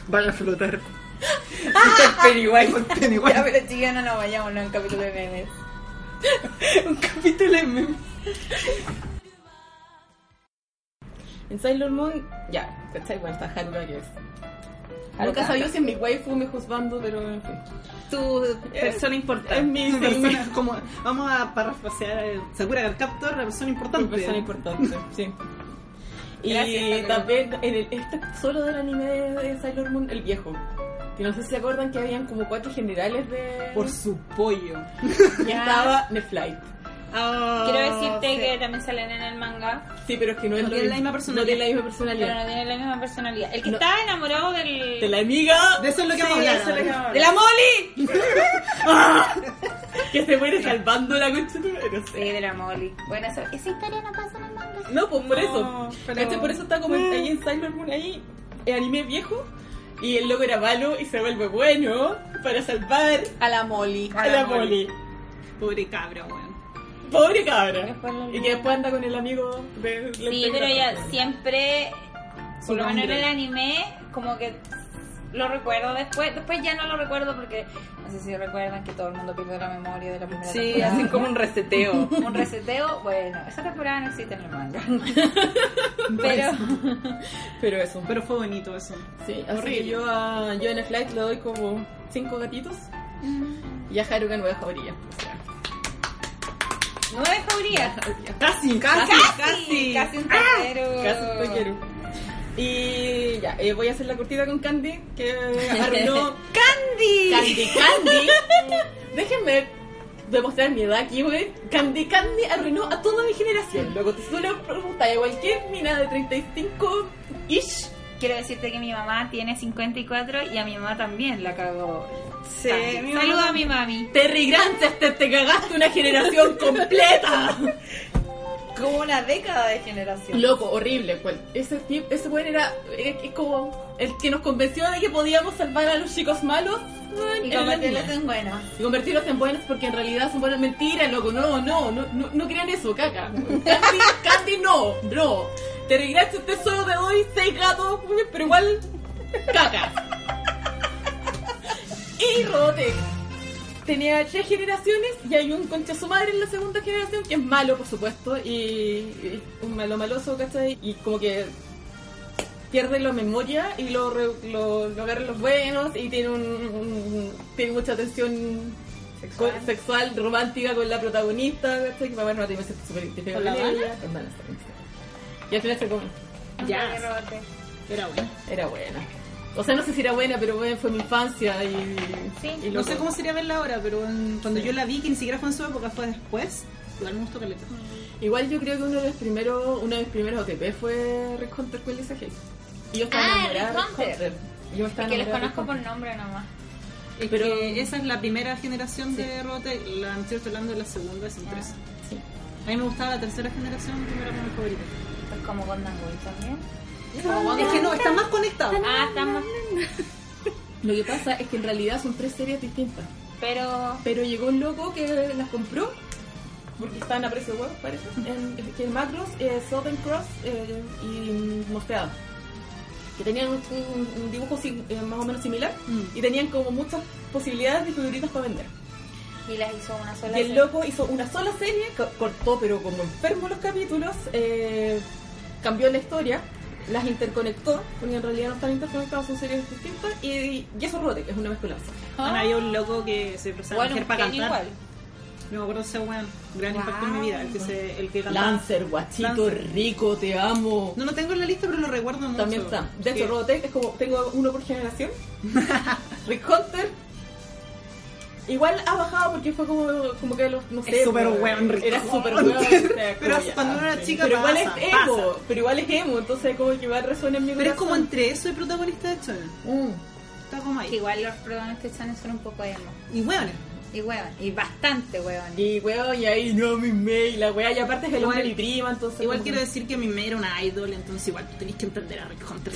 C: Van a flotar.
D: Pero igual.
G: Ya, pero chicas, no nos vayamos, no, en capítulo de memes.
D: un capítulo de memes. En Sailor Moon, ya, ¿cachai? Bueno, está Haruka que es. Haruka sabía si es mi waifu o mi husbando, pero en fin.
B: Tu persona importante.
D: Es mi
C: Una
D: sí,
C: persona como vamos a parafrasear eh, Sakura Card Captor, la persona
D: mi
C: importante.
D: persona importante, sí. (laughs) Y
G: Gracias, Haruka.
D: también en el, este solo del anime de, de Sailor Moon, el viejo. Que no sé si se acuerdan que habían como cuatro generales de.
C: Por su pollo.
D: (laughs) y estaba Neflight.
G: Quiero decirte
B: sí.
G: que también salen en el manga,
D: Sí, pero es que no es
C: No
D: lo
C: tiene la
D: mismo.
C: misma personalidad.
D: No tiene la misma
G: pero no
D: personalidad.
G: tienen la misma personalidad. El que
D: No.
G: estaba enamorado del...
D: De la amiga.
C: De eso es lo que
D: Sí,
C: vamos a
D: de eso es
C: hablar.
D: lo que vamos a
C: ahora.
D: hablar.
G: ¡De la Molly!
D: (laughs) Ah, Que se muere salvando la concha de tu madre.
G: Sí, de la Molly. Bueno, eso- esa historia no pasa en el manga.
D: No, pues por
C: No,
D: eso.
C: pero-
D: ¿Cachai? Por eso está como en- ahí en Sailor Moon, ahí, el anime viejo. Y el loco era malo y se vuelve bueno para salvar
G: A la Molly.
D: a la Molly.
C: Pobre cabra, weón.
D: Pobre cabra.
G: Después la-
D: Y que después anda con el amigo de.
G: Sí, pero ella siempre, por lo menos en el anime, como que lo recuerdo después, después ya no lo recuerdo porque no sé si recuerdan que todo el mundo pierde la memoria de la primera
D: Sí,
G: temporada.
D: hacen como un reseteo.
G: un reseteo, bueno, esa temporada no existe en
D: (laughs)
G: el manga. Pero
D: Pero eso.
C: Pero fue bonito eso.
D: Sí, así
C: Horrible.
D: que yo a Joanna Flight le doy como cinco gatitos y a Haruka nueve jaurías. O sea,
G: nueve jaurías.
C: Casi,
D: Ah, casi, Ah,
C: casi.
G: Sí, casi un taquero.
D: casi te quiero. Y ya, eh, voy a hacer la cortita con Candy, que arruinó (laughs)
G: ¡Candy!
D: Candy Candy. Déjenme demostrar mi edad aquí, güey. Candy Candy arruinó a toda mi generación. Luego, si tú le preguntas a cualquier mina de 35-ish,
G: Quiero decirte que mi mamá tiene 54 y a mi mamá también la cagó.
C: Sí,
G: Candy.
C: mi
G: Saludo
C: mamá-
G: a mi mami.
D: Terry Grantchester, te cagaste una
G: (laughs)
D: generación completa.
G: Como una década de generación.
D: Loco, horrible. cual- Ese, tip- ese buen era eh, es como el que nos convenció de que podíamos salvar a los chicos malos weón,
G: Y
D: en la
G: convertirlos
D: mina.
G: en buenos.
D: y convertirlos en buenos porque en realidad son buenos. Mentira, loco. No, no, no, no, no crean eso, caca. Candy, (laughs) Candy, no, no. Te regreso, te solo te doy seis gatos, weón, pero igual, caca. Y Robotech. Tenía tres generaciones y hay un concha su madre en la segunda generación que es malo, por supuesto, y, y un malo maloso, ¿cachai? Y como que pierde la memoria y lo, re- lo, lo agarran los buenos y tiene, un, un- tiene mucha tensión
G: Sexual.
D: con- sexual, romántica con la protagonista, ¿cachai? Que mamá no tiene que ser súper identificada
C: ¿Con la
D: con
C: Dana?
D: ella. Con Dana, exactamente. Y al final se come.
G: Ay,
C: Ya,
G: Robote.
C: era bueno.
D: Era buena. O sea, no sé si era buena, pero bueno, fue mi infancia y...
G: Sí.
D: y
C: No sé
D: loco.
C: cómo sería verla ahora, pero en- cuando yo la vi, que ni siquiera fue en su época, fue después, igual me gustó caleta.
D: Igual yo creo que uno de los primeros, uno de mis primeros OTP fue Rick Hunter con Lisa Hale. Y yo estaba
G: Ah,
D: enamorada de
G: Rick
D: Rick
G: Hunter.
D: Hunter. Yo estaba
G: Es que
D: enamorada
G: los
D: de
G: conozco
D: Rick
G: por
D: Hunter.
G: nombre nomás.
C: Es
D: Pero-
C: que esa es la primera generación de Rote, la anterior estoy hablando de la segunda, es impresa.
D: Sí.
C: A mí me gustaba la tercera generación, primero como mi favorita.
G: Pues como Gondan Girl también.
C: Es que no, está más conectado.
G: Ah, estamos.
D: Lo que pasa es que en realidad son tres series distintas.
G: Pero.
D: Pero llegó un loco que las compró, porque están a precio de huevo, parece, en, que en Macros, eh, Southern Cross eh, y Mospeado. Que tenían un, un- un dibujo sim- eh, más o menos similar
C: Mm.
D: y tenían como muchas posibilidades de figuritas para vender.
G: Y las hizo una sola.
D: Y el
G: serie.
D: loco hizo una sola serie, co- cortó pero como enfermo los capítulos, eh, cambió la historia, las interconectó, porque en realidad no están interconectadas, son series distintas, y, y eso rote, que es una mezcolanza.
C: Bueno, Ah, había un loco que se disfrazaba de
G: Bueno,
C: mujer para
G: él
C: cantar.
G: igual.
C: No me acuerdo de ese weón, gran
G: Wow.
C: impacto en mi vida, el que, se, el que cantaba.
D: Lancer, guachito,
C: Lancer.
D: rico, te amo.
C: No lo tengo en la lista, pero lo recuerdo mucho.
D: También está. De hecho,
C: Sí.
D: Robotech es como tengo uno por
C: (laughs)
D: generación. Rick Hunter. Igual ha bajado porque fue como, como que los, no sé.
C: Es súper
D: pues,
C: weón Rick
D: Era súper
C: Hunter.
D: weón. o sea,
C: Pero
D: como ya,
C: cuando uno era chica
D: Pero igual
C: pasa,
D: es emo. Pero igual es emo. Entonces, como que igual resuena en mi
C: Pero es como
D: corazón.
C: entre eso y protagonista de Chonen.
D: Mm.
C: Está como
G: Que
C: ahí.
G: igual los protagonistas son- son un poco emo.
C: Y weones.
G: Y huevan. Y bastante huevan.
D: Y weón, y ahí no, mi mail, la weá. Y aparte es el hombre de mi prima, entonces.
C: Igual
D: como
C: quiero
D: que-
C: decir que mi me era una idol, entonces igual tú tenés que entender a Rick Hunter.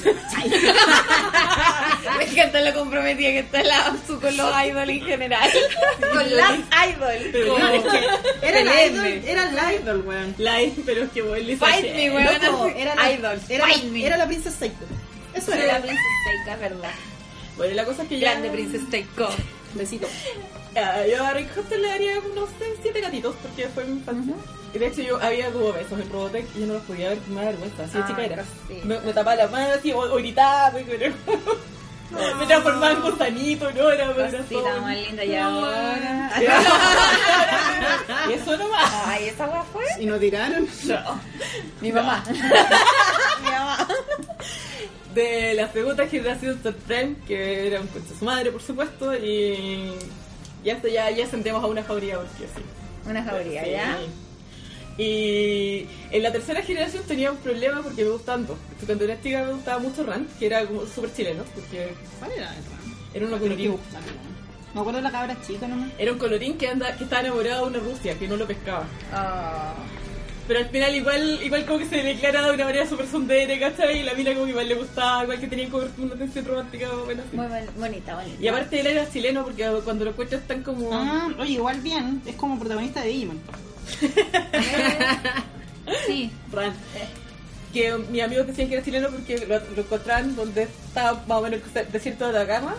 G: Me encanta lo comprometida que está la Absu con los idols en general. (laughs) con las idols.
D: Pero no, es que-
C: Era la idol,
G: Excelente.
C: era la idol, weón.
D: La es, pero es que weón, Lisa
G: Fight
D: Shea.
G: me, huevan.
C: Loco, era la,
G: idols.
C: era,
G: fight
C: la,
G: me.
C: era la princesa Seiko. Eso
G: Era la
C: era.
G: princesa Seika, es verdad.
D: Bueno, la cosa es que ya.
G: Grande princesa Seiko.
D: Besito. Ah, yo a Rick Hunter le daría unos 7 gatitos porque fue mi infancia. Y de hecho yo había como besos en Robotech y yo no los podía ver, me da vergüenza, así de
G: Ay,
D: chica era.
G: cosita.
D: Me, me tapaba la mano así, o, o gritaba, y (laughs) bueno, me transformaba en gusanito, no era era
G: Cosita
D: todo-
G: más linda y ahora.
D: Y eso nomás.
G: Ay, esa hueá fue.
C: Ah, Y nos tiraron.
D: Mi mamá.
C: (laughs)
D: De la segunda generación Star Trek, que era un coche de su madre, por supuesto, y, y hasta ya, ya sentemos a una jauría porque sí.
G: Una jauría, ¿ya?
D: Sí. Y en la tercera generación tenía un problema porque me gustaban dos. Porque Cuando era chica me gustaba mucho Rand, que era como súper chileno, porque
C: ¿Cuál era el ramo?
D: era un colorín.
C: Me acuerdo de la cabra chica nomás.
D: Era un colorín que, anda, que estaba enamorado de una Rusia, que no lo pescaba.
G: Oh.
D: Pero al final igual, igual como que se declaraba de una manera súper sondera, ¿cachai? Y la mina como que igual le gustaba, igual que tenía como una tensión romántica, bueno, así.
G: Muy bon- bonita, bonita.
D: Y aparte él era chileno porque cuando lo encuentras están como...
C: Ah, oye, igual bien. Es como protagonista de Digimon.
G: Sí.
D: Rand. que mis amigos decían que era chileno porque lo, lo encontraban donde estaba más o menos el desierto de la gama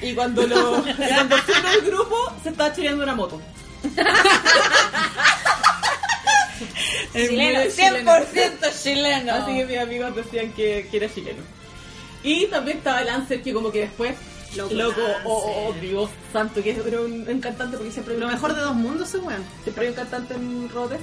D: y cuando lo y cuando se unió el grupo se estaba chileando una moto. Es muy
G: Chileno,
D: de
G: 100% chileno.
D: Así que mis amigos decían que, que era chileno. Y también estaba Lancer que como que después,
C: Loco
D: loco, oh, oh,
C: Lancer.
D: Dios santo, que era un, un cantante porque siempre hay
C: Lo
D: un-
C: mejor de dos mundos, ese weón.
D: siempre hay un cantante en Rotes.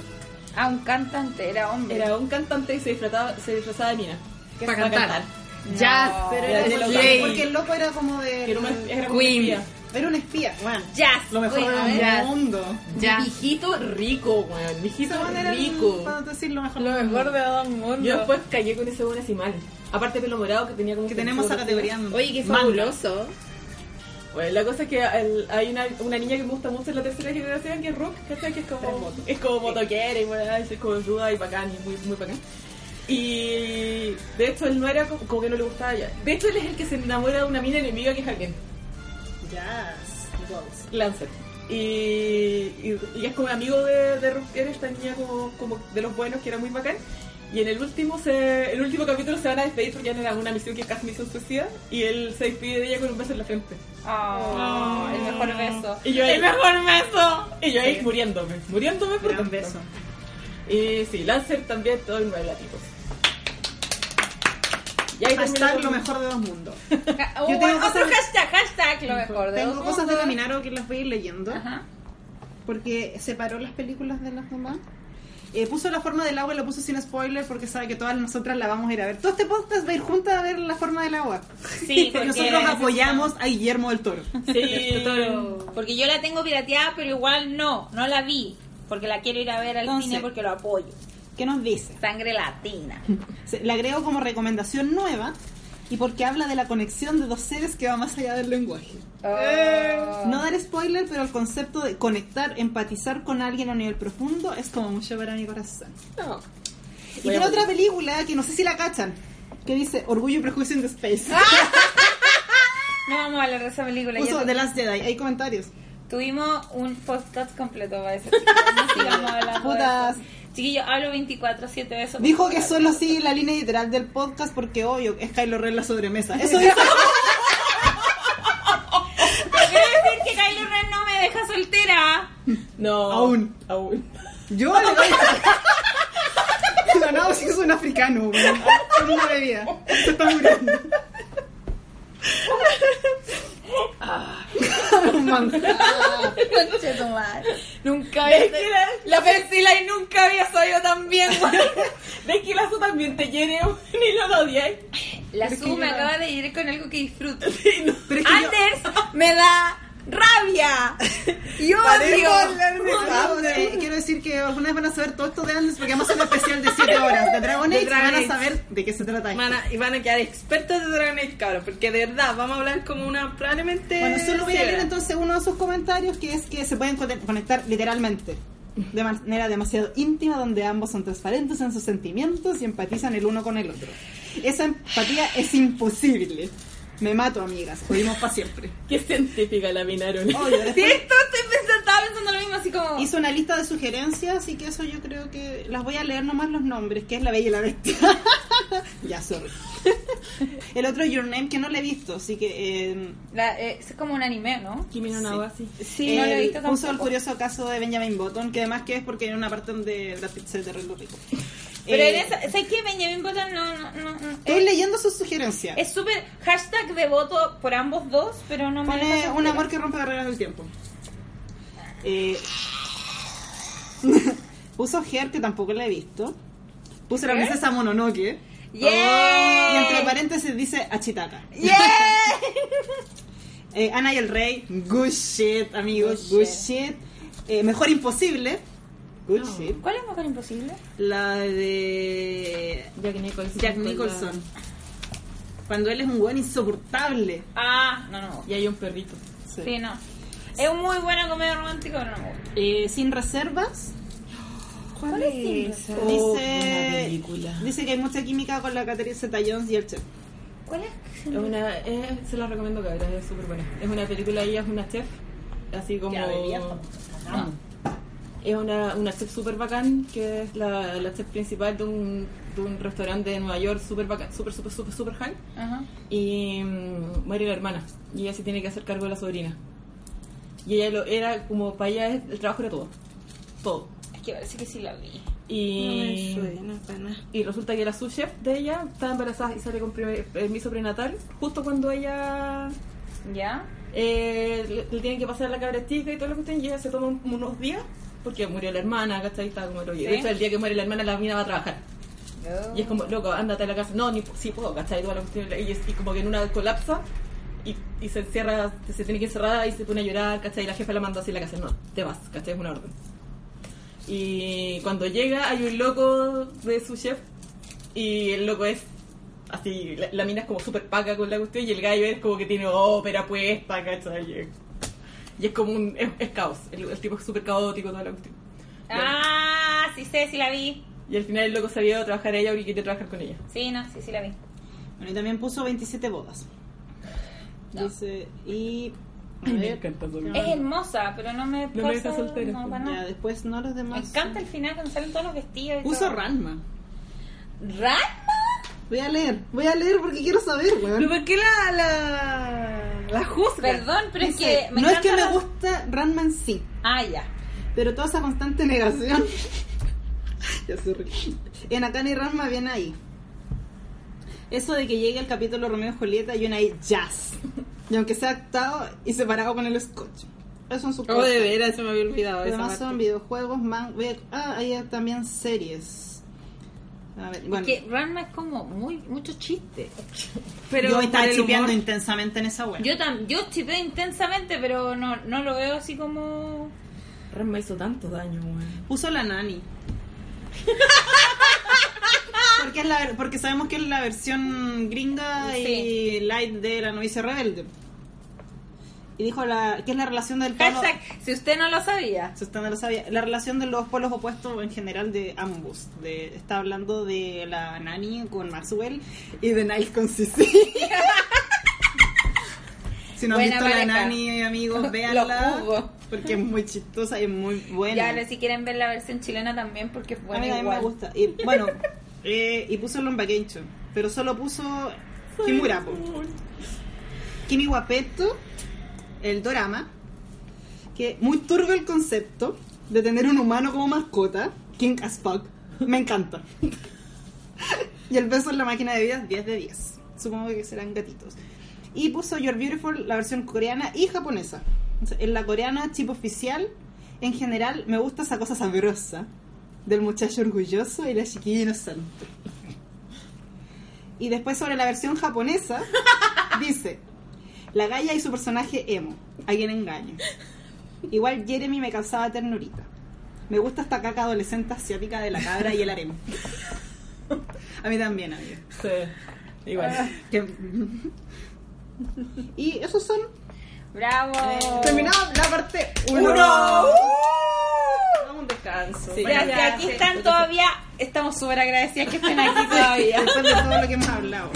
G: Ah, un cantante, era hombre.
D: Era un cantante y se disfrazaba, se disfrazaba de mina. Que
A: Para
D: es
A: cantar.
G: No.
A: Jazz,
D: Pero
C: Era
D: era
C: como-
D: de
A: gay.
C: Porque el loco era como de.
D: Era una, era como
A: Queen.
D: una espía.
C: Era un espía, weón.
G: Jazz.
C: Lo mejor
G: Uy, a
C: de
G: ver.
C: dos
A: Jazz.
C: mundos.
A: ya.
D: Mijito rico, weón. Mijito
C: Ese weón era el-
D: rico.
C: para decir lo mejor.
A: Lo mejor de dos mundos.
D: Yo después callé con ese weón así mal. Aparte pelo morado que tenía como...
C: Que
D: un
C: tenemos esa
D: pelo-
C: categoría.
B: Oye, qué
C: Manga.
B: fabuloso.
D: Bueno, la cosa es que el- hay una, una niña que me gusta mucho en la tercera generación, que es Rook, ¿cachai? Que es como, es como motoquera y bueno, es como ruda y bacán, y muy, muy bacán. Y de hecho él no era como, como que no le gustaba ya. De hecho él es el que se enamora de una mina enemiga que es alguien,
C: Jazz. Goals.
D: Lancer. Y, y, y es como amigo de, de Rook, era esta niña como, como de los buenos que era muy bacán. Y en el último se, el último capítulo se van a despedir porque ya era una misión que es casi misión suicida y él se despide de ella con un beso en la frente.
G: Oh, el mejor beso.
D: Y yo ahí-
G: el mejor beso.
D: Y yo ahí muriéndome, muriéndome por
C: Gran
D: tanto.
C: beso.
D: Y sí, Lancer también, todo en nueve látigos. Y ahí
C: Hashtag
D: terminó
C: lo
D: con-
C: mejor de dos mundos.
G: Ja-
C: Yo
G: uh,
C: tengo
G: otro
C: cosas-
G: hashtag, hashtag, lo mejor de
C: Tengo
G: dos
C: cosas de
G: mundos.
C: la Minaro que las voy a ir leyendo.
G: Ajá.
C: porque separó las películas de las demás. Eh, puso La Forma del Agua y lo puso sin spoiler porque sabe que todas nosotras la vamos a ir a ver. Todo este podcast va a ir juntas a ver La Forma del Agua.
G: Sí, porque
C: Nosotros apoyamos a Guillermo del Toro.
D: Sí,
G: Porque yo la tengo pirateada, pero igual no, no la vi. Porque la quiero ir a ver al
C: Entonces-
G: cine porque lo apoyo.
C: ¿Qué nos dice?
G: Sangre latina.
C: Se- La agrego como recomendación nueva y porque habla de la conexión de dos seres que va más allá del lenguaje. No dar spoiler, pero el concepto de conectar, empatizar con alguien a nivel profundo es como mucho para mi corazón.
D: No.
C: Y tiene otra película que no sé si la cachan, que dice Orgullo y Prejuicio in the Space.
G: No vamos a hablar de esa película. ya
C: Puso
G: tu-
C: The Last Jedi, hay comentarios.
G: Tuvimos un podcast completo para eso.
C: (laughs)
G: No sigamos hablando de
C: Putas.
G: eso. Chiquillo, hablo 24-7 de eso.
C: Dijo que solo sigue la línea literal del podcast porque obvio es Kylo Ren la sobremesa. Eso dijo.
G: Pero Quiero decir que Kylo Ren no me deja soltera.
D: No.
C: Aún.
D: Aún. (laughs)
C: Yo le (laughs) doy. La náusea es un africano, weón. Con una bebida. Se está muriendo.
A: Ah. Nunca había. La pensila y nunca había sabido tan bien.
D: ¿Ves que Lazo también te quiere ni lo odias?
G: La Su me acaba de ir con algo
C: (laughs)
G: que disfruto.
C: Pero es que yo-
G: Anders me da rabia. Y odio.
C: Paremos hablar de Anders. Quiero decir que algunas van a saber todo esto de Anders porque vamos a hacer un especial de 7 horas de Dragon
A: De
C: Age.
A: Dragon
C: Van a
A: Age.
C: saber de qué se trata esto.
A: Van a- y van a quedar expertos de Dragon Age, cabros, porque de verdad vamos a hablar como una probablemente.
C: Bueno, solo voy a leer
A: ciega.
C: entonces uno de sus comentarios que es que se pueden conect- conectar literalmente, de manera demasiado íntima, donde ambos son transparentes en sus sentimientos y empatizan el uno con el otro. Esa empatía es imposible. Me mato, amigas. Jodimos para siempre.
D: Qué científica la minaron.
C: Obvio, después
G: Esto estoy pensando, estaba pensando lo mismo, así como.
C: hizo una lista de sugerencias, así que eso yo creo que las voy a leer nomás los nombres, que es La Bella y la Bestia. (laughs) ya, sorry. El otro Your Name que no le he visto, así que... eh,
G: La- eh, es como un anime, ¿no?
D: Kimi no Nawa, sí.
G: Sí, no lo he
C: Él
G: visto
C: puso el
G: tampoco.
C: curioso caso de Benjamin Button, que además que es porque era una parte donde Brad Pitt se derreló rico.
G: Pero
C: Eh,
G: en esa, ¿sabes qué? Benjamin Button no, no, no, no.
C: Estoy leyendo sus sugerencias.
G: Es súper hashtag de voto por ambos dos, pero no me
C: Pone
G: deja
C: un
G: soltera.
C: amor que rompe barreras del tiempo. Eh, (laughs) puso Her, que tampoco la he visto. Puso la princesa Mononoke. Oh, Y entre
G: ¡Yay!
C: paréntesis dice Achitaka.
G: ¡Yay!
C: (laughs) Eh, Ana y el Rey, good shit, amigos, good, shit. Eh, mejor imposible, good shit.
G: ¿Cuál es Mujer Imposible?
C: La de
D: Jack Nicholson.
C: Jack Nicholson. Cuando él es un buen insoportable.
G: Ah, no, no.
D: Y hay un perrito.
G: Sí, no. Es un muy buena comedia romántica, pero no me gusta.
C: Eh, sin reservas. ¿Cuál,
G: es esa?
D: Oh,
C: Dice,
D: buena película.
C: dice que hay mucha química con la Catherine Zeta Jones y el chef.
G: ¿Cuál es?
D: Es una, eh, se la recomiendo, cabrón, es súper buena. Es una película, ella es una chef, así como...
G: Ya, bebía,
D: No. Ah. es una, una chef súper bacán, que es la, la chef principal de un, de un restaurante de Nueva York súper bacán, súper, súper, súper, súper high. Y mm, muere la hermana, y ella se tiene que hacer cargo de la sobrina. Y ella lo, era como, para ella el trabajo era todo, todo.
G: Es que parece que sí la vi.
D: Y,
B: No me suena para nada.
D: y resulta que la subchef de ella estaba embarazada y sale con pre- permiso prenatal justo cuando ella
G: ¿Ya?
D: eh, le, le tienen que pasar la cabra chica y todo lo que estén y ella se toma un- unos días porque murió la hermana, ¿cachai? Estaba como lo De hecho, el día que muere la hermana, la mina va a trabajar. Y es como, loco, ándate a la casa. No, ni si puedo, ¿cachai? Toda la cuestión. Y, es- y como que en una colapsa y, y se encierra, se tiene que encerrar y se pone a llorar, ¿cachai? Y la jefa la manda así a la casa. No, te vas, ¿cachai? Es una orden. Y cuando llega, hay un loco de su chef y el loco es así, la, la mina es como súper paca con la cuestión y el gallo es como que tiene ópera puesta, ¿cachai? Y es como un. es, es caos. El, el tipo es súper caótico, toda la cuestión. Y al-
G: Ah, sí sé, sí la vi.
D: Y al final el loco se había ido a trabajar a ella porque quería trabajar con ella.
G: Sí, no, sí, sí la vi.
C: Bueno, y también puso 27 bodas. Dice, y. A
D: Ay, me
C: ver,
D: encanta todo.
C: ya,
G: Es hermosa, pero no me
D: me
G: causa-
D: deja soltera.
G: no, para
C: ya,
G: nada.
C: después no los
G: Me
C: demás.
G: encanta el final cuando salen todos los vestidos. y
C: Puso
G: todo.
C: Ranma.
G: ¿Ranma?
C: Voy a leer, voy a leer porque quiero saber,
B: ¿Pero
C: weón.
B: por qué la, la, la juzga?
G: Perdón, pero es
C: Dice,
G: que me
C: no es que
G: encanta
C: me
G: la-
C: gusta Ranma en sí,
G: Ah, ya.
C: pero toda esa constante negación. (laughs) ya sorry. En Akane Ranma viene ahí. Eso de que llegue el capítulo Romeo y Julieta y una ahí jazz. Y aunque sea actuado y separado con el scotch. Eso en su
B: Oh, de veras, se me había olvidado esa
C: Además
B: parte.
C: son videojuegos, man. ve- Ah, hay también series. A ver, bueno.
G: Que Ranma es como muy, mucho chiste.
B: Pero
C: yo
B: por
C: estaba
B: el humor-
C: chipeando intensamente en esa web.
G: Yo tam yo chipeo intensamente, pero no, no lo veo así como...
D: Ranma hizo tanto daño, weón.
C: Puso la
G: (laughs)
C: nani. porque, es la, ver- porque sabemos que es la versión gringa y
G: Sí.
C: light de la novicia rebelde. Y dijo la, que es la relación del polo.
G: Hashtag, si usted no lo sabía.
C: si usted no lo sabía, la relación de los polos opuestos en general de ambos. De, está hablando de la nani con Maxwell y de Niles con
G: (laughs)
C: Sissy. si no han
G: Buena
C: visto la
G: pareja.
C: nani, amigos, véanla. porque es muy chistosa y es muy buena.
G: Ya, ahora si quieren ver la versión chilena también, porque es
C: A mí
G: buena
C: también me
G: igual.
C: gusta. Y bueno, (laughs) eh, y puso Lomba Kencho, pero solo puso Kimura. po. Kimi Guapeto, el dorama, que muy turbio el concepto de tener un humano como mascota, King as fuck, me encanta. (laughs) y el beso en la máquina de vidas, 10 de 10. Supongo que serán gatitos. Y puso You're Beautiful, la versión coreana y japonesa. O sea, en la coreana, chip oficial, en general, me gusta esa cosa sabrosa del muchacho orgulloso y la chiquilla inocente. Y después sobre la versión japonesa, dice, la galla y su personaje emo, a quien engaño. Igual Jeremy me causaba ternurita. Me gusta esta caca adolescente asiática de la cabra y el harem. A mí también, amigo.
D: Sí. Igual.
C: Que- Y esos son... Eh,
G: ¡Bravo!
C: Terminada la parte 1.
D: Dame un descanso.
C: Sí.
G: Ya,
C: Bueno,
G: ya, aquí están todavía. Estamos súper agradecidas que estén aquí todavía.
C: Después de todo lo que hemos hablado.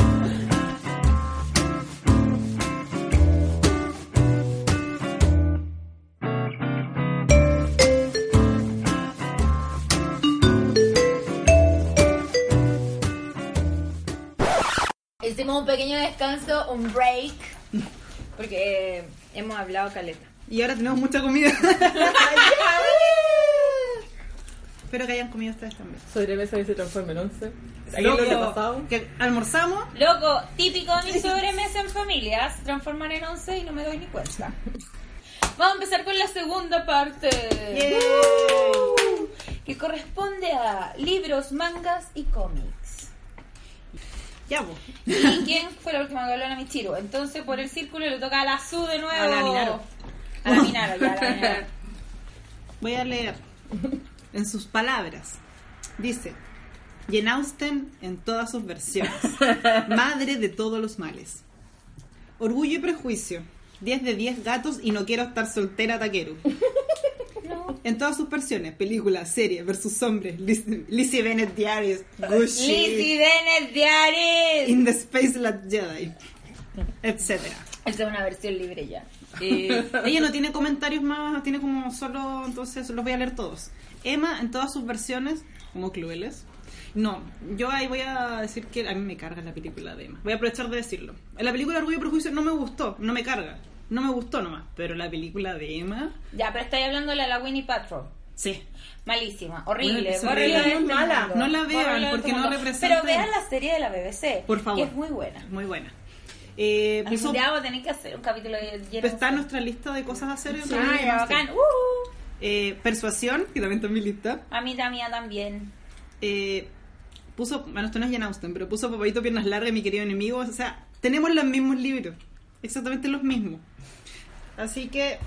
A: Hicimos un pequeño descanso, un break.
G: Porque eh, hemos hablado caleta.
C: Y ahora tenemos mucha
D: (laughs)
C: comida. Espero que hayan comido ustedes también.
D: Sobremesa que se transforma en once. Ahí
C: Loco,
D: es lo que ha pasado.
C: que almorzamos.
G: Loco, típico de mi sobremesa en familia. Se transforman en once y no me doy ni cuenta. Vamos a empezar con la segunda parte. Uh, Que corresponde a libros, mangas y cómics.
C: Ya, vos. (laughs)
G: ¿Y quién fue la última que habló? La Michiru. Entonces, por el círculo le toca a la Su de nuevo.
C: A la Minaro.
G: A la Minaro, ya, a la
C: (laughs)
G: Minaro.
C: Voy a leer en sus palabras. Dice, Jane Austen en todas sus versiones, madre de todos los males. Orgullo y prejuicio, 10 de 10 gatos y no quiero estar soltera taquero. En todas sus versiones, películas, series, versus hombres, Liz- Lizzie Bennett Diaries, Gucci,
G: Lizzie Bennett Diaries.
C: In the Space Lab Jedi, etc.
G: Esta es una versión libre ya. Eh,
C: Ella no tiene comentarios más, tiene como solo, entonces los voy a leer todos. Emma, en todas sus versiones, como crueles. No, yo ahí voy a decir que a mí me carga la película de Emma. Voy a aprovechar de decirlo. La película Orgullo y Prejuicio no me gustó, no me carga. No me gustó nomás, pero la película de Emma,
G: ya, pero estáis hablando de la, la Winnie Patrol.
C: sí.
G: Malísima, horrible.
C: Bueno,
G: bórrala
C: es
G: de este
C: mala.
G: mundo.
C: No la vean,
G: Bórrala de
C: porque
G: este
C: no
G: mundo.
C: representa-
G: Pero vean la serie de la BBC.
C: Por favor.
G: Que es muy buena.
C: Muy buena. Eh,
G: Algún
C: puso-
G: día vamos a tener que hacer un capítulo de lleno.
C: pues está en nuestra lista de cosas a hacer. en
G: Ah,
C: realidad,
G: ya,
C: no sé.
G: bacán. Uh,
C: Eh, Persuasión, que también está en mi lista.
G: a mí la mía también.
C: eh, puso, bueno, esto no es Jane Austen, pero puso Papadito Piernas Largas y mi querido enemigo. O sea, tenemos los mismos libros, exactamente los mismos. Así que,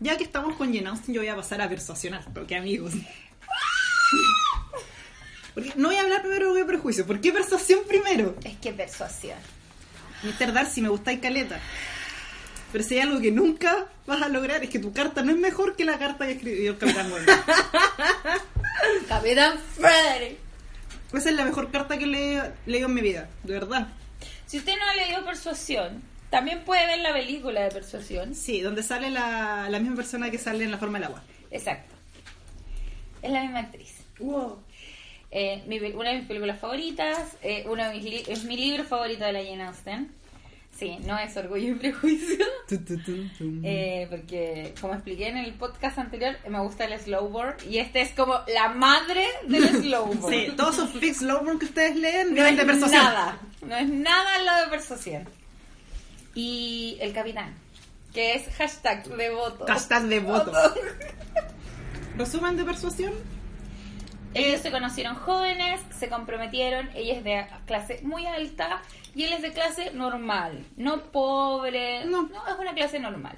C: ya que estamos con Jane Austen, yo voy a pasar a Persuasión al toque, amigos. Porque no voy a hablar primero de prejuicio. ¿Por qué Persuasión primero?
G: Es que persuasión.
C: Mr. Darcy, me gusta caleta. Pero si hay algo que nunca vas a lograr es que tu carta no es mejor que la carta que escribió el Capitán Bueno.
A: Capitán Frederick.
C: Esa es la mejor carta que le leído en mi vida, de verdad.
G: Si usted no ha leído persuasión, también puede ver la película de persuasión.
C: Sí, donde sale la, la misma persona que sale en la forma del agua.
G: Exacto. Es la misma actriz. Eh, mi pel- una de mis películas favoritas, eh, uno de mis li- es mi libro favorito de la Jane Austen. Sí, no es Orgullo y Prejuicio, eh, porque como expliqué en el podcast anterior, me gusta el slowboard y este es como la madre
C: (laughs)
G: del slowboard.
C: Sí, todos esos fix Lowborn que ustedes leen
G: no
C: vienen
G: es
C: de persuasión.
G: nada, no es nada al lado de persuasión. Y el capitán, que es hashtag devoto.
C: Hashtag devoto.
G: Oh,
C: Resumen de persuasión.
G: Ellos se conocieron jóvenes, se comprometieron, ella es de clase muy alta y él es de clase normal, no pobre, no, es una clase normal.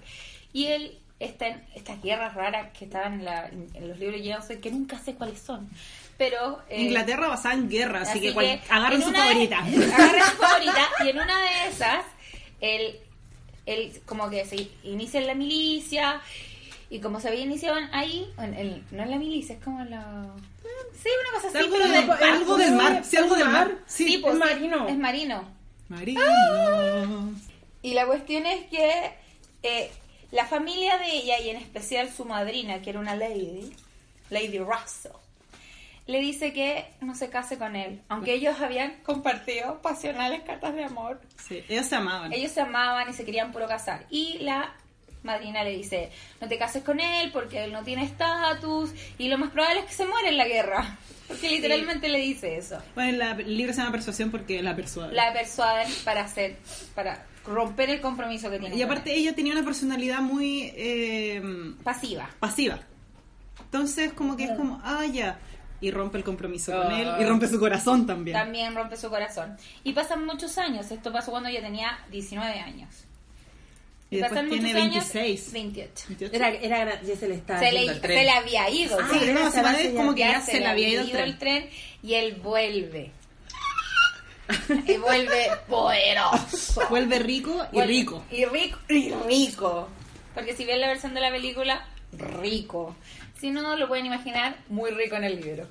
G: Y él está en estas tierras raras que estaban en, la- en los libros de Jane Austen, que nunca sé cuáles son, pero... eh,
C: Inglaterra basada en guerra, así,
G: así
C: que, cual- agarren
G: en
C: su
G: una de-
C: favorita.
G: (laughs) agarren su favorita
C: (laughs)
G: y en una de esas, él, él como que se inicia en la milicia y como se había iniciado en- ahí, en el- no en la milicia, es como la... Sí, una cosa así.
C: Algo
G: pero
C: del,
G: de-
C: algo del mar, sí, algo del mar.
G: Sí,
C: Sí,
G: pues, sí,
B: marino.
G: Es Ah. marino.
C: Marino.
G: Y la cuestión es que eh, la familia de ella, y en especial su madrina, que era una lady, Lady Russell, le dice que no se case con él, aunque ellos habían compartido pasionales cartas de amor.
C: Sí, ellos se amaban.
G: Ellos se amaban y se querían puro casar. Y la madrina le dice, no te cases con él porque él no tiene estatus y lo más probable es que se muera en la guerra. (laughs) Porque literalmente le dice eso.
C: Bueno, Pues la, el libro se llama Persuasión porque la persuade.
G: La persuaden para hacer, para romper el compromiso que tiene.
C: y aparte ella tenía una personalidad muy eh,
G: pasiva.
C: pasiva. Entonces como que es como, ah, ya. Y rompe el compromiso con él
D: Ah.
C: y rompe su corazón también.
G: También rompe su corazón. Y pasan muchos años. Esto pasó cuando ella tenía 19 años.
C: Y después
G: pasan
C: tiene Ah,
G: muchos
C: 26.
G: Años, 28.
B: Era, era, ya se le estaba
G: Se le,
B: yendo el tren.
G: se le había ido.
B: Ah,
G: sí.
C: Sí, no,
B: era
C: se
B: esa
C: va
B: base
C: de-
B: ya-
C: como que
G: ya,
C: ya se le había ido el tren.
G: y él vuelve. y Eh, vuelve poderoso.
C: Vuelve rico y
G: Vuelve-
C: rico.
G: Y rico. Y rico. Porque si ven la versión de la película, rico. Si no, lo pueden imaginar muy rico en el libro.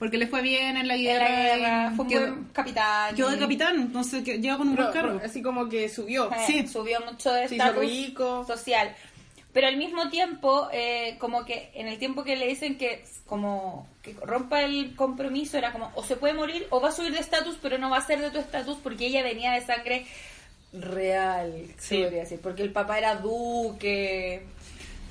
C: Porque le fue bien en la
G: En la
C: guerra.
G: guerra,
C: y
G: fue un
C: quedó,
G: buen capitán.
C: quedó de
G: y-
C: capitán, entonces que- llega con un buen
D: Pero-
C: cargo.
D: pero así como que subió.
G: Eh,
C: Sí.
G: Subió mucho de
D: Se hizo
G: estatus
D: rico.
G: social. Pero al mismo tiempo, eh, como que en el tiempo que le dicen que como que rompa el compromiso, era como o se puede morir o va a subir de estatus, pero no va a ser de tu estatus porque ella venía de sangre real, se
C: Sí.
G: podría decir, porque el papá era duque.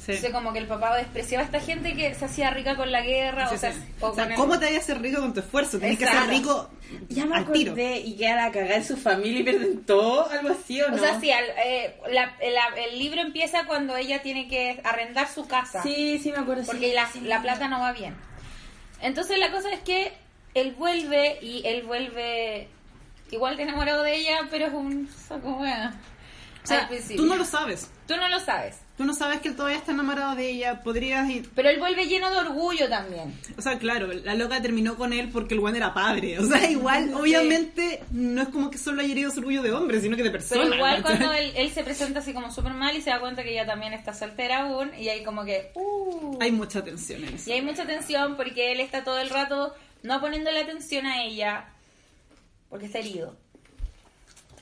C: Sí.
G: Entonces como que el papá despreciaba a esta gente que se hacía rica con la guerra,
C: Sí,
G: o sea,
C: sí.
G: o
C: O sea,
G: con el-
C: ¿cómo te vas a hacer rico con tu esfuerzo? Tienes que
G: Exacto.
C: ser rico
B: Ya me
C: al tiro.
B: acordé y queda la cagada en su familia y pierden todo, algo así o no.
G: O sea, sí, al- eh, la- la- el libro empieza cuando ella tiene que arrendar su casa.
B: sí, sí me acuerdo. sí.
G: porque la, la plata no va bien. Entonces la cosa es que él vuelve y él vuelve igual de enamorado de ella, pero es un saco hueá.
C: O sea,
G: Al principio.
C: tú no lo sabes.
G: Tú no lo sabes.
C: Tú no sabes que él todavía está enamorado de ella. Podrías ir...
G: Pero él vuelve lleno de orgullo también.
C: O sea, claro, la loca terminó con él porque el guan era padre. O sea, igual, obviamente, no es como que solo haya herido su orgullo de hombre, sino que de persona.
G: Pero igual
C: ¿cachai?
G: cuando él, él se presenta así como súper mal y se da cuenta que ella también está soltera aún, y hay como que... uh,
C: Hay mucha tensión en eso.
G: Y hay mucha tensión porque él está todo el rato no poniéndole atención a ella porque está herido.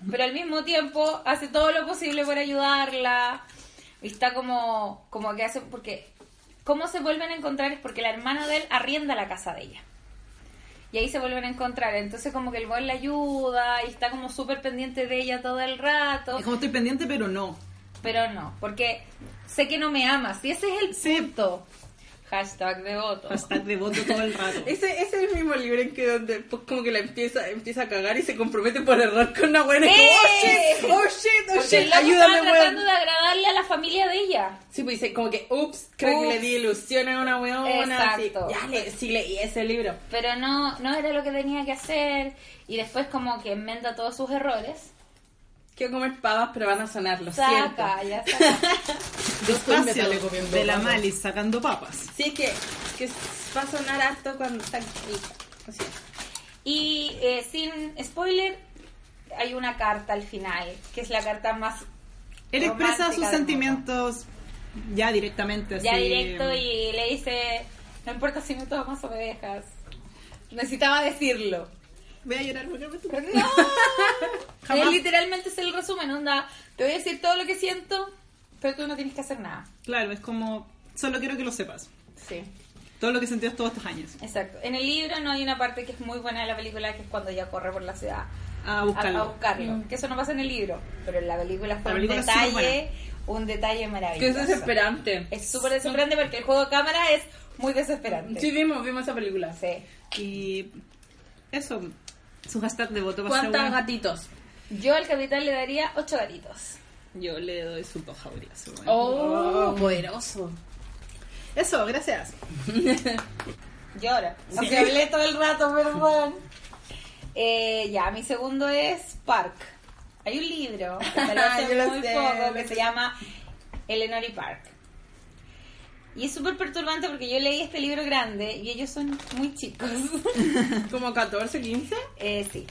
G: pero al mismo tiempo hace todo lo posible por ayudarla. Y está como, como que hace, porque, ¿cómo se vuelven a encontrar? Es porque la hermana de él arrienda la casa de ella. Y ahí se vuelven a encontrar. Entonces como que el buen la ayuda y está como súper pendiente de ella todo el rato.
C: Es como estoy pendiente, pero no.
G: Pero no, porque sé que no me amas. Y ese es el
C: Sí.
G: punto. Hashtag devoto.
C: Hashtag devoto todo el
G: (laughs)
C: rato.
D: Ese, ese es el mismo libro en que donde pues, como que la empieza, empieza a cagar y se compromete por error con una buena. y como,
G: ¡Sí!
D: oh shit, oh shit, oh
G: ¡Eh! Porque el
D: shit,
G: loco
D: ayúdame,
G: estaba tratando
D: weón.
G: de agradarle a la familia de ella.
D: Sí, pues dice como que, ups, creo
G: Ups.
D: que le di ilusión a una weona. así.
G: Exacto.
D: Ya, le, sí leí ese libro.
G: Pero no, no era lo que tenía que hacer. Y después como que enmenda todos sus errores.
D: Quiero comer pavas, pero van a sonar, lo siento.
G: Saca, ya saca.
C: Despacio
D: Estoy comiendo
C: de la
D: papas.
C: Mali sacando papas.
D: Sí, que, que va a sonar harto cuando está rica. Lo siento.
G: Y eh, sin spoiler, hay una carta al final, que es la carta más...
C: Él
G: romántica
C: expresa
G: del
C: sus
G: mundo.
C: sentimientos ya directamente. Así,
G: Ya directo y le dice, no importa si me tomas o me dejas. Necesitaba decirlo.
C: mm, Voy a llorar porque me toca.
G: (laughs) No.
C: (laughs) Jamás.
G: Eh, literalmente es el resumen, onda. Te voy a decir todo lo que siento, pero tú no tienes que hacer nada.
C: Claro, es como, solo quiero que lo sepas.
G: Sí.
C: Todo lo que sentías todos estos años.
G: Exacto. En el libro no hay una parte que es muy buena de la película, que es cuando ella corre por la ciudad
C: A
G: a- a,
C: buscarlo.
G: buscarlo.
D: Mm.
G: Que eso no pasa en el libro, pero en la película fue
C: La
G: un
C: película es
G: detalle,
C: superbuena.
G: un detalle
D: Que es
G: maravilloso.
D: desesperante.
G: Es súper desesperante porque el juego de cámara es muy desesperante.
D: Sí, vimos, vimos esa película.
G: Sí.
C: Y eso, su hashtag de voto para
D: ¿Cuántas
C: Saúl.
D: gatitos?
G: Yo al capitán le daría ocho garitos.
C: Yo le doy su paja a su weón.
D: Oh, poderoso.
C: Eso, gracias.
G: Llora. Aunque hablé todo el rato, perdón. Eh, ya, mi segundo es Park. Hay un libro que
D: (laughs)
G: salió hace
D: Yo lo
G: muy
D: sé,
G: poco
D: lo
G: que
D: sé.
G: se llama Eleanor y Park. Y es súper perturbante porque yo leí este libro grande y ellos son muy
D: (laughs)
G: chicos.
D: Como 14, 15.
G: Eh, sí.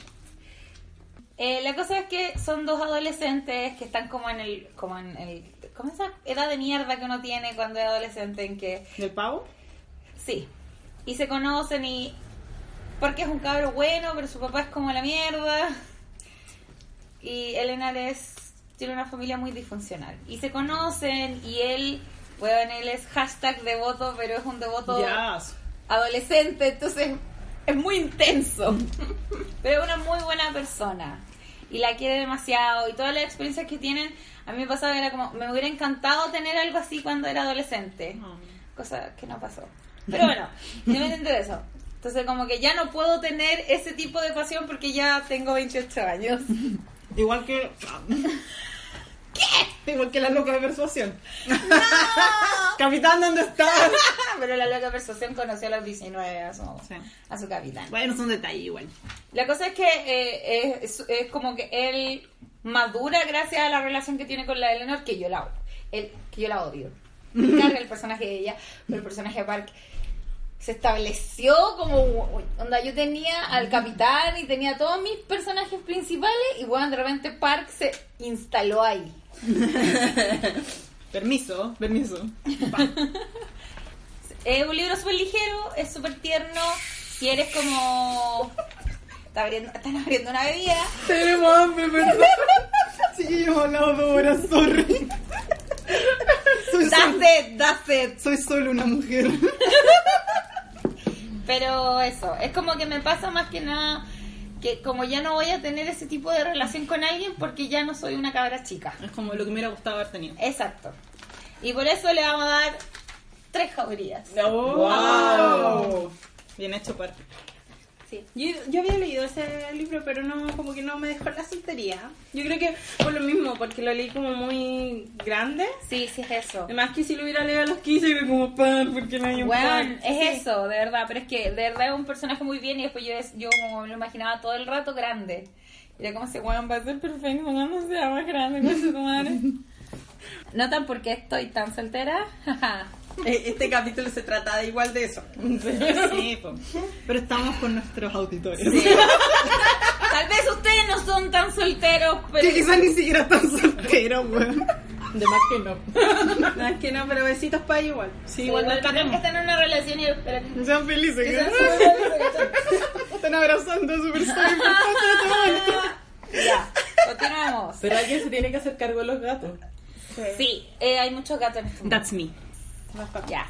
G: Eh, la cosa es que son dos adolescentes que están como en el, como en el, como esa edad de mierda que uno tiene cuando es adolescente en que
C: ¿Del pavo?
G: Sí. Y se conocen y. Porque es un cabro bueno, pero su papá es como la mierda. Y Elena es. Tiene una familia muy disfuncional. Y se conocen y él. Bueno, él es hashtag devoto, pero es un devoto
C: Yes.
G: adolescente, entonces es muy intenso. Pero es una muy buena persona. Y la quiere demasiado. Y todas las experiencias que tienen, a mí me pasaba que era como, me hubiera encantado tener algo así cuando era adolescente. Cosa que no pasó. Pero bueno, yo me entiendo de eso. Entonces como que ya no puedo tener ese tipo de pasión porque ya tengo 28 años. (laughs)
C: Igual que. ¿Qué? Igual que la loca de persuasión. (laughs) Capitán, ¿dónde estás?
G: Ah, Pero la loca persuasión conoció a los 19 a su,
C: Sí.
G: a su capitán.
C: Bueno, es un detalle igual.
G: La cosa es que eh, es, es como que él madura gracias a la relación que tiene con la Eleanor, que yo la, él- que yo la odio. Me carga el personaje de ella, pero el personaje de Park se estableció como u- onda yo tenía al capitán y tenía a todos mis personajes principales y bueno de repente Park se instaló ahí
C: Permiso, permiso.
G: es un libro súper ligero es súper tierno si eres como está abriendo- están abriendo una bebida
D: Tenemos hambre, perdón.
C: Sí, yo he hablado dos horas, sorry. Soy, sol-
G: date date
C: soy solo una mujer.
G: Pero eso, es como que me pasa más que nada que como ya no voy a tener ese tipo de relación con alguien porque ya no soy una cabra chica.
C: Es como lo que me hubiera gustado haber tenido.
G: Exacto. Y por eso le vamos a dar tres jaurías.
D: ¡Oh!
C: ¡Wow! Bien hecho, par.
G: Sí.
D: Yo, yo había leído ese libro, pero no, como que no me dejó la soltería. Yo creo que por lo mismo, porque lo leí como muy grande.
G: Sí, sí es eso.
D: Además que si lo hubiera leído a los 15, yo como, pan, porque no hay un
G: Bueno,
D: pan?
G: es
D: Sí.
G: eso, de verdad, pero es que de verdad es un personaje muy bien y después yo, yo como me lo imaginaba todo el rato grande. Y Era como ese weón va a ser perfecto, no sea más grande, concha
D: (laughs)
G: tu madre. ¿Notan por qué estoy tan soltera? (laughs)
D: Eh, Este capítulo se trata de igual de eso.
C: Sí, po. pero estamos con nuestros auditores.
G: Tal vez ustedes no son tan solteros, pero
C: Que quizás ni siquiera están solteros, weón. De más que no.
D: No es que no, pero besitos para igual.
C: Sí, igual no
G: tenemos
C: estaremos.
G: que estar en una relación y espera que-
C: Sean felices,
G: que
C: que
G: sean
C: (laughs)
G: súper-
C: están abrazando a su persona.
G: Ya, ok. gatos.
D: Pero alguien se tiene que hacer cargo de los gatos.
G: Sí, eh, hay muchos gatos en este mundo.
C: That's me.
G: Ya.